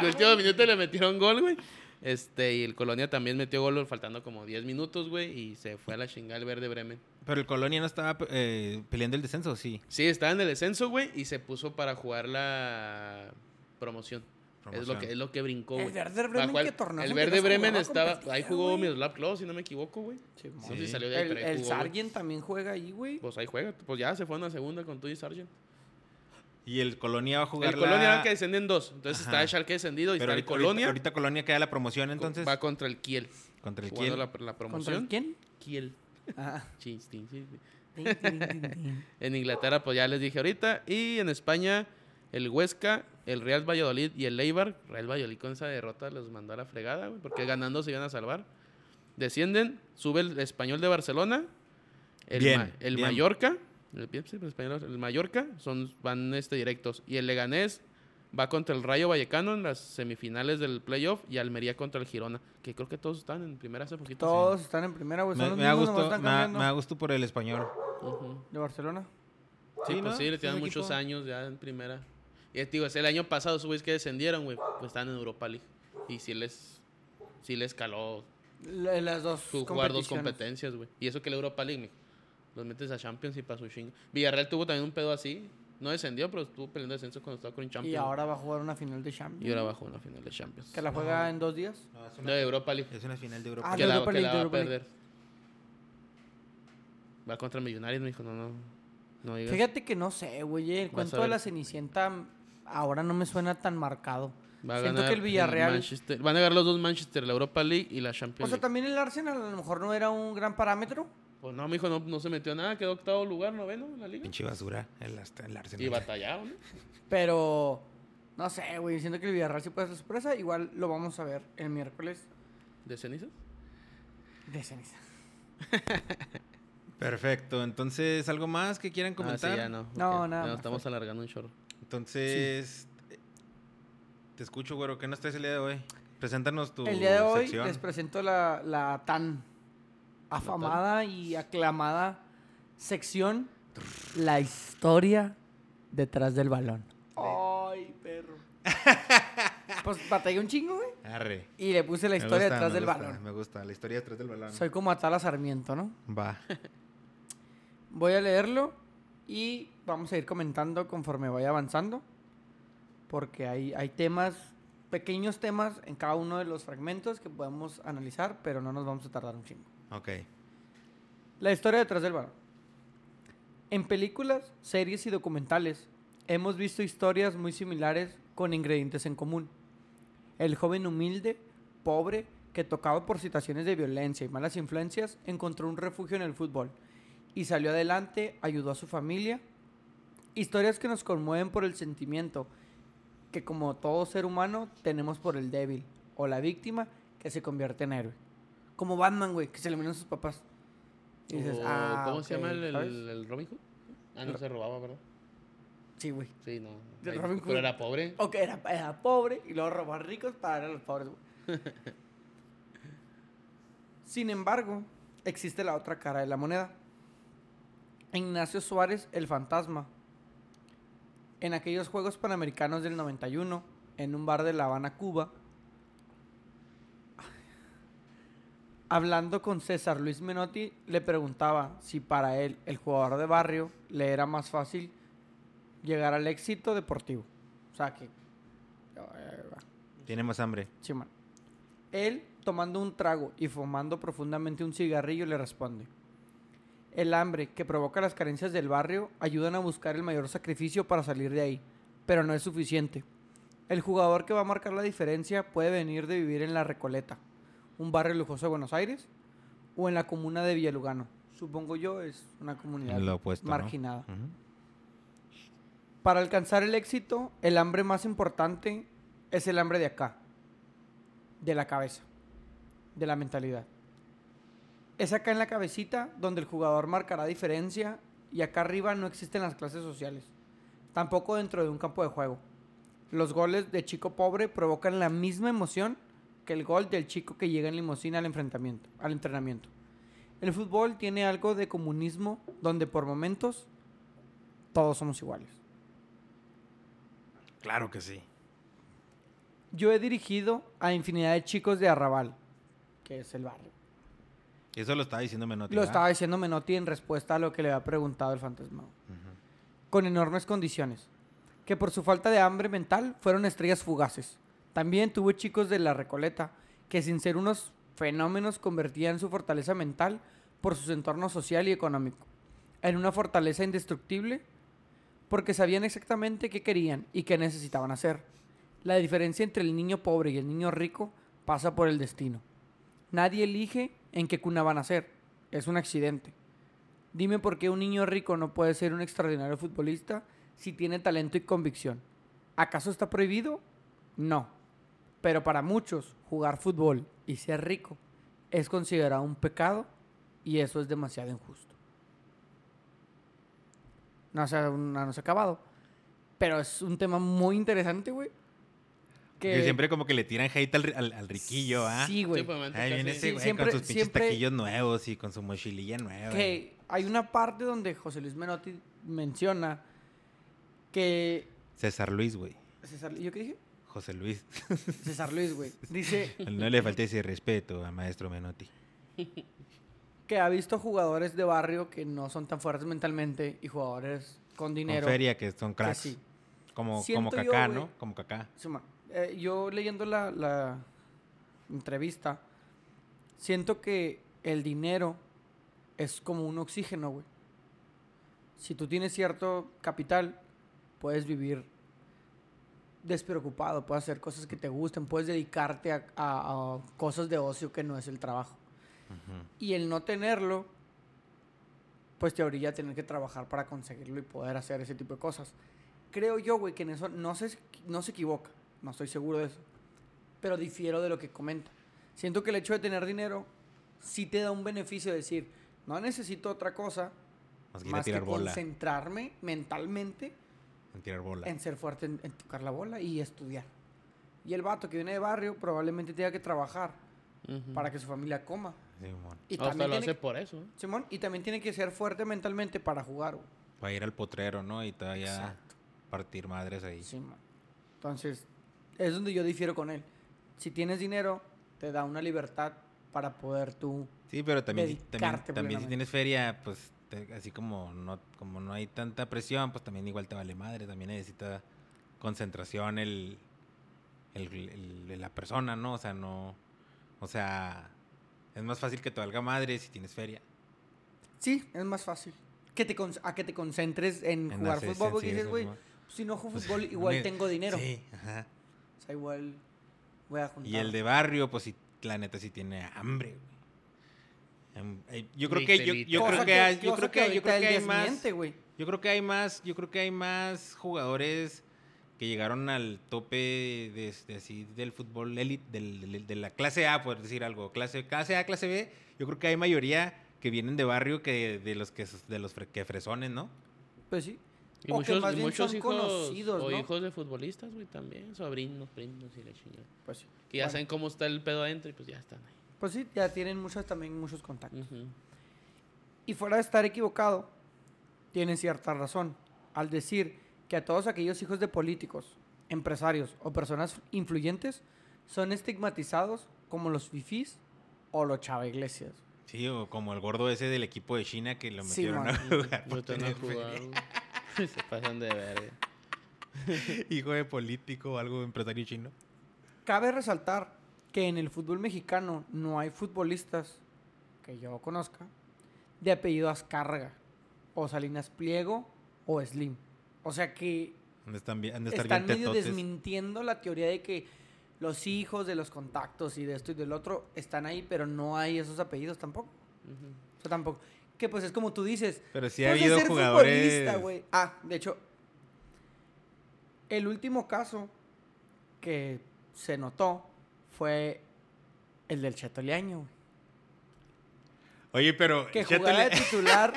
S2: El último minuto le metieron gol, güey. Este, y el Colonia también metió gol faltando como 10 minutos, güey, y se fue a la chingada el Verde Bremen.
S1: Pero el Colonia no estaba eh, peleando el descenso, sí.
S2: Sí, estaba en el descenso, güey, y se puso para jugar la promoción. Es
S1: Promoción.
S2: lo que es lo que brincó,
S3: El
S2: güey.
S3: Werder Bremen,
S2: Bajó al-
S3: qué torneo
S2: El
S3: se
S2: Verde
S3: empezó a
S2: Bremen
S3: jugar
S2: estaba
S3: competido,
S2: ahí jugó
S3: güey.
S2: Miroslav Klaus, si no me equivoco, güey.
S3: Simón.
S2: No sé
S1: Sí.
S2: si salió de ahí,
S3: El,
S2: pero ahí
S3: el
S2: jugó, güey.
S3: Sargent también juega ahí, güey.
S2: Pues ahí juega, pues ya se fue a una segunda con tú y Sargent.
S1: Y el Colonia va a jugar
S2: El
S1: la-
S2: Colonia era el que descendía en dos, entonces
S1: Ajá.
S2: está el Schalke descendido y
S1: Pero
S2: está el
S1: ahorita, ahorita-
S2: Colonia.
S1: Ahorita, Colonia queda la promoción,
S2: co-
S1: entonces.
S2: va contra el Kiel.
S1: contra el
S2: jugando
S1: Kiel.
S2: La, la
S3: ¿Contra el
S2: promoción.
S3: quién?
S2: Kiel.
S3: Ah.
S2: Chis, tin, chis, tin.
S3: Tin, tin, tin, tin.
S2: En Inglaterra, pues ya les dije ahorita. Y en España, el Huesca, el Real Valladolid y el Eibar. Real Valladolid con esa derrota los mandó a la fregada, güey, porque ganando se iban a salvar. Descienden, sube el español de Barcelona, el,
S1: Bien,
S2: Ma- el
S1: bien.
S2: Mallorca, el, sí, el Español, el Mallorca, son, van este, directos. Y el Leganés va contra el Rayo Vallecano en las semifinales del playoff y Almería contra el Girona, que creo que todos están en primera hace poquito.
S3: Todos están en primera, güey.
S1: me,
S3: Pues Son los
S1: me da
S3: mismos, nomás
S1: gusto,
S3: están
S1: me da-
S3: cambiando.
S1: me da gusto por el español.
S2: Ujú.
S3: De Barcelona.
S1: Sí,
S2: Sí, pues
S1: ¿no?
S2: sí, le
S1: Es
S2: tienen
S1: un
S2: muchos
S1: equipo.
S2: años ya en primera. Y te digo, es el año pasado esos güeyes que descendieron, güey, pues están en Europa League. Y sí les, sí les caló
S3: La- las dos
S2: su jugar dos competencias, güey. Y eso que la Europa League, mijo, los metes a Champions y para su chingo. Villarreal tuvo también un pedo así. No descendió, pero estuvo peleando descenso cuando estaba con Champions.
S3: Y ahora va a jugar una final de Champions.
S2: y ahora bajó una final de Champions.
S3: Que la juega en dos días.
S1: No, es,
S2: No,
S1: una,
S2: de Europa League.
S1: es una final de Europa.
S3: Ah,
S2: que
S3: de
S2: la,
S3: Europa
S2: que
S3: League,
S2: la
S3: de
S2: va a
S3: Europa League.
S2: perder. Va contra Millonarios, me dijo, no, no. No digas.
S3: Fíjate que no sé, güey. El
S2: Vas
S3: cuento
S2: a
S3: de
S2: ver.
S3: la Cenicienta ahora no me suena tan marcado.
S2: Va a
S3: Siento
S2: ganar
S3: que el Villarreal.
S2: Manchester- Van a ganar los dos Manchester, la Europa League y la
S3: O
S2: Champions
S3: sea,
S2: League.
S3: también el Arsenal a lo mejor no era un gran parámetro.
S2: Pues no, mijo, no, no se metió a nada, quedó octavo lugar, noveno en la liga.
S1: Pinche basura. El, hasta el
S2: Y
S1: Arsenal.
S2: batallaron. ¿eh? ¿no?
S3: Pero, no sé, güey. Siento que el Villarreal sí puede ser sorpresa. Igual lo vamos a ver el miércoles
S2: ¿De cenizas?
S3: de ceniza.
S1: Perfecto. Entonces, ¿algo más que quieran comentar?
S2: Ah, sí, ya no.
S3: No,
S2: ok. Ya
S3: nada más, pues.
S2: nos estamos
S3: fue.
S2: alargando un chorro.
S1: Entonces, eh, te escucho, güero. ¿Qué nos traes el día de hoy? Preséntanos tu
S3: El día de hoy
S1: sección.
S3: les presento la, la tan afamada y aclamada sección La historia detrás del balón. Ay, perro. pues batallé un chingo, güey.
S1: Arre.
S3: Y le puse la
S1: Me
S3: historia
S1: gusta,
S3: detrás
S1: me
S3: del
S1: gusta,
S3: balón.
S1: Me gusta, la historia detrás del balón.
S3: Soy como Atala Sarmiento, ¿no?
S1: Va.
S3: Voy a leerlo y vamos a ir comentando conforme vaya avanzando. Porque hay, hay temas, pequeños temas en cada uno de los fragmentos que podemos analizar, pero no nos vamos a tardar un chingo.
S1: Ok.
S3: La historia detrás del balón. En películas, series y documentales hemos visto historias muy similares con ingredientes en común. El joven humilde, pobre, que tocado por situaciones de violencia y malas influencias, encontró un refugio en el fútbol y salió adelante, ayudó a su familia. Historias que nos conmueven por el sentimiento que como todo ser humano tenemos por el débil o la víctima que se convierte en héroe. Como Batman, güey, que se eliminó a sus papás. Y dices,
S2: O,
S3: "Ah,
S2: ¿Cómo se
S3: ok",
S2: llama el,
S3: ¿sabes?
S2: el, el Robin Hood? Ah, no, se robaba, ¿verdad?
S3: Sí, güey.
S2: Sí, no.
S3: ¿De
S2: Ay,
S3: Robin Hood?
S2: Pero era pobre.
S3: Ok, era, era pobre y luego robó a ricos para dar a los pobres, güey. Sin embargo, existe la otra cara de la moneda. Ignacio Suárez, el fantasma. En aquellos Juegos Panamericanos del 91, en un bar de La Habana, Cuba, hablando con César Luis Menotti, le preguntaba si para él, el jugador de barrio, le era más fácil llegar al éxito deportivo. O sea, que...
S1: Tiene más hambre.
S3: Simón. Él, tomando un trago y fumando profundamente un cigarrillo, le responde. El hambre que provoca las carencias del barrio ayudan a buscar el mayor sacrificio para salir de ahí, pero no es suficiente. El jugador que va a marcar la diferencia puede venir de vivir en La Recoleta, un barrio lujoso de Buenos Aires, o en la comuna de Villalugano. Supongo yo es una comunidad
S1: Lo opuesto. ¿no?
S3: marginada.
S1: Ujú.
S3: Para alcanzar el éxito, el hambre más importante es el hambre de acá, de la cabeza, de la mentalidad. Es acá en la cabecita donde el jugador marcará diferencia y acá arriba no existen las clases sociales, tampoco dentro de un campo de juego. Los goles de chico pobre provocan la misma emoción que el gol del chico que llega en limusina al enfrentamiento, al entrenamiento. El fútbol tiene algo de comunismo donde por momentos todos somos iguales.
S1: Claro que sí.
S3: Yo he dirigido a infinidad de chicos de Arrabal, que es el barrio.
S1: Eso lo estaba diciendo Menotti.
S3: Lo
S1: ¿verdad?
S3: estaba diciendo Menotti en respuesta a lo que le había preguntado el fantasma.
S1: Ujú.
S3: Con enormes condiciones. Que por su falta de hambre mental fueron estrellas fugaces. También tuve chicos de la Recoleta, que sin ser unos fenómenos convertían su fortaleza mental por su entorno social y económico. En una fortaleza indestructible porque sabían exactamente qué querían y qué necesitaban hacer. La diferencia entre el niño pobre y el niño rico pasa por el destino. Nadie elige en qué cuna van a ser. Es un accidente. Dime por qué un niño rico no puede ser un extraordinario futbolista si tiene talento y convicción. ¿Acaso está prohibido? No. Pero para muchos, jugar fútbol y ser rico es considerado un pecado y eso es demasiado injusto. No se, no se ha acabado. Pero es un tema muy interesante, güey.
S1: Que siempre como que le tiran hate al, ri- al- al riquillo, ¿ah?
S3: Sí, güey.
S2: Sí, pues,
S1: Ahí viene
S2: casi-
S1: ese
S3: Sí,
S1: güey
S3: siempre-
S1: con sus pinches
S3: siempre-
S1: taquillos nuevos y con su mochililla nueva.
S3: que hay una parte donde José Luis Menotti menciona que
S1: César Luis, güey.
S3: César, ¿yo qué dije?
S1: José Luis.
S3: César Luis, güey. Dice
S1: No le falté ese respeto al maestro Menotti.
S3: que ha visto jugadores de barrio que no son tan fuertes mentalmente y jugadores con dinero.
S1: Con feria, que son cracks.
S3: sí.
S1: Como, como
S3: Siento yo,
S1: Cacá,
S3: güey.
S1: ¿no? Como Cacá.
S3: Simón, eh, yo leyendo la, la entrevista, siento que el dinero es como un oxígeno, güey. Si tú tienes cierto capital, puedes vivir despreocupado, puedes hacer cosas que te gusten, puedes dedicarte a, a- a cosas de ocio que no es el trabajo.
S1: Ujú.
S3: Y el no tenerlo pues te orilla a tener que trabajar para conseguirlo y poder hacer ese tipo de cosas. Creo yo, güey, que en eso no se, no se equivoca. No estoy seguro de eso. Pero difiero de lo que comenta. Siento que el hecho de tener dinero sí te da un beneficio de decir, no necesito otra cosa
S1: Más
S3: más,
S1: que ir a
S3: que
S1: tirar bola.
S3: concentrarme mentalmente
S1: En tirar bola.
S3: en ser fuerte, en, en tocar la bola y estudiar. Y el vato que viene de barrio probablemente tenga que trabajar
S2: Ujú.
S3: para que su familia coma.
S1: Simón.
S3: Y
S2: Hasta
S3: también
S2: lo
S3: tiene
S2: hace por eso. ¿eh?
S3: que- Simón, y también tiene que ser fuerte mentalmente para jugar, güey.
S1: Para ir al potrero, ¿no? Y te vaya
S3: Exacto.
S1: a partir madres ahí.
S3: Simón. Entonces, es donde yo difiero con él. Si tienes dinero, te da una libertad para poder tú...
S1: Sí, pero también, si- también,
S3: Dedicarte
S1: también si
S3: plenamente.
S1: tienes feria, pues te- así como no, como no hay tanta presión, pues también igual te vale madre, también necesita concentración el, el- el- el- la persona, ¿no? O sea, no, o sea, es más fácil que te valga madre si tienes feria.
S3: Sí, es más fácil. Que te con- a que te concentres en,
S1: En
S3: jugar
S1: hacer-
S3: fútbol, porque
S1: sí,
S3: dices,
S1: eso,
S3: güey,
S1: Simón.
S3: si no juego
S1: Pues,
S3: fútbol,
S1: no
S3: igual
S1: me-
S3: tengo dinero.
S1: Sí, ajá.
S3: O sea, igual voy a juntar.
S1: Y el de barrio, pues sí, la neta sí tiene hambre, güey. Em, eh, Yo creo que yo, yo
S2: Cosa
S1: creo que, hay- yo creo que, yo creo que hay más
S3: güey.
S1: Yo creo que hay más, yo creo que hay más jugadores que llegaron al tope de, de así del fútbol élite, del- del- de la clase A, por decir algo, clase, clase A, clase B, yo creo que hay mayoría que vienen de barrio que de los que de los fre- que fresones, ¿no?
S3: Pues sí.
S2: Y
S3: O que
S2: muchos,
S3: más
S2: y
S3: bien
S2: muchos
S3: son
S2: hijos
S3: conocidos,
S2: o
S3: ¿no?
S2: hijos de futbolistas, güey, también. Sobrinos, primos y la chingada.
S3: Pues sí.
S2: Que ya
S3: Bueno,
S2: saben cómo está el pedo adentro y pues ya están ahí.
S3: Pues sí, ya tienen muchos, también muchos contactos.
S2: Ujú.
S3: Y fuera de estar equivocado, tienen cierta razón al decir que a todos aquellos hijos de políticos, empresarios o personas influyentes son estigmatizados como los fifís o los chava iglesias.
S1: Sí, o como el gordo ese del equipo de China que lo
S3: Sí,
S1: metieron a
S3: man.
S1: jugar por
S2: Yo tengo
S1: tener
S2: que jugar, güey. Se pasan de verga.
S1: fe- hijo de político o algo empresario chino.
S3: Cabe resaltar que en el fútbol mexicano no hay futbolistas que yo conozca de apellido Azcárraga o Salinas Pliego o Slim. O sea que
S1: Han de estar bien, han de estar
S3: están
S1: bien
S3: medio
S1: tetotes.
S3: desmintiendo la teoría de que los hijos de los contactos y de esto y del otro están ahí, pero no hay esos apellidos tampoco.
S2: Ujú.
S3: O sea, tampoco. Que pues es como tú dices,
S1: Pero sí ha
S3: pues, es
S1: habido
S3: ser
S1: jugadores.
S3: futbolista, güey. Ah, de hecho, el último caso que se notó fue el del Cheto Leaño, güey.
S1: Oye, pero
S3: Que
S1: Cheto
S3: jugaba
S1: le-
S3: de titular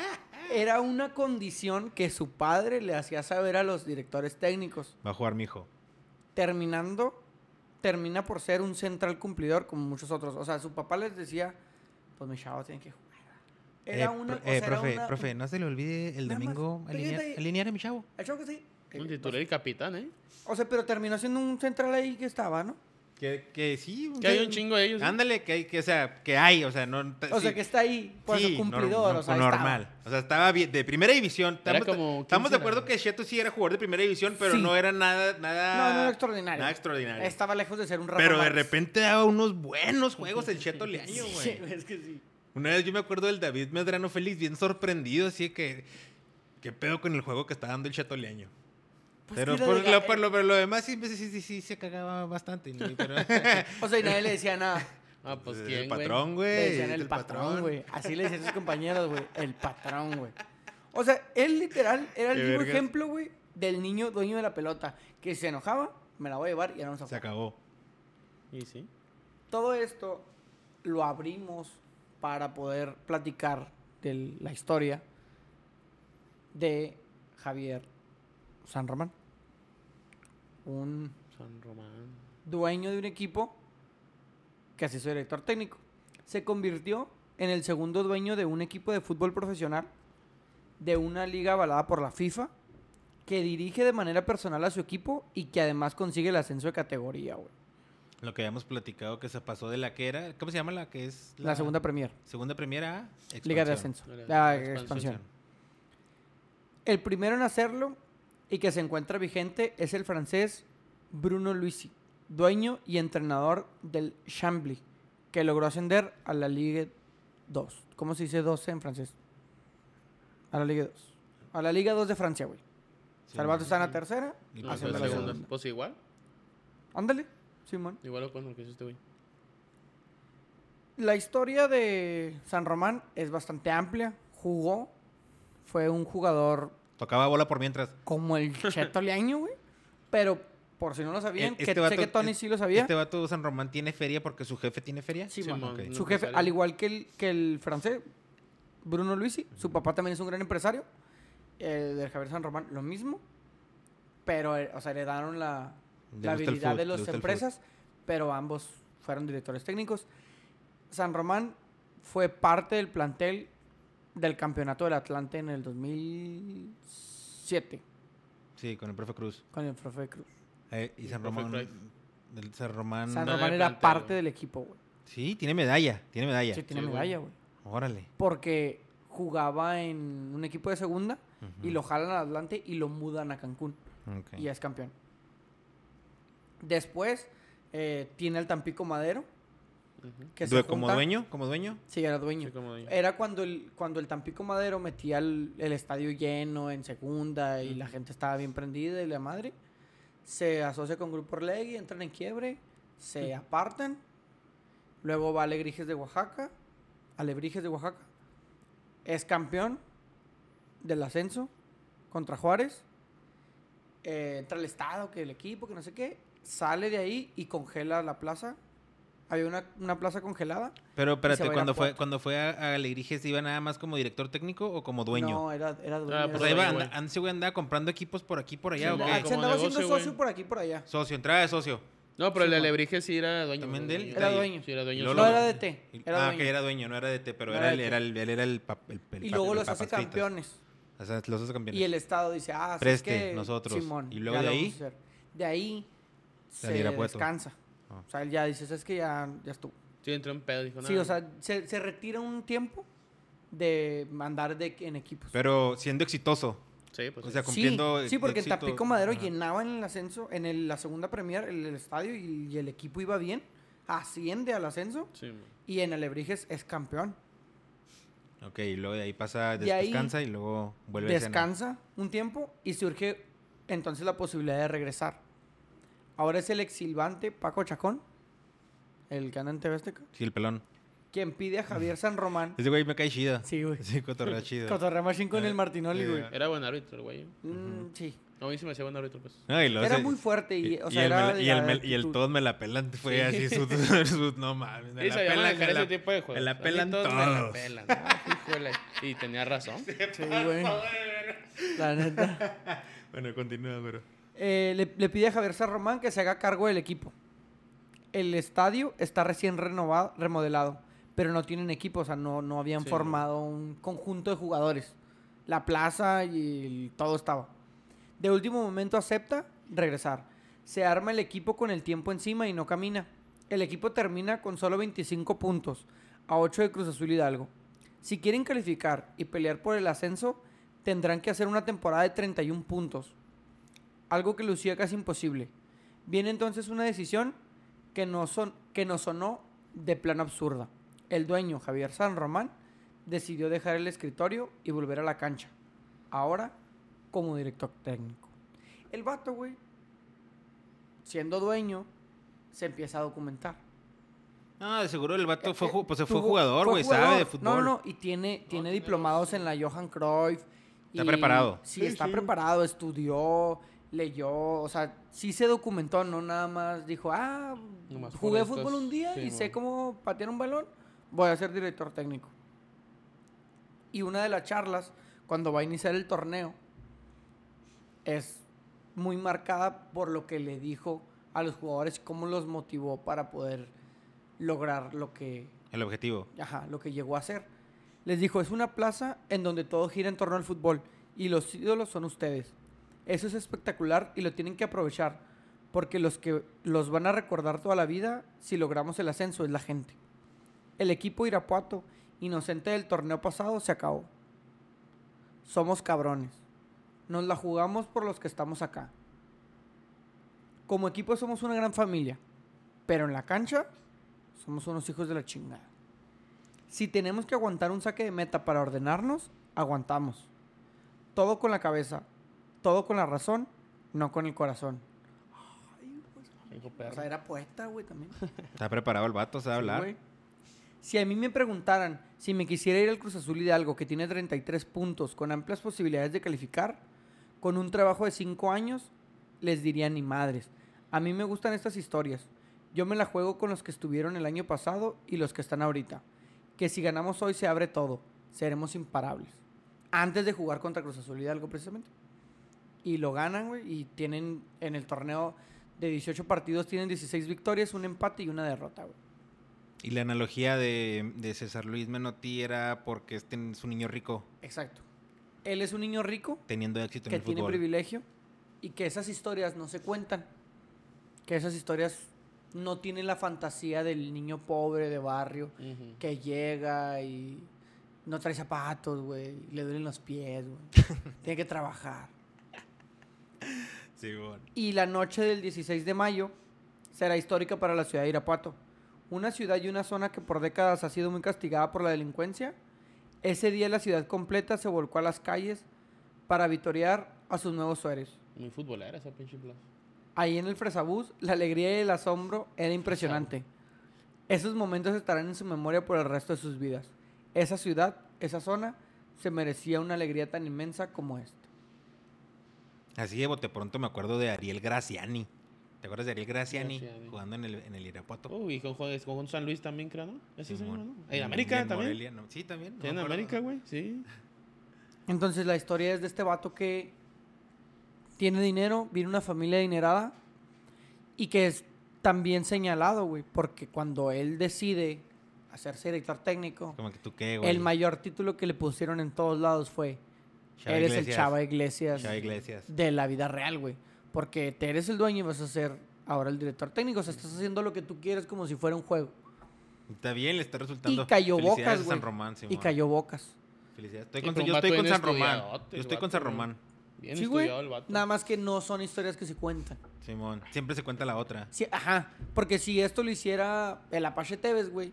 S3: era una condición que su padre le hacía saber a los directores técnicos.
S1: va a jugar mi hijo.
S3: Terminando, termina por ser un central cumplidor como muchos otros. O sea, su papá les decía, pues mi chavo tiene que jugar. Era una... o sea, era
S1: Eh, profe,
S3: una-
S1: profe, no se le olvide el
S3: Nada más,
S1: domingo alinear,
S3: pégate.
S1: alinear a mi chavo.
S3: El chavo que sí.
S2: Un
S3: eh,
S2: titular y capitán, ¿eh?
S3: O sea, pero terminó siendo un central ahí que estaba, ¿no?
S1: Que, que sí.
S2: Que hay un chingo de ellos. ¿eh?
S1: Ándale, que hay, que, o sea, que hay, o sea, no... ta-
S3: O
S1: sí,
S3: sea, que está ahí, por
S1: sí,
S3: eso
S1: nor-
S3: cumplidor,
S1: no-
S3: o sea, ahí
S1: normal.
S3: estaba.
S1: O sea, estaba bien, de primera división.
S2: Era
S1: Estamos,
S2: como
S1: estamos de
S2: 15
S1: acuerdo
S2: la-
S1: que Cheto sí era jugador de primera división, pero
S3: Sí.
S1: no era nada, nada...
S3: No, no era extraordinario.
S1: Nada extraordinario.
S3: Estaba lejos de ser un Rafa
S1: Pero de
S3: Márquez.
S1: repente daba unos buenos juegos el Cheto Leaño,
S3: Sí,
S1: güey.
S3: es que sí.
S1: Una vez yo me acuerdo del David Medrano Félix bien sorprendido, así que... ¿Qué pedo con el juego que está dando el Cheto Leaño?
S3: Pues
S1: Pero
S3: que era
S1: por
S3: de-
S1: lo, por lo- pero lo demás sí, pues sí, sí, sí, sí se cagaba bastante. ¿no? Pero-
S3: O sea, y nadie le decía nada.
S2: Ah, pues
S1: el
S2: quién, güey?
S1: patrón,
S3: Le
S1: güey.
S3: decían
S1: es
S3: el patrón, güey. Así le decían sus compañeros, güey. El patrón, güey. O sea, él literal era el
S1: Qué
S3: vivo
S1: vergas.
S3: ejemplo, güey, del niño dueño de la pelota. Que se enojaba, me la voy a llevar y ahora vamos a
S1: Se
S3: jugar.
S1: acabó.
S2: Y sí.
S3: Todo esto lo abrimos para poder platicar de la historia de Javier San Román. Un
S2: San Román.
S3: dueño de un equipo que así su director técnico. Se convirtió en el segundo dueño de un equipo de fútbol profesional de una liga avalada por la FIFA que dirige de manera personal a su equipo y que además consigue el ascenso de categoría, güey.
S1: Lo que habíamos platicado que se pasó de la que era. ¿Cómo se llama la que es?
S3: La, segunda Premier,
S1: Segunda primera. a
S3: Liga de
S1: expansión?
S3: Ascenso,
S2: La
S3: la
S2: expansión.
S3: expansión. El primero en hacerlo y que se encuentra vigente es el francés Bruno Luisi, dueño y entrenador del Chambly, que logró ascender a la Ligue 2. ¿Cómo se dice 12 en francés? A la Ligue 2. A la Liga 2 de Francia, güey.
S1: Sí,
S3: Salvato
S1: no.
S3: está en la tercera.
S1: Y
S2: No,
S1: pasó
S2: fue
S1: a
S3: asciende a la
S2: segunda.
S3: segunda.
S2: Pues igual.
S3: Ándale, Simón.
S2: Igual lo cuando lo que hizo este güey.
S3: La historia de San Román es bastante amplia. Jugó fue un jugador
S1: Tocaba bola por mientras.
S3: como el Cheto Leaño, güey. Pero por si no lo sabían,
S1: Este
S3: que
S1: vato-
S3: sé que Tony
S1: es-
S3: sí lo sabía.
S1: Este vato de San Román tiene feria porque su jefe tiene feria.
S3: Sí,
S2: Sí,
S3: mano.
S2: mon,
S3: Su
S2: un
S3: jefe,
S2: empresario.
S3: al igual que el, que el francés, Bruno Luisi, su papá también es un gran empresario. El del Javier San Román, lo mismo. Pero, eh, o sea, heredaron la,
S1: Le gusta el
S3: la habilidad
S1: fútbol, le
S3: de las
S1: gusta el
S3: empresas, pero ambos fueron directores técnicos. San Román fue parte del plantel del campeonato del Atlante en el 2007
S1: Sí, con el profe Cruz.
S3: con el profe Cruz.
S1: Eh, y
S2: El
S1: San
S2: profe
S1: Román.
S2: Cruyff.
S1: del San Román.
S3: San
S2: no era
S3: Román
S2: del
S3: era
S2: plantel,
S3: parte
S2: güey.
S3: del equipo, güey.
S1: Sí, tiene medalla. Tiene medalla.
S3: Sí, tiene
S2: Sí, güey.
S3: medalla, güey.
S1: Órale.
S3: porque jugaba en un equipo de segunda y
S1: Ujú.
S3: lo jalan al Atlante y lo mudan a Cancún
S1: Ok.
S3: y ya es campeón. Después eh, tiene al Tampico Madero
S2: Ujú.
S3: que
S1: Due-
S3: se
S1: ¿Como
S3: junta-
S1: dueño? ¿Como dueño?
S3: Sí, era dueño. Eh,
S2: Sí, como dueño.
S3: Era cuando el, cuando el Tampico Madero metía el, el estadio lleno en segunda y la gente estaba bien prendida y la madre. Se asocia con Grupo Orlegui, entran en quiebre, se apartan. Luego va Alegrijes de Oaxaca, Alebrijes de Oaxaca. Es campeón del ascenso contra Juárez. Eh, entra el Estado, que el equipo, que no sé qué. Sale de ahí y congela la plaza. Había una, una plaza congelada.
S1: Pero
S3: va a
S1: espérate,
S3: ir a
S1: cuando fue,
S3: Puebla.
S1: cuando fue a, a Alegrijes, ¿iba nada más como director técnico o como dueño?
S3: No, era, era dueño.
S2: Ah,
S3: era
S1: o
S2: pues
S1: sea,
S3: dueño.
S1: iba
S2: dueño,
S1: anda-
S2: güey.
S1: antes, güey, andaba comprando equipos por aquí, por allá.
S2: Sí,
S1: ¿o
S2: andaba-
S1: qué?
S3: Ah,
S2: como
S3: se andaba
S2: negocio,
S3: haciendo
S2: güey.
S3: socio por aquí y por allá.
S1: Socio, entraba de socio.
S2: No, pero
S3: Sí,
S2: el de
S3: mon.
S2: Alebrije sí era dueño.
S1: ¿También
S2: güey,
S1: de él?
S2: dueño.
S3: Era dueño.
S2: Sí, era dueño.
S1: Y luego
S2: sí.
S3: no,
S1: lo-
S3: era de T.
S1: Y-
S3: Era
S1: ah,
S3: dueño.
S1: que era dueño, no era de té, pero
S3: No
S1: era,
S3: era
S1: el,
S3: de té.
S1: era el, él era el, pap- el- el
S3: y
S1: pap-
S3: luego
S1: el
S3: los
S1: papas
S3: hace
S1: fritas.
S3: campeones.
S1: O sea, los hace campeones.
S3: Y el Estado dice, ah, ¿sabes
S1: Preste,
S3: qué?
S1: nosotros.
S3: Simón,
S1: Y luego
S3: ya
S1: de
S3: lo
S1: ahí,
S3: vamos a hacer. De ahí se
S1: al Irapuato.
S3: descansa.
S1: Ah.
S3: O sea, él ya dice, ¿sabes qué? Ya, ya estuvo.
S2: Sí, entró en pedo. Dijo,
S3: Sí,
S2: "No,
S3: o sea, se, se retira un tiempo de mandar de, en equipos.
S1: Pero siendo exitoso.
S2: Sí, pues.
S1: o
S2: sí.
S1: sea, cumpliendo
S3: sí, sí, porque en
S1: éxito.
S3: Tampico Madero
S1: Ajá.
S3: llenaba en el ascenso, en el- la segunda premier, el, el estadio y, y el equipo iba bien, asciende al ascenso
S2: Sí, mon.
S3: y en Alebrijes es campeón.
S1: Ok, y luego de ahí pasa, des-
S3: De ahí
S1: descansa y luego vuelve a escena.
S3: descansa un tiempo y surge entonces la posibilidad de regresar. Ahora es el exilvante Paco Chacón, el que anda en TV Azteca,
S1: Sí, el pelón.
S3: quien pide a Javier San Román.
S1: Ese güey me cae chida.
S3: Sí, güey.
S1: Sí, cotorrea chido.
S3: Cotorrea machín con
S1: Eh,
S3: el Martinoli,
S1: eh,
S3: güey.
S2: Era buen árbitro, el güey. ¿eh?
S3: Mm, sí.
S2: No, a mí se me hacía buen árbitro, pues.
S1: No, y luego
S3: Era
S1: se-
S3: muy fuerte y, o sea,
S1: el,
S3: era
S1: me-
S3: de
S1: y, el,
S3: la
S1: me- y el
S3: actitud.
S1: todos me la pelan. Fue así su, su- No mames. me
S2: Sí,
S1: la
S2: sabía
S1: pelan,
S2: manejar
S1: me la-
S2: ese tipo de juegos.
S1: Me la
S2: A mí
S1: pelan todos.
S2: Me la pelan. Ah, híjole. Y tenía razón.
S3: Sí, güey. La neta.
S1: Bueno, continúa, pero.
S3: Eh, le, le pide a Javier San Román que se haga cargo del equipo. El estadio está recién renovado, remodelado, pero no tienen equipo, o sea, no, no habían
S2: Sí,
S3: formado un conjunto de jugadores. La plaza y el- todo estaba. De último momento acepta regresar. Se arma el equipo con el tiempo encima y no camina. El equipo termina con solo 25 puntos, a 8 de Cruz Azul Hidalgo. Si quieren calificar y pelear por el ascenso, tendrán que hacer una temporada de 31 puntos algo que lucía casi imposible. Viene entonces una decisión que no son, que nos sonó de plano absurda. El dueño, Javier San Román, decidió dejar el escritorio y volver a la cancha. Ahora como director técnico. El vato, güey, siendo dueño, se empieza a documentar.
S1: No, de seguro el vato fue, ju- pues, se fue
S3: Eh, Tuvo-
S1: jugador,
S3: fue
S1: güey.
S3: jugador.
S1: Sabe de fútbol.
S3: No, no, no. Y tiene, tiene
S2: tiene
S3: diplomados en la Johan Cruyff.
S1: Está
S3: y-
S1: preparado.
S3: Sí,
S2: Sí,
S3: está
S2: sí.
S3: preparado. Estudió, leyó. O sea, sí se documentó. No nada más dijo, ah,
S2: Nomás por
S3: jugué
S2: estos,
S3: fútbol un día
S2: sí,
S3: y sé
S2: mon.
S3: cómo patear un balón. Voy a ser director técnico. Y una de las charlas, cuando va a iniciar el torneo, es muy marcada por lo que le dijo a los jugadores, cómo los motivó para poder lograr lo que
S1: El objetivo.
S3: Ajá, lo que llegó a ser. Les dijo, es una plaza en donde todo gira en torno al fútbol y los ídolos son ustedes. Eso es espectacular y lo tienen que aprovechar porque los que los van a recordar toda la vida si logramos el ascenso es la gente. El equipo Irapuato, inocente del torneo pasado, se acabó. Somos cabrones. Nos la jugamos por los que estamos acá. Como equipo somos una gran familia, pero en la cancha somos unos hijos de la chingada. Si tenemos que aguantar un saque de meta para ordenarnos, aguantamos. Todo con la cabeza, todo con la razón, no con el corazón.
S2: Dijo
S3: O sea,
S2: perro.
S3: era poeta, güey, también.
S1: Está preparado el vato, sabe
S3: Sí,
S1: hablar.
S3: güey. Si a mí me preguntaran si me quisiera ir al Cruz Azul y de algo que tiene 33 puntos con amplias posibilidades de calificar, con un trabajo de 5 años, les diría ni madres. A mí me gustan estas historias. Yo me la juego con los que estuvieron el año pasado y los que están ahorita. Que si ganamos hoy se abre todo. Seremos imparables. Antes de jugar contra Cruz Azul y Hidalgo, precisamente. Y lo ganan, güey. Y tienen en el torneo de 18 partidos, tienen 16 victorias, un empate y una derrota, güey.
S1: Y la analogía de, de César Luis Menotti era porque este es un niño rico
S3: Exacto. Él es un niño rico
S1: teniendo éxito en
S3: que
S1: el
S3: tiene
S1: fútbol.
S3: privilegio y que esas historias no se cuentan. Que esas historias no tienen la fantasía del niño pobre de barrio
S2: Ujú.
S3: que llega y no trae zapatos, güey, y le duelen los pies, güey. tiene que trabajar.
S1: Sí, bueno.
S3: Y la noche del 16 de mayo será histórica para la ciudad de Irapuato. Una ciudad y una zona que por décadas ha sido muy castigada por la delincuencia. Ese día la ciudad completa se volcó a las calles para vitorear a sus nuevos héroes.
S2: Muy futbolera esa pinche plaza.
S3: Ahí en el Fresabús, la alegría y el asombro era impresionante. Esos momentos estarán en su memoria por el resto de sus vidas. Esa ciudad, esa zona, se merecía una alegría tan inmensa como esta.
S1: Así de bote pronto me acuerdo de Ariel Graciani. ¿Te acuerdas de Ariel Graciani,
S2: Graziani.
S1: jugando en el, en el Irapuato?
S2: Uy, y con, Juan- con San Luis también, creo, ¿no? Ese es el
S1: Simón.
S2: mismo, ¿no? En América también.
S1: Morelia, no. Sí, también. no
S2: Sí, en
S1: me acuerdo.
S2: América, güey, sí.
S3: Entonces la historia es de este vato que tiene dinero, viene una familia adinerada y que es también señalado, güey, porque cuando él decide hacerse director técnico,
S1: Como que tú qué, güey.
S3: el mayor título que le pusieron en todos lados fue
S1: Chava
S3: Eres el
S1: Iglesias.
S3: Chava Iglesias.
S1: Chava Iglesias.
S3: de la vida real, güey. Porque te eres el dueño y vas a ser ahora el director técnico. O sea, estás haciendo lo que tú quieres como si fuera un juego.
S1: Está bien, le está resultando.
S3: Y cayó
S1: Felicidades
S3: bocas,
S1: a
S3: güey.
S1: San Román, Simón.
S3: y cayó bocas.
S1: Felicidades. Estoy
S2: Y
S1: con-
S2: fue pues, un
S1: yo estoy
S2: vato
S1: con
S2: bien
S1: San Román.
S2: estudiadote,
S1: Yo
S2: el
S1: estoy con
S2: vato,
S1: San
S2: güey.
S1: Román,
S2: Bien
S3: sí, güey.
S2: estudiado el vato.
S3: Nada más que no son historias que se cuentan.
S1: Simón. Siempre se cuenta la otra.
S3: Sí, ajá. Porque si esto lo hiciera el Apache Tevez, güey.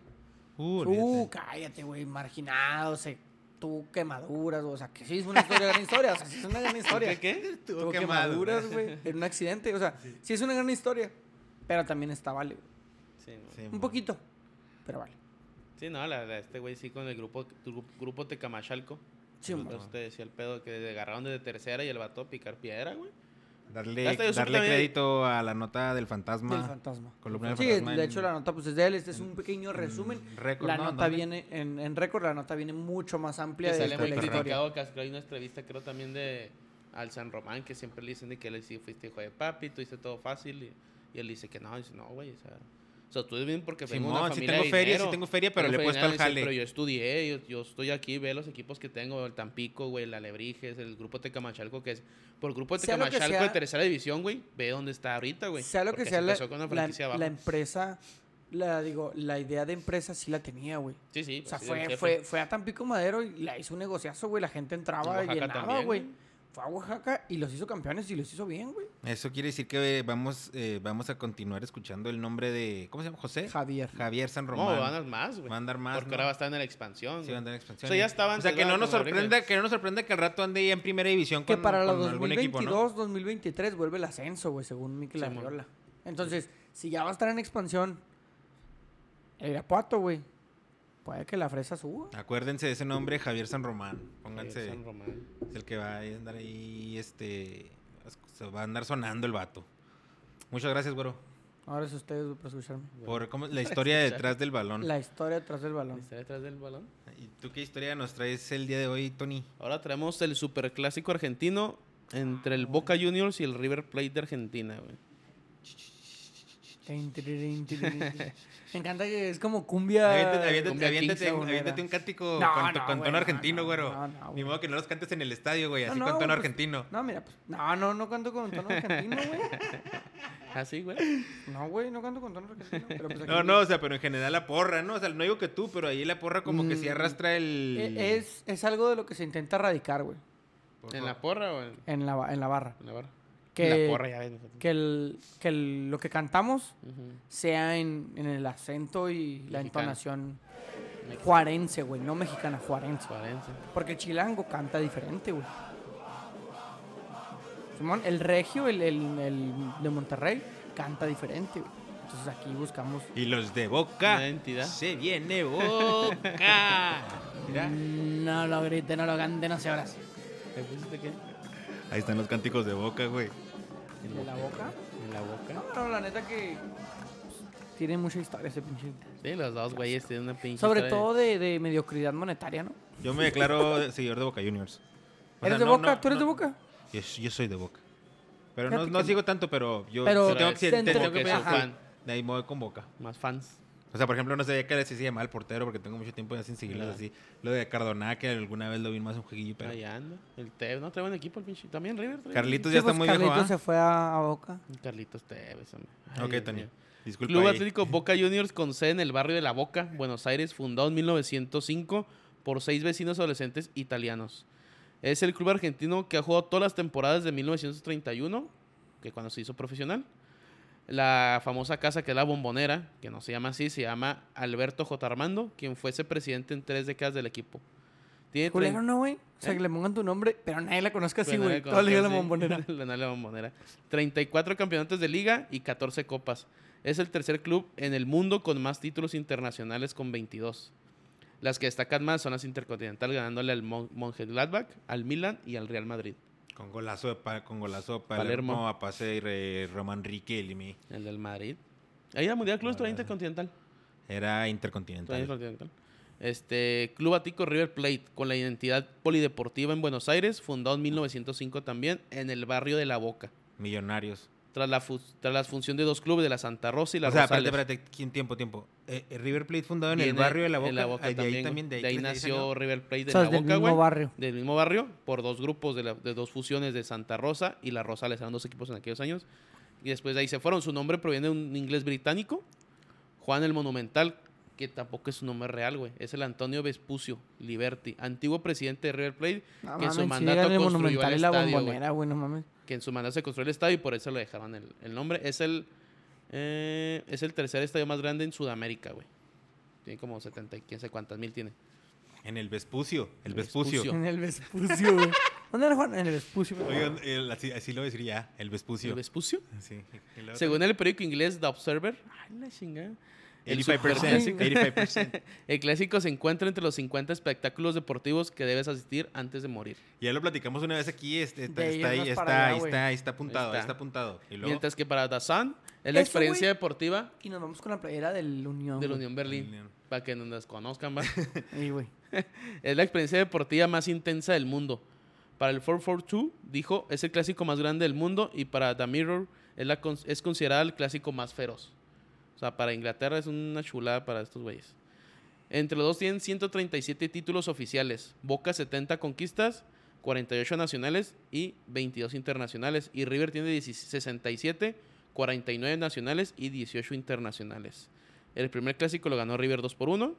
S1: Uh,
S3: Uh,
S1: olvídate.
S3: cállate, güey. Marginado, se tuvo quemaduras. O sea, que sí es una historia, gran historia. O sea, sí es una gran historia.
S1: ¿Qué? qué? Tuvo
S3: Tuvo
S1: quemaduras,
S3: quemaduras,
S1: güey.
S3: güey. En un accidente. O sea, sí es una gran historia. Pero también está vale. güey.
S2: Sí, no. Sí.
S1: Simón.
S3: Un poquito. Pero vale.
S2: no, la, la- este güey sí con el grupo, tu- grupo Tecamachalco.
S3: Sí,
S2: Los
S3: mo-
S2: dos te decía el pedo que le agarraron desde tercera y el vato a picar piedra, güey.
S1: Darle,
S2: Ya hasta yo supe
S1: darle
S2: también-
S1: crédito a la nota del fantasma.
S3: Del fantasma.
S1: Columna del
S3: Sí,
S1: fantasma
S3: de
S1: en-
S3: hecho la nota pues es de él, este es un pequeño resumen.
S1: récord,
S3: la
S1: ¿no?
S3: nota
S1: ¿Dónde?
S3: viene en, en récord, la nota viene mucho más amplia
S2: Que
S3: de,
S2: sale
S3: de
S1: está
S2: muy
S3: la
S1: perro.
S3: historia.
S2: criticado, que hasta hay una entrevista creo también de al San Román, que siempre le dicen de que él sí fuiste hijo de papi, tú hiciste todo fácil, y, y él dice que no, dice, no, güey, o sea, o sea, tú es bien porque vengo de
S1: Simón,
S2: una
S1: sí
S2: familia
S1: tengo
S2: de
S1: feria,
S2: dinero,
S1: sí tengo feria, pero le he puesto
S2: dinero",
S1: al
S2: dice,
S1: jale.
S2: Pero yo estudié, yo, yo estoy aquí, ve los equipos que tengo, el Tampico, güey, el Alebrijes, el grupo Tecamachalco, que es, por grupo
S3: Sea lo que
S2: Tecamachalco de
S3: sea-
S2: tercera división, güey, ve dónde está ahorita, güey.
S3: Sea lo que
S2: pues, porque
S3: sea,
S2: se
S3: la,
S2: empezó con una
S3: la-
S2: franquicia
S3: la
S2: abajo.
S3: empresa, la digo, la idea de empresa sí la tenía, güey.
S2: Sí, sí.
S3: O sea,
S2: pues, sí, el
S3: fue,
S2: jefe.
S3: fue, fue a Tampico Madero y la hizo un negociazo, güey. La gente entraba,
S2: En Oaxaca
S3: llenaba,
S2: también,
S3: güey.
S2: güey.
S3: Fue a Oaxaca y los hizo campeones y los hizo bien, güey.
S1: Eso quiere decir que eh, vamos, eh, vamos a continuar escuchando el nombre de. ¿Cómo se llama? José.
S3: Javier.
S1: Javier San
S2: No,
S1: Román.
S2: van a dar más, güey.
S1: Va a andar más,
S2: Porque
S1: ¿no?
S2: ahora va a estar en la expansión.
S1: Sí,
S2: güey.
S1: van a andar en expansión.
S2: O sea, ya estaban
S1: O sea, que no,
S2: colgados
S1: nos
S2: con la
S1: sorprenda, que no nos sorprenda que al rato ande ya en primera división con,
S3: que para la
S1: con algún equipo, ¿no?
S3: 2022, 2023 vuelve el ascenso, güey, según Mikel
S2: Simón.
S3: Arriola. Entonces, si ya va a estar en expansión, el Irapuato, güey, puede que la fresa suba.
S1: Acuérdense de ese nombre, Javier San Román.
S2: Javier
S1: Pónganse.
S2: San Román.
S1: Es el que va a andar ahí, este. Se va a andar sonando el vato. Muchas gracias, güero.
S3: Ahora es ustedes, güey, por escucharme.
S1: Por cómo- la historia detrás del balón.
S3: La historia detrás del
S2: ¿Dónde
S3: balón.
S2: ¿Está detrás del balón?
S1: ¿Y tú qué historia nos traes el día de hoy, Tony?
S2: Ahora traemos el superclásico argentino entre el Boca Juniors y el River Plate de Argentina, güey.
S3: Tin, tirirín, tirirín, tirirín. Me encanta que es como
S1: Aviéntate,
S3: cumbia.
S1: aviéntate-
S2: cumbia
S1: aviéntate-
S3: quinceañera.
S1: aviéntate un cántico
S3: No,
S1: con,
S3: no,
S1: con tono
S3: güey, no,
S1: argentino,
S3: no,
S1: güero.
S3: no, no,
S1: Ni
S3: güey.
S1: modo que no los cantes en el estadio, güey,
S3: No,
S1: así
S3: no,
S1: con tono
S3: güey, pues,
S1: argentino.
S3: No, mira, pues, no, no, no canto con tono argentino, güey.
S2: Así, Ah, güey.
S3: No, güey, no canto con tono argentino. pero pues aquí-
S1: No, no, o sea, pero en general la porra, ¿no? O sea, no digo que tú, pero ahí la porra como que sí
S3: Mm,
S1: arrastra el...
S3: E- Es, es algo de lo que se intenta erradicar, güey,
S1: Por
S2: ¿En la
S1: favor.
S2: porra o en,
S3: en la, ba- en la barra.
S2: en la barra? En
S3: Que-
S2: la porra, ya ves. nosotros.
S3: que, el, que el- lo que cantamos
S2: Ujú.
S3: sea en, en el acento y
S2: Mexicano.
S3: la entonación
S2: Mex-
S3: juarense, güey, no mexicana, juarense.
S2: Juarense.
S3: Porque el chilango canta diferente, güey. Simón, el regio, el, el- el de Monterrey, canta diferente, güey. Entonces Entonces aquí buscamos.
S1: Y los de Boca.
S2: Una entidad.
S1: Se viene Boca. Mira,
S3: No lo grite, no lo cante, no se abrace.
S2: ¿Te pusiste qué?
S1: ahí están los cánticos de Boca, güey.
S3: ¿De la boca?
S2: En la boca.
S3: No, no, la neta que. pues, tiene mucha historia ese pinche.
S2: Sí, los dos güeyes tienen una pinche.
S3: Sobre
S2: historia
S3: todo de, de mediocridad monetaria, ¿no?
S1: Yo me declaro seguidor de Boca Juniors. O
S3: ¿Eres
S1: sea,
S3: de
S1: no,
S3: Boca?
S1: no,
S3: ¿Tú eres
S1: no.
S3: de Boca?
S1: Yo, yo soy de Boca. Pero
S3: Fíjate
S1: no, no
S3: que-
S1: sigo tanto, pero yo
S3: Pero-
S1: sí tengo que,
S2: Pero
S1: sí
S3: dentro
S1: tengo
S3: que
S1: que
S3: soy
S1: sí,
S2: fan.
S1: De ahí me voy con Boca.
S2: Más fans.
S1: O sea, por ejemplo, no sé qué decir si llamaba al portero porque tengo mucho tiempo ya sin seguirlos
S2: Claro.
S1: así. Lo de Cardona, que alguna vez lo vi más un jueguillo,
S3: Ah,
S1: pero...
S2: Allá anda. El Tevez. No, trae buen equipo el pinche. También River. trae
S1: Carlitos
S3: Sí,
S1: ya está
S3: pues,
S1: muy
S3: Carlitos
S1: viejo,
S3: se fue a, a Boca.
S2: buen- Carlitos Tevez. hombre. Ay,
S1: ¿ah? Ok,
S2: Dios
S1: Tony.
S2: mío.
S1: Disculpa eh.
S2: Club
S1: ahí.
S2: Atlético Boca Juniors con sede en el barrio de La Boca, Buenos Aires, fundado en 1905 por seis vecinos adolescentes italianos. Es el club argentino que ha jugado todas las temporadas de 1931, que cuando se hizo profesional. La famosa casa que es la Bombonera, que no se llama así, se llama Alberto J. Armando, quien fuese presidente en tres décadas del equipo. Tiene
S3: Culero,
S2: trein-
S3: no, güey. O sea,
S2: ¿Eh?
S3: que le pongan tu nombre, pero nadie la conozca así,
S2: Bueno,
S3: güey.
S2: ya
S3: Todo le digo la
S2: conozco, sí.
S3: bombonera.
S2: Le da la bombonera. 34 campeonatos de liga y 14 copas. Es el tercer club en el mundo con más títulos internacionales con 22. Las que destacan más son las Intercontinental ganándole al Mon Mönchengladbach, al Milan y al Real Madrid.
S1: Con golazo de pa- con golazo de Palermo,
S2: Palermo.
S1: a pase de Re- Román Riquelme.
S2: El del Madrid. Ahí la Mundial Club trae Intercontinental.
S1: Era
S2: Trae
S1: intercontinental.
S2: Intercontinental. Este Club Atico River Plate con la identidad polideportiva en Buenos Aires, fundado en 1905 también en el barrio de La Boca.
S1: Millonarios.
S2: Tras la, fu- tras la función de dos clubes de la Santa Rosa y la
S1: o sea, espérate,
S2: Rosales.
S1: espérate, ¿quién tiempo, tiempo? Eh, eh, River Plate fundado en el
S2: Viene
S1: barrio de La Boca.
S2: en
S1: ah, de ahí
S2: también,
S1: también, de ahí, que les dicen,
S2: nació
S1: ¿no?
S2: River Plate de
S3: O sea,
S2: la
S3: del
S2: Boca,
S3: mismo
S2: güey.
S3: barrio.
S2: Del mismo barrio, por dos grupos de, la- de dos fusiones de Santa Rosa y La Rosales, eran dos equipos en aquellos años. Y después de ahí se fueron. Su nombre proviene de un inglés británico, Juan el Monumental, que tampoco es su nombre real, güey. Es el Antonio Vespucio Liberti, antiguo presidente de River Plate,
S3: No
S2: que en
S3: mames,
S2: su
S3: sí,
S2: mandato
S3: díganle
S2: construyó el
S3: monumental y la
S2: estadio, güey.
S3: bombonera, güey, no mames.
S2: Que en su mandato se construyó el estadio y por eso le dejaron el, el nombre. Es el, eh, es el tercer estadio más grande en Sudamérica, güey. Tiene como 70 y quién sabe cuántas mil tiene.
S1: En el Vespucio. El
S2: El
S1: Vespucio.
S2: Vespucio.
S3: En el Vespucio, güey. ¿Dónde era Juan? En el Vespucio. güey.
S1: Oigan, el- así, así lo decía, el Vespucio.
S2: ¿El Vespucio?
S1: Sí. Y luego-
S2: Según el periódico inglés The Observer, ay, la chingada. El,
S1: 85%.
S2: superclásico-
S1: 85%.
S2: el clásico se encuentra entre los 50 espectáculos deportivos que debes asistir antes de morir.
S1: Ya lo platicamos una vez aquí, este, está,
S3: De
S1: está ahí,
S3: irnos
S1: está,
S3: para allá,
S1: ahí
S3: güey.
S1: está, ahí está apuntado, ahí
S2: Ahí está.
S1: está apuntado. Y luego,
S2: Mientras que para Dazan es la
S3: Eso,
S2: experiencia
S3: güey.
S2: deportiva
S3: Y nos vamos con la playera del Unión.
S2: de la
S3: güey.
S2: Unión Berlín.
S1: Berlín.
S2: Para que nos las conozcan, va.
S3: Sí, güey.
S2: es la experiencia deportiva más intensa del mundo. Para el 442, dijo, es el clásico más grande del mundo y para The Mirror es, la cons- es considerada el clásico más feroz. O sea, para Inglaterra es una chulada para estos güeyes. Entre los dos tienen 137 títulos oficiales. Boca 70 conquistas, 48 nacionales y 22 internacionales. Y River tiene 10 67, 49 nacionales y 18 internacionales. El primer clásico lo ganó River 2 por 1.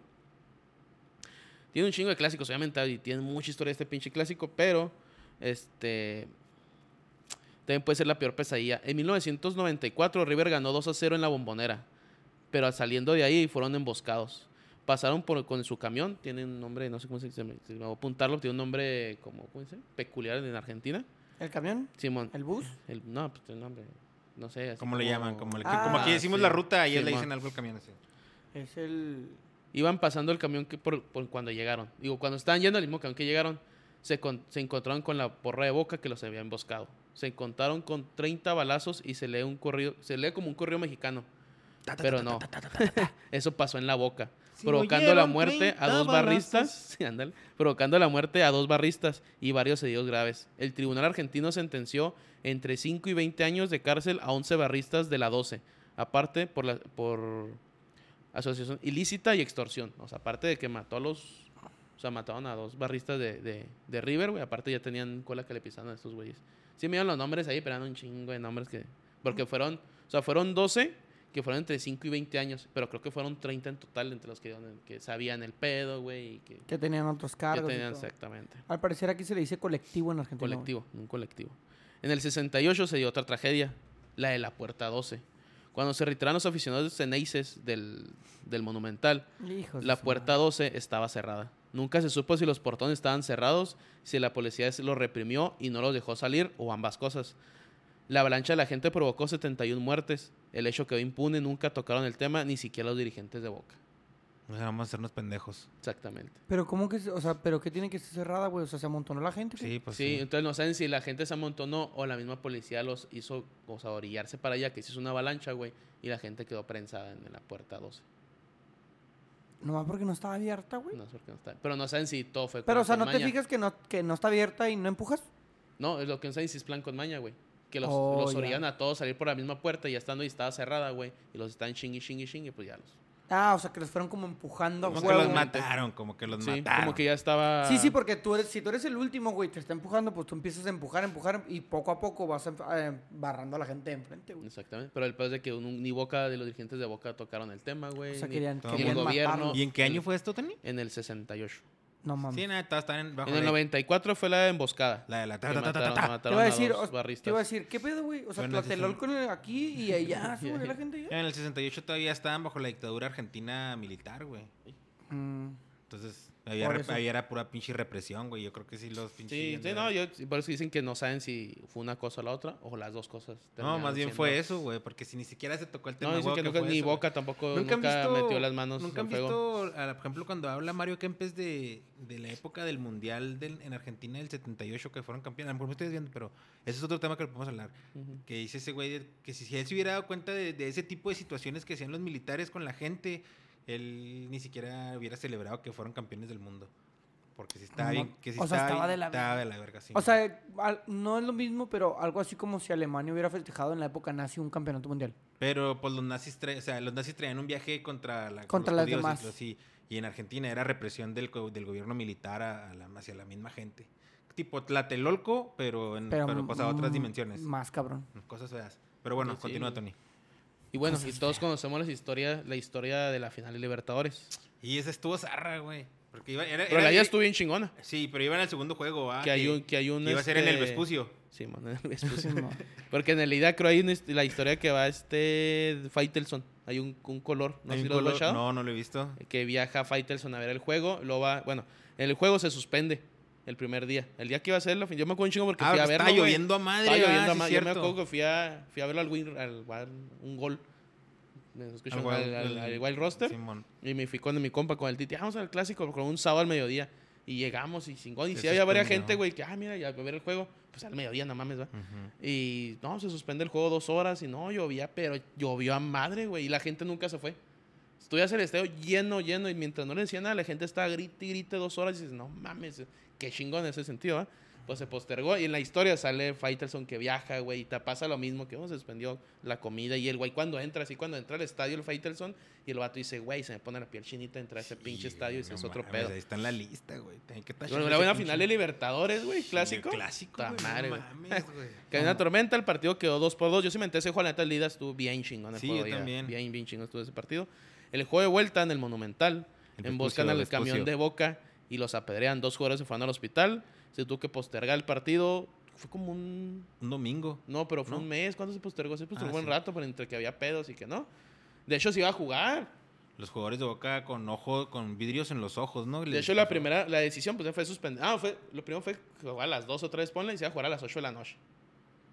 S2: Tiene un chingo de clásicos, obviamente, y tiene mucha historia este pinche clásico, pero este también puede ser la peor pesadilla. En 1994 River ganó 2 a 0 en la Bombonera, pero al saliendo de ahí fueron emboscados. Pasaron por, con su camión, tiene un nombre, no sé cómo se llama, si me voy a apuntarlo, tiene un nombre como, ¿cómo dice? Peculiar en Argentina.
S3: ¿El camión?
S2: Simón.
S3: ¿El bus?
S2: el- no, pues tiene un nombre, no sé. así
S1: ¿Cómo le llaman? Como, el-
S3: Ah,
S1: como aquí decimos
S2: sí.
S1: la ruta, ellos le
S2: Simón.
S1: dicen algo al camión así.
S3: Es el.
S2: iban pasando el camión que por, por cuando llegaron. Digo, cuando estaban yendo al mismo camión que llegaron, se, con- se encontraron con la porra de boca que los había emboscado. Se encontraron con 30 balazos y se lee un corrido, se lee como un corrido mexicano. Pero no. Eso pasó en la boca. Provocando la
S1: Murieron
S2: muerte a
S1: 30
S2: dos barristas. Sí, ándale. Provocando la muerte a dos barristas y varios heridos graves. El tribunal argentino sentenció entre 5 y 20 años de cárcel a 11 barristas de la 12. Aparte, por, la, por asociación ilícita y extorsión. O sea, aparte de que mató a los. O sea, mataron a dos barristas de, de, de River, güey. Aparte ya tenían cola que le pisaban a estos güeyes. Sí, me dieron los nombres ahí, pero eran un chingo de nombres que. Porque fueron. O sea, fueron 12 que fueron entre 5 y 20 años. Pero creo que fueron 30 en total entre los que, dieron- que sabían el pedo, güey. Y que, que
S3: Que tenían otros cargos. y
S2: tenían
S3: todo.
S2: exactamente.
S3: Al parecer aquí se le dice colectivo en Argentina. güey.
S2: Colectivo, un colectivo. En el 68 se dio otra tragedia, la de la Puerta 12. Cuando se retiraron los aficionados ceneices del, del Monumental,
S3: Hijos de
S2: la
S3: su
S2: puerta 12 estaba cerrada. Nunca se supo si los portones estaban cerrados, si la policía se los reprimió y no los dejó salir o ambas cosas. La avalancha de la gente provocó 71 muertes. El hecho quedó impune, nunca tocaron el tema, ni siquiera los dirigentes de Boca.
S1: O sea, vamos a hacernos pendejos.
S2: Exactamente.
S3: Pero ¿cómo que, se- o sea, pero qué tiene que estar cerrada, güey? O sea, se amontonó la gente. güey.
S1: Sí, pues
S2: sí,
S1: sí.
S2: entonces no saben si la gente se amontonó o la misma policía los hizo, o sea, orillarse para allá, que se hizo una avalancha, güey, y la gente quedó prensada en la puerta 12.
S3: Nomás porque no estaba abierta, güey.
S2: No sé por qué no está. Pero no saben si todo fue.
S3: Pero,
S2: plan
S3: o sea,
S2: con
S3: ¿no te
S2: maña.
S3: fijas que no, que no está abierta y no empujas?
S2: No, es lo que no saben si es plan con maña, güey. Que los,
S3: Oh,
S2: los
S3: ya.
S2: orillan a todos a salir por la misma puerta y ya estando ahí estaba cerrada, güey. Y los están chingui, chingui, chingui, pues ya los.
S3: Ah, o sea, que los fueron como empujando a
S1: Como que
S3: huevo.
S1: los mataron, como que los
S2: sí,
S1: mataron.
S2: como que ya estaba.
S3: Sí, sí, porque tú eres, si tú eres el último, güey, te está empujando, pues tú empiezas a empujar, empujar y poco a poco vas em- eh, barrando a la gente de enfrente, güey.
S2: Exactamente. Pero el peor es de que un- ni Boca de los dirigentes de Boca tocaron el tema, güey.
S3: O sea,
S2: ni-
S3: querían,
S1: todo el
S3: querían
S2: mundo gobierno.
S3: matarlo.
S1: ¿Y en qué año fue esto, Tony?
S2: En el 68.
S3: No mames.
S1: Sí, nada, todas están en, bajo
S2: En el
S1: la-
S2: 94 fue la emboscada.
S1: Ah, La de la ta,
S2: que
S1: ta, ta, ta,
S2: mataron,
S1: ta.
S3: te
S2: mataron
S3: iba a
S2: a
S3: decir,
S2: los
S3: o- te iba a
S2: barristas.
S3: decir, ¿qué pedo, güey? O sea,
S1: Bueno, sí,
S3: tlatelol
S1: sí.
S3: con el aquí y allá, se murió la gente ya.
S1: En el 68 todavía estaban bajo la dictadura argentina militar, güey.
S3: Mm.
S1: Entonces, había,
S3: Por
S1: rep-
S3: eso.
S1: había era pura pinche represión, güey. Yo creo que sí los pinches...
S2: Sí, sí, no, yo, por eso dicen que no saben si fue una cosa o la otra, o las dos cosas.
S1: No,
S2: terminaron
S1: más bien
S2: siendo-
S1: fue eso, güey, porque si ni siquiera se tocó el tema.
S2: No, dicen
S1: güey,
S2: que
S1: ¿qué
S2: nunca,
S1: fue
S2: ni
S1: eso, güey?
S2: Boca tampoco,
S1: Nunca
S2: nunca,
S1: han visto-
S2: metió las manos
S1: Nunca
S2: al
S1: han
S2: fuego.
S1: visto, a la- por ejemplo, cuando habla Mario Kempes de, de la época del Mundial del- en Argentina del 78 que fueron campeones. A lo mejor me estoy desviando, pero ese es otro tema que lo podemos hablar.
S2: Ujú.
S1: Que dice ese güey de- que si, si él se hubiera dado cuenta de, de ese tipo de situaciones que hacían los militares con la gente, él ni siquiera hubiera celebrado que fueron campeones del mundo. Porque si estaba
S3: No,
S1: bien, que si
S3: o
S1: estaba,
S3: sea, estaba
S1: bien-
S3: de la
S1: estaba de la verga, sí,
S3: O
S1: güey.
S3: sea, al- no es lo mismo, pero algo así como si Alemania hubiera festejado en la época nazi un campeonato mundial.
S1: Pero pues los nazis, tra- o sea, los nazis traían un viaje contra la
S3: Contra
S1: los
S3: las
S1: judíos y
S3: demás.
S1: los- Y, y en Argentina era represión del, co- del gobierno militar a- a la- hacia la misma gente. Tipo Tlatelolco, pero, en,
S3: Pero,
S1: pero, pues, a otras
S3: mm,
S1: dimensiones.
S3: Más cabrón.
S1: Cosas feas. Pero bueno,
S2: Sí,
S1: continúa,
S2: sí.
S1: Tony.
S2: Y bueno, y
S3: Cosas
S2: todos conocemos las historias, la historia de la final de Libertadores.
S1: Y esa estuvo zarra, güey. Porque iba, era,
S2: Pero
S1: era-
S2: la ya estuvo bien chingona.
S1: Sí, pero iban al segundo juego, Eh, ¿ah?
S2: que hay un. Que hay un
S1: que iba a ser en el
S2: este,
S1: Vespucio.
S2: Sí, man, en el Vespucio.
S3: Sí, no.
S2: Porque en el idea creo hay una hist- la historia que va este. Faitelson. Hay un, un color. No sé
S1: Hay
S2: si
S1: un
S2: lo has
S1: color-
S2: guachado.
S1: no, no lo he visto.
S2: que viaja Faitelson a ver el juego, lo va, bueno, el juego se suspende el primer día. El día que iba a hacerlo, yo me acuerdo un chingo porque
S1: Ah,
S2: fui a
S1: porque
S2: verlo.
S1: estaba
S2: güey.
S1: lloviendo a madre,
S2: Estaba
S1: ah,
S2: lloviendo a
S1: sí,
S2: madre. Yo me
S1: cierto.
S2: acuerdo que fui a, fui a verlo al, win, al, Wild- un gol. ¿Me escuchan?
S1: Ah,
S2: Al, al-
S1: el-
S2: al Wild Roster.
S1: Simón.
S2: Y me fui con mi compa, con el Titi. "Ah, Vamos al clásico, con un sábado al mediodía. Y llegamos y chingón. Y
S1: Se
S2: si había varias
S1: suspendió.
S2: gente, güey, que, ah, mira, ya voy a ver el juego. Pues al mediodía, no mames, va.
S1: Ujú.
S2: Y no, se suspende el juego dos horas y no, llovía, pero llovió a madre, güey. Y la gente nunca se fue. Estuvieras el estadio lleno, lleno. Y mientras no le decían nada, la gente estaba grite y grite dos horas. Y dices, no mames, qué chingón en ese sentido, ¿ah? Pues se postergó. Y en la historia sale Faitelson que viaja, güey. Y te pasa lo mismo que, oh, se suspendió la comida. Y el güey, cuando entra, así, cuando entra al estadio el Faitelson. Y el vato dice, güey, se me pone la piel chinita entrar a ese este pinche
S1: Sí,
S2: estadio. Y
S1: no
S2: es otro
S1: mames,
S2: pedo.
S1: Ahí está en la lista, güey. Tiene que estar
S2: Bueno,
S1: chido ese
S2: la buena
S1: pinche-
S2: final de Libertadores, güey. Clásico.
S1: Clásico,
S2: Ta
S1: güey, no
S2: madre, güey.
S1: mames, güey.
S2: Que había una tormenta, el partido quedó 2 por 2. Yo sí me enteré ese juego, la neta, el Lida estuvo bien chingón. El
S1: Sí,
S2: juego
S1: yo
S2: de ida.
S1: también.
S2: Bien, bien chingón estuvo ese partido. El juego de vuelta en el Monumental.
S1: El
S2: emboscan
S1: Vespucio,
S2: al
S1: el
S2: camión
S1: Vespucio.
S2: de Boca y los apedrean. Dos jugadores se fueron al hospital. Se tuvo que postergar el partido. Fue como un...
S1: Un domingo.
S2: No, pero fue
S1: No.
S2: un mes. ¿Cuánto se postergó? Se postergó
S1: Ah,
S2: un
S1: sí.
S2: rato, pero entre que había pedos y que no. De hecho, se iba a jugar.
S1: Los jugadores de Boca con ojo, con vidrios en los ojos, ¿no?
S2: De hecho, la primera, la decisión pues fue suspendida. Ah, fue, lo primero fue jugar a las 2 o 3, ponle, y se iba a jugar a las 8 de la noche.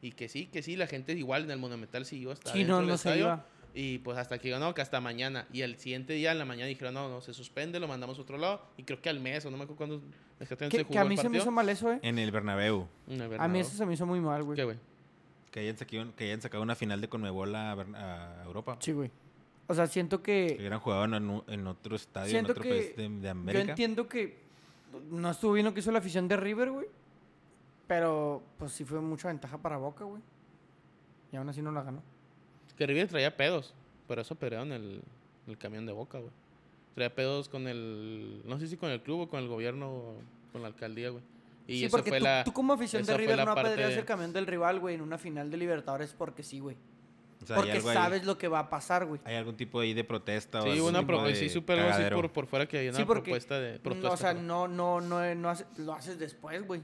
S2: Y que sí, que sí, la gente igual en el Monumental siguió hasta
S3: Sí,
S2: dentro
S3: no,
S2: del
S3: no se
S2: estadio.
S3: iba.
S2: Y pues hasta que digo, no, que hasta mañana. Y el siguiente día en la mañana dijeron, no, no, se suspende, lo mandamos a otro lado. Y creo que al mes, o no me acuerdo cuándo exactamente se
S3: Que,
S2: jugó
S3: que a
S2: el
S3: mí se me hizo
S2: partido.
S3: mal eso, eh.
S1: En el Bernabéu.
S2: En el
S3: A mí
S2: Bernabéu.
S3: eso se me hizo muy mal,
S2: ¿Qué,
S3: güey.
S2: güey?
S1: Que hayan sacado, que hayan sacado una final de Conmebol a, Bern- a Europa.
S3: Sí, güey. O sea, siento que...
S1: Que hubieran jugado en, un- en otro estadio, en
S3: Siento
S1: otro
S3: que
S1: país de, de América.
S3: Yo entiendo que no estuvo bien lo que hizo la afición de River, güey. Pero pues sí fue mucha ventaja para Boca, güey. Y aún así no la ganó.
S2: Que River traía pedos. Por eso pelearon el, el camión de boca, güey. Traía pedos con el. No sé si con el club o con el gobierno, con la alcaldía, güey. Y
S3: sí,
S2: eso
S3: porque
S2: fue
S3: tú,
S2: la.
S3: tú como afición
S2: esa
S3: de
S2: fue
S3: River
S2: la
S3: no
S2: parte
S3: apedreas
S2: de-
S3: el camión del rival, güey, en una final de Libertadores porque sí, güey.
S1: O sea, hay
S3: porque
S1: algo ahí-
S3: sabes lo que va a pasar, güey.
S1: Hay algún tipo ahí de protesta o
S2: Sí,
S1: algún
S2: hubo una
S1: tipo
S2: propuesta,
S1: de
S2: sí, supe algo así
S1: cagadero.
S2: por, por fuera que había
S3: Sí,
S2: una
S3: porque
S2: propuesta de...
S3: No,
S2: Propuesta,
S3: o sea,
S2: perdón.
S3: no, no, no, no hace- lo haces después, güey.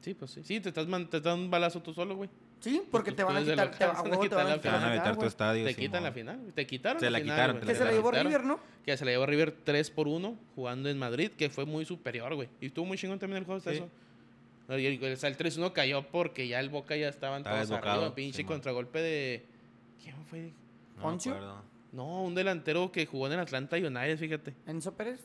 S2: Sí, pues sí. Sí, te estás, man- te estás dando un balazo tú solo, güey.
S3: Sí, porque
S2: tú-
S3: te van a
S2: tú eres de
S3: quitar, te,
S2: local,
S3: a huevo te van a
S2: la
S1: Te
S3: quitar
S1: van
S3: la
S1: a este
S3: final,
S1: vetar tu
S3: Ah, güey.
S1: estadio.
S2: Te quitan la
S1: Simón.
S2: final. güey. Te quitaron
S1: Se la
S2: final,
S1: quitaron,
S2: güey.
S1: te
S3: Que se la llevó
S2: quitaron.
S3: River, ¿no?
S2: Que se la llevó River 3 por 1 jugando en Madrid, que fue muy superior, güey. Y estuvo muy chingón también el juego hasta
S1: Sí.
S2: eso. O y el, o sea, el 3-1 cayó porque ya el Boca ya estaban
S1: Estaba
S2: todos
S1: desbocado,
S2: arriba. Pinche
S1: Simón.
S2: contragolpe de... ¿Quién fue?
S1: No me
S3: ¿Poncio?
S1: acuerdo.
S2: No, un delantero que jugó en el Atlanta United, fíjate.
S3: ¿Enzo Pérez?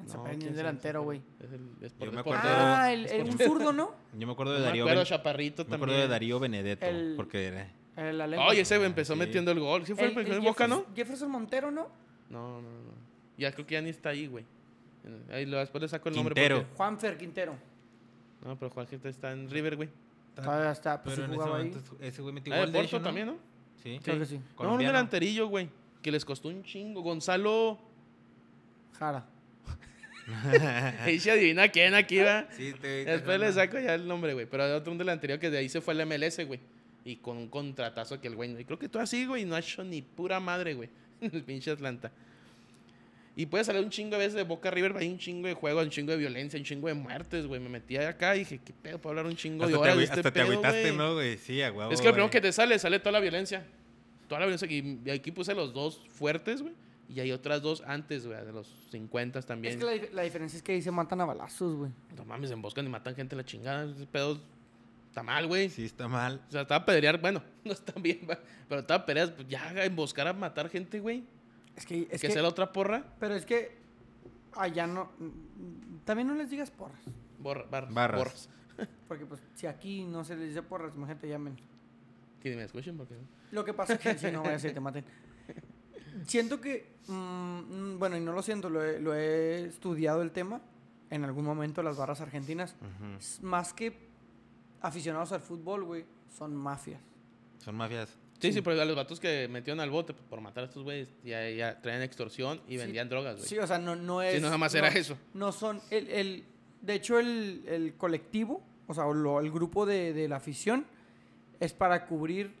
S3: Enzo
S2: No,
S3: Pérez ni
S2: quién
S3: es
S2: sabe,
S3: delantero,
S2: ese-
S3: güey.
S2: Es el es por-
S1: Yo me
S2: es portero.
S1: acuerdo-
S3: Ah, el,
S2: Es
S3: el- un
S2: portero.
S3: zurdo, ¿no?
S1: Yo me acuerdo de
S2: Me
S1: Darío
S2: acuerdo,
S1: Ben-
S2: Chaparrito
S1: Me
S2: también.
S1: acuerdo de Darío Benedetto.
S3: El-
S1: Porque era.
S3: El alemán.
S2: Ay, ese empezó
S1: Sí.
S2: metiendo el gol. ¿Sí fue el,
S3: El- el
S2: primer Boca, no?
S3: Jefferson- Jefferson Montero, ¿no?
S2: No, no, no. Ya creo que ya ni está ahí, güey. Ahí lo, después le saco el
S1: Quintero.
S2: nombre.
S3: Juanfer Quintero.
S2: porque- No, pero Juan Quintero está en River, güey.
S3: Todavía está,
S1: Pero
S3: pues sí
S1: en ese
S3: jugaba ahí.
S1: momento ese güey metió
S2: Ah, de
S1: gol, de
S2: Porto
S1: hecho, ¿no?
S2: también, ¿no?
S1: Sí.
S3: Creo que sí.
S2: No, un
S1: Colombiano.
S2: delanterillo, güey. Que les costó un chingo. Gonzalo.
S3: Jara.
S2: Ahí se adivina quién aquí, va.
S1: Sí, te- te
S2: Después le
S1: suena.
S2: saco ya el nombre, güey. Pero hay otro un delanterillo que de ahí se fue al MLS, güey. Y con un contratazo que el güey. Y creo que todo así, güey. No ha hecho ni pura madre, güey. En el pinche Atlanta. Y puede salir un chingo de veces de Boca River. Hay un chingo de juegos, un chingo de violencia, un chingo de muertes, güey. Me metí acá y dije, ¿qué pedo? Puedo hablar un chingo
S1: Hasta te
S2: de horas
S1: agü-
S2: de este
S1: Hasta te
S2: pedo,
S1: agüitaste,
S2: güey.
S1: ¿no, güey? Sí, a huevo.
S2: Es que lo primero
S1: güey.
S2: que te sale, sale toda la violencia. Toda la violencia. Y y aquí puse los dos fuertes, güey. Y hay otras dos antes, güey, de los 50 también.
S3: Es que la, dif- la diferencia es que ahí se matan a balazos, güey.
S2: No mames, emboscan y matan gente a la chingada. Ese pedo está mal, güey.
S1: Sí, está mal.
S2: O sea, estaba a pedrear, bueno, no está bien, va, pero estaba a pedrear, pues, ya a emboscar a matar gente, güey.
S3: Es que, es
S2: que,
S3: que-
S2: sea la otra porra,
S3: Pero es que allá no. mm, También no les digas porras.
S2: borra, barras,
S1: Barras.
S2: borras.
S3: Porque pues si aquí no se les dice porras, imagínate, llamen.
S2: Que ni me escuchen porque...
S3: Lo que pasa es que si no vaya a ser te maten. Siento que, mm, mm, bueno, y no lo siento, lo he, lo he estudiado el tema en algún momento las barras argentinas.
S1: Ujú.
S3: S- Más que aficionados al fútbol, güey, son mafias.
S1: Son mafias.
S2: Sí, sí, pero a los vatos que metieron al bote por matar a estos güeyes, ya, ya traían extorsión y
S3: Sí.
S2: vendían drogas, güey.
S3: Sí, o sea, no, no es...
S2: Sí, no, nada más era eso.
S3: No son... El, el- de hecho, el, el colectivo, o sea, o lo- el grupo de, de la afición, es para cubrir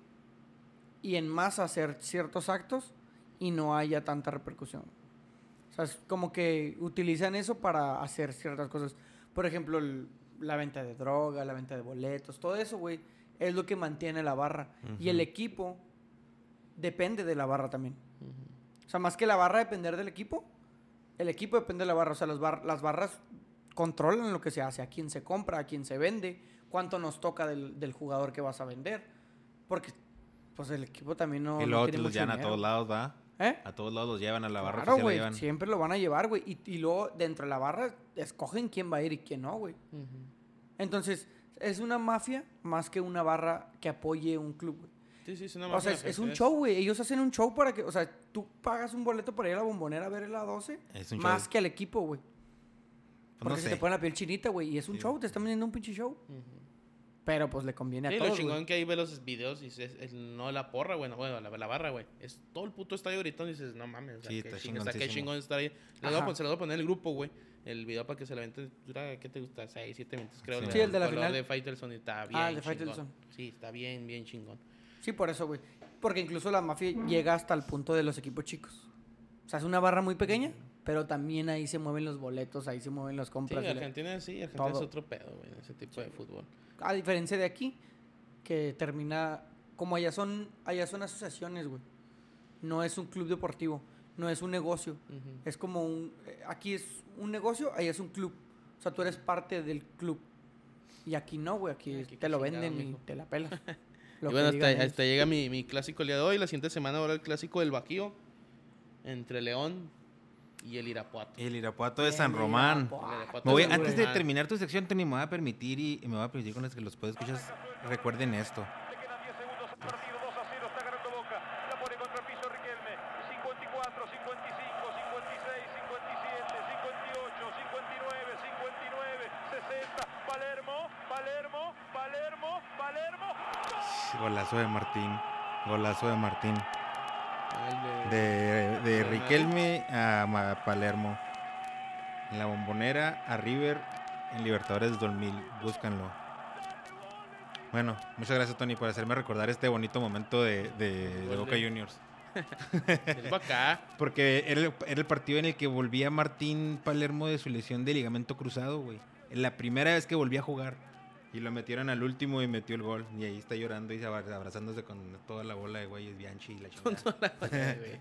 S3: y en masa hacer ciertos actos y no haya tanta repercusión. O sea, es como que utilizan eso para hacer ciertas cosas. Por ejemplo, el- la venta de droga, la venta de boletos, todo eso, güey, es lo que mantiene la barra. Y el equipo depende de la barra también. O sea, más que la barra depender del equipo, el equipo depende de la barra. O sea, las, bar- las barras controlan lo que se hace, a quién se compra, a quién se vende, cuánto nos toca del, del jugador que vas a vender. Porque, pues, el equipo también no,
S1: y
S3: no
S1: luego te
S3: tiene
S1: los
S3: mucho
S1: llevan a
S3: dinero.
S1: todos lados, va.
S3: ¿Eh?
S1: A todos lados los llevan, a la barra
S3: Claro,
S1: oficial la
S3: güey,
S1: llevan.
S3: siempre lo van a llevar, güey. Y, y luego, dentro de la barra, escogen quién va a ir y quién no, güey.
S2: Ujú.
S3: Entonces, es una mafia más que una barra que apoye un club, güey.
S2: Sí, sí, es una
S3: O sea,
S2: mafia,
S3: es, es un
S2: es-
S3: show, güey. Ellos hacen un show para que, o sea, tú pagas un boleto para ir a la bombonera a ver la 12,
S1: Es un
S3: más
S1: show.
S3: que al equipo, güey.
S1: Pues
S3: Porque
S1: no
S3: se
S1: sé.
S3: te pone la piel chinita, güey. Y es un show, te están vendiendo un pinche show. Pero pues le conviene a
S2: Sí, lo
S3: todos.
S2: chingón
S3: güey.
S2: que ahí ve los videos y dices, es no la porra, bueno, bueno, la, la barra, güey. Es todo el puto estadio gritando y dices, no mames, o sea,
S1: Sí,
S2: qué,
S1: está
S2: chingón, o sea, qué
S1: chingoncísimo.
S2: chingón estar ahí. Les voy a
S3: Ajá.
S2: pon- se lo voy a poner en el grupo, güey. El video para que se la vente dura, ¿qué te gusta? 6, 7 minutos, creo.
S1: Sí.
S2: el
S1: Sí, el
S3: de la
S2: color
S3: final.
S2: de Faitelson y está bien.
S3: Ah, el de
S2: chingón.
S3: Faitelson.
S2: Sí, está bien, bien chingón.
S3: Sí, por eso, güey. Porque incluso la mafia llega hasta el punto de los equipos chicos. O sea, es una barra muy pequeña, pero también ahí se mueven los boletos, ahí se mueven las
S2: Sí,
S3: compras. y la-
S2: Argentina sí, Argentina es
S3: Todo.
S2: otro pedo, güey, en ese tipo de fútbol.
S3: A diferencia de aquí, que termina. Como allá son, allá son asociaciones, güey. No es un club deportivo, no es un negocio.
S2: Ujú.
S3: Es como un. eh, Aquí es un negocio, allá es un club. O sea, tú eres parte del club. Y aquí no, güey. Aquí,
S2: Aquí
S3: te lo
S2: chingado,
S3: venden y
S2: mijo.
S3: te la pelas. Lo
S2: y
S3: que
S2: bueno, hasta,
S3: digan ellos.
S2: hasta llega mi, mi clásico el día de hoy. La siguiente semana ahora el clásico del Bajío entre León y el Irapuato.
S1: El Irapuato de
S3: Eh,
S1: San
S3: mira,
S1: Román.
S3: po-
S1: Me voy-
S3: San
S1: antes de
S2: Román.
S1: terminar tu sección, Tony, me voy a permitir y, y me voy a permitir con los que los puedes escuchar. Recuerden esto.
S4: Le quedan 10 segundos al partido, 2 a 0, está ganando Boca. La pone contra el piso Riquelme. 54, 55, 56, 57, 58, 59, 59, 60. Palermo, Palermo, Palermo, Palermo.
S1: Golazo de Martín. Golazo de Martín.
S2: Ah, el de-
S1: De, de Riquelme a Ma- Palermo. En la bombonera a River en Libertadores 2000. Búscanlo. Bueno, muchas gracias Tony por hacerme recordar este bonito momento de, de- de Boca Juniors.
S2: del Bacá.
S1: Porque era el, era el partido en el que volvía Martín Palermo de su lesión de ligamento cruzado, güey. La primera vez que volvía a jugar. Y lo metieron al último y metió el gol. Y ahí está llorando y abra- abrazándose con toda la bola de güeyes Bianchi y la chingada.
S2: Ay, güey.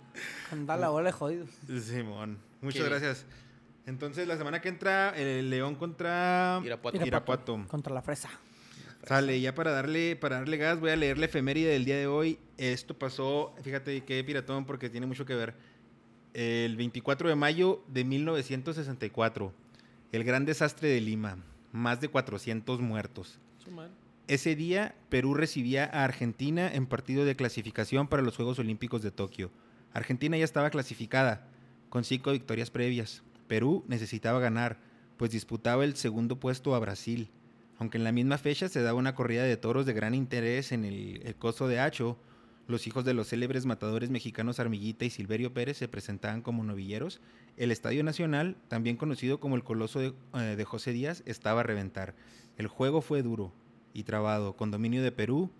S3: Anda la ola de jodidos.
S1: Simón, muchas
S2: Qué bien.
S1: gracias. Entonces, la semana que entra, el León contra
S2: Irapuato.
S1: Irapuato.
S3: Contra la fresa.
S1: Sale, ya para darle, para darle gas, voy a leer la efeméride del día de hoy. Esto pasó, fíjate qué piratón, porque tiene mucho que ver. El 24 de mayo de 1964, el gran desastre de Lima, más de 400 muertos.
S2: Su madre.
S1: Ese día, Perú recibía a Argentina en partido de clasificación para los Juegos Olímpicos de Tokio. Argentina ya estaba clasificada, con cinco victorias previas. Perú necesitaba ganar, pues disputaba el segundo puesto a Brasil. Aunque en la misma fecha se daba una corrida de toros de gran interés en el, el coso de Hacho, los hijos de los célebres matadores mexicanos Armillita y Silverio Pérez se presentaban como novilleros. El Estadio Nacional, también conocido como el Coloso de, eh, de José Díaz, estaba a reventar. El juego fue duro y trabado, con dominio de Perú,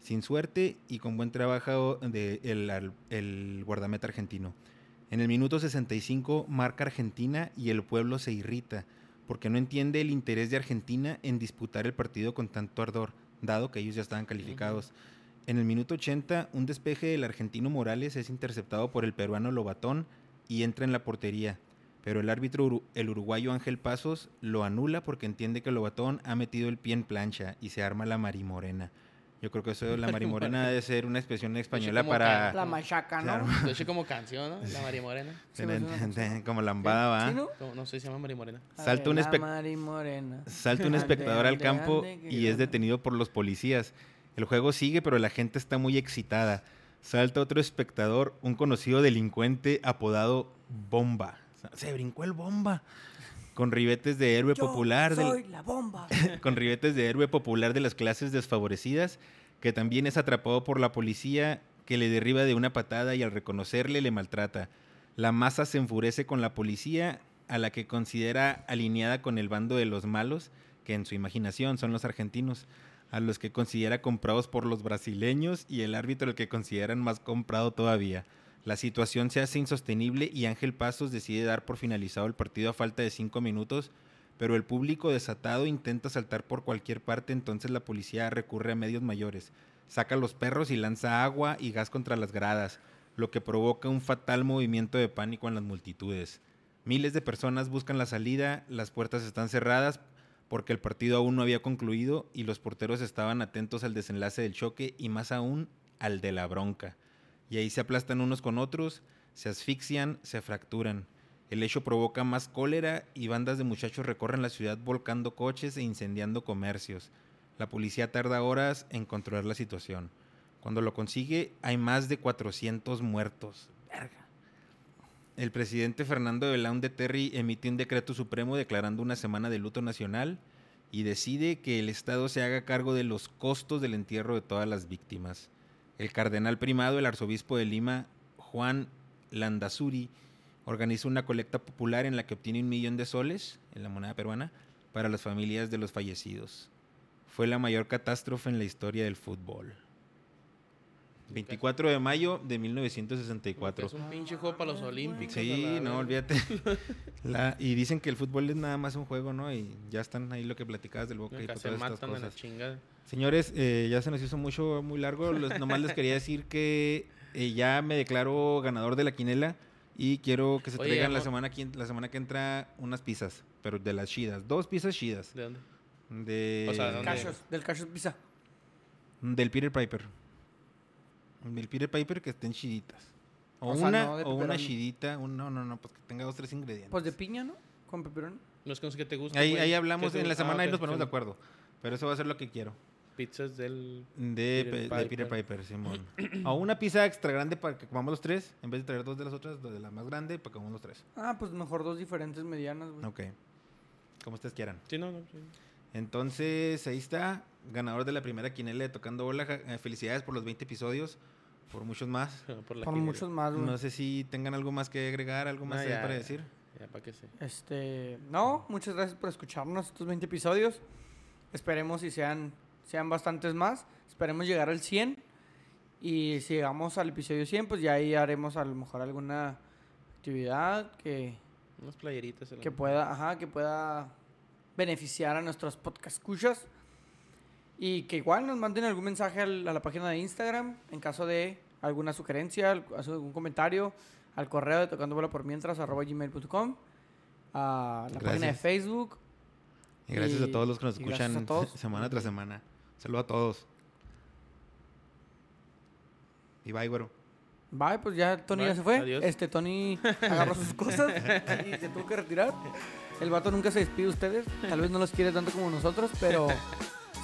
S1: sin suerte y con buen trabajo del el guardameta argentino. En el minuto 65 marca Argentina y el pueblo se irrita porque no entiende el interés de Argentina en disputar el partido con tanto ardor, dado que ellos ya estaban calificados. En el minuto 80, un despeje del argentino Morales es interceptado por el peruano Lobatón y entra en la portería. Pero el árbitro, uru- el uruguayo Ángel Pasos, lo anula porque entiende que Lobatón ha metido el pie en plancha y se arma la marimorena. Yo creo que eso de la marimorena debe ser una
S3: Pues
S1: expresión española
S2: como
S1: para...
S3: La machaca, ¿no?
S1: Claro.
S2: Lo eché como canción, ¿no? La Mari Morena.
S3: Se me hace una canción.
S1: Como lambada, va.
S3: ¿Sí, no?
S2: No, no sé si se llama Mari Morena.
S1: Salta un
S3: Adela
S1: espec-
S3: Mari Morena.
S1: Salta un
S3: Ande,
S1: espectador al
S3: ande,
S1: campo
S3: ande, que
S1: y es
S3: ande.
S1: detenido por los policías. El juego sigue, pero la gente está muy excitada. Salta otro espectador, un conocido delincuente apodado Bomba. Se brincó el Bomba. Con ribetes de héroe
S3: Yo
S1: popular. del-
S3: Soy la bomba.
S1: con ribetes de héroe popular de las clases desfavorecidas, que también es atrapado por la policía, que le derriba de una patada y al reconocerle le maltrata. La masa se enfurece con la policía, a la que considera alineada con el bando de los malos, que en su imaginación son los argentinos, a los que considera comprados por los brasileños y el árbitro el que consideran más comprado todavía. La situación se hace insostenible y Ángel Pasos decide dar por finalizado el partido a falta de cinco minutos pero el público desatado intenta saltar por cualquier parte, entonces la policía recurre a medios mayores. Saca a los perros y lanza agua y gas contra las gradas, lo que provoca un fatal movimiento de pánico en las multitudes. Miles de personas buscan la salida, las puertas están cerradas porque el partido aún no había concluido y los porteros estaban atentos al desenlace del choque y más aún al de la bronca. Y ahí se aplastan unos con otros, se asfixian, se fracturan. El hecho provoca más cólera y bandas de muchachos recorren la ciudad volcando coches e incendiando comercios. La policía tarda horas en controlar la situación. Cuando lo consigue, hay más de 400 muertos. Verga. El presidente Fernando Belaún de Terry emite un decreto supremo declarando una semana de luto nacional y decide que el Estado se haga cargo de los costos del entierro de todas las víctimas. El cardenal primado, el arzobispo de Lima, Juan Landazuri, organiza una colecta popular en la que obtiene un millón de soles, en la moneda peruana, para las familias de los fallecidos. Fue la mayor catástrofe en la historia del fútbol. 24 de mayo de
S2: Cuatro.
S1: 1964.
S2: Es un pinche juego para los Olímpicos. a
S1: Sí,
S2: la
S1: no,
S2: verga.
S1: olvídate. La- y dicen que el fútbol es nada más un juego, ¿no? Y ya están ahí lo que platicabas del Boca y
S2: Acá
S1: todas
S2: se
S1: estas
S2: matan a la
S1: cosas.
S2: chingada.
S1: Señores, eh, ya se nos hizo mucho, muy largo. Los- nomás les quería decir que eh, ya me declaro ganador de la quinela y quiero que se
S2: Oye,
S1: traigan la
S2: amor.
S1: semana, que- la semana que entra unas pizzas, pero de las chidas. Dos pizzas chidas.
S2: ¿De dónde?
S1: De,
S2: O sea, ¿de dónde?
S3: Cachos, del Cachos Pizza.
S1: Del Peter Piper. Del Peter Piper que estén chiditas. O,
S3: O sea,
S1: una,
S3: no de
S1: o una
S3: pepperoni.
S1: chidita. un- no, no, no, pues que tenga dos, tres ingredientes.
S3: Pues de piña, ¿no? Con pepperoni.
S2: No es que no sé qué te gusta.
S1: ahí,
S2: güey.
S1: ahí hablamos
S2: ¿Qué te
S1: en la
S2: gusta?
S1: semana
S2: Ah,
S1: y
S2: ok,
S1: nos ponemos de
S2: sí.
S1: acuerdo. Pero eso va a ser lo que quiero.
S2: Pizzas del.
S1: De
S2: Peter
S1: pe- de Peter,
S2: Piper.
S1: Piper, Simón. o una pizza extra grande para que comamos los tres, en vez de traer dos de las otras, dos de la más grande para que comamos los tres.
S3: Ah, pues mejor dos diferentes medianas, güey.
S1: Ok. Como ustedes quieran.
S2: Sí, no, no. sí.
S1: Entonces, ahí está, ganador de la primera quinela de Tocando Bola. Ja- eh, Felicidades por los 20 episodios, por muchos más.
S2: Por la
S3: Por
S2: que-
S3: muchos más, güey.
S1: No sé si tengan algo más que agregar, algo
S2: No,
S1: más ahí
S2: ya,
S1: para
S2: ya.
S1: decir.
S2: Ya, para que sí.
S3: Este, no, muchas gracias por escucharnos estos 20 episodios. Esperemos y sean, sean bastantes más. Esperemos llegar al 100. Y si llegamos al episodio 100, pues ya ahí haremos a lo mejor alguna actividad que,
S2: Unas playeritas.
S3: que
S2: ¿Qué
S3: pueda, ajá, que pueda beneficiar a nuestros podcast escuchas. Y que igual nos manden algún mensaje al- a la página de Instagram en caso de alguna sugerencia, al- algún comentario, al correo de tocando bola por mientras, arroba gmail.com. a la
S1: Gracias.
S3: página de Facebook.
S1: Y gracias
S3: Y-
S1: a todos los que nos
S3: y gracias a
S1: escuchan
S3: todos.
S1: semana tras semana. Saludos a todos. Y bye, güero.
S3: Bye, pues ya Tony
S2: Bye,
S3: ya se fue.
S2: adiós.
S3: Este Tony agarró sus cosas y se tuvo que retirar. El vato nunca se despide de ustedes. Tal vez no los quiere tanto como nosotros, pero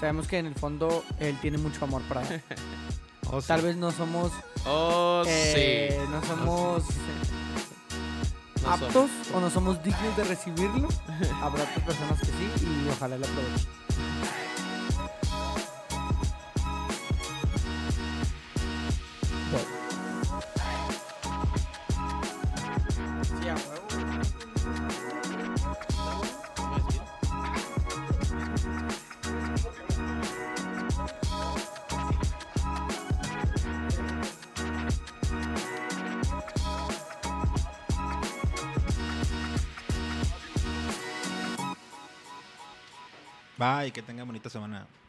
S3: sabemos que en el fondo él tiene mucho amor para. dar.
S1: Oh, sí.
S3: Tal vez no somos
S2: Oh,
S3: eh, ah,
S2: sí.
S3: no somos
S2: No
S3: aptos
S2: somos.
S3: o no somos dignos de recibirlo. Habrá otras personas que sí y ojalá lo aprovechen. Sí, a huevo.
S1: Bye, que tengan bonita semana.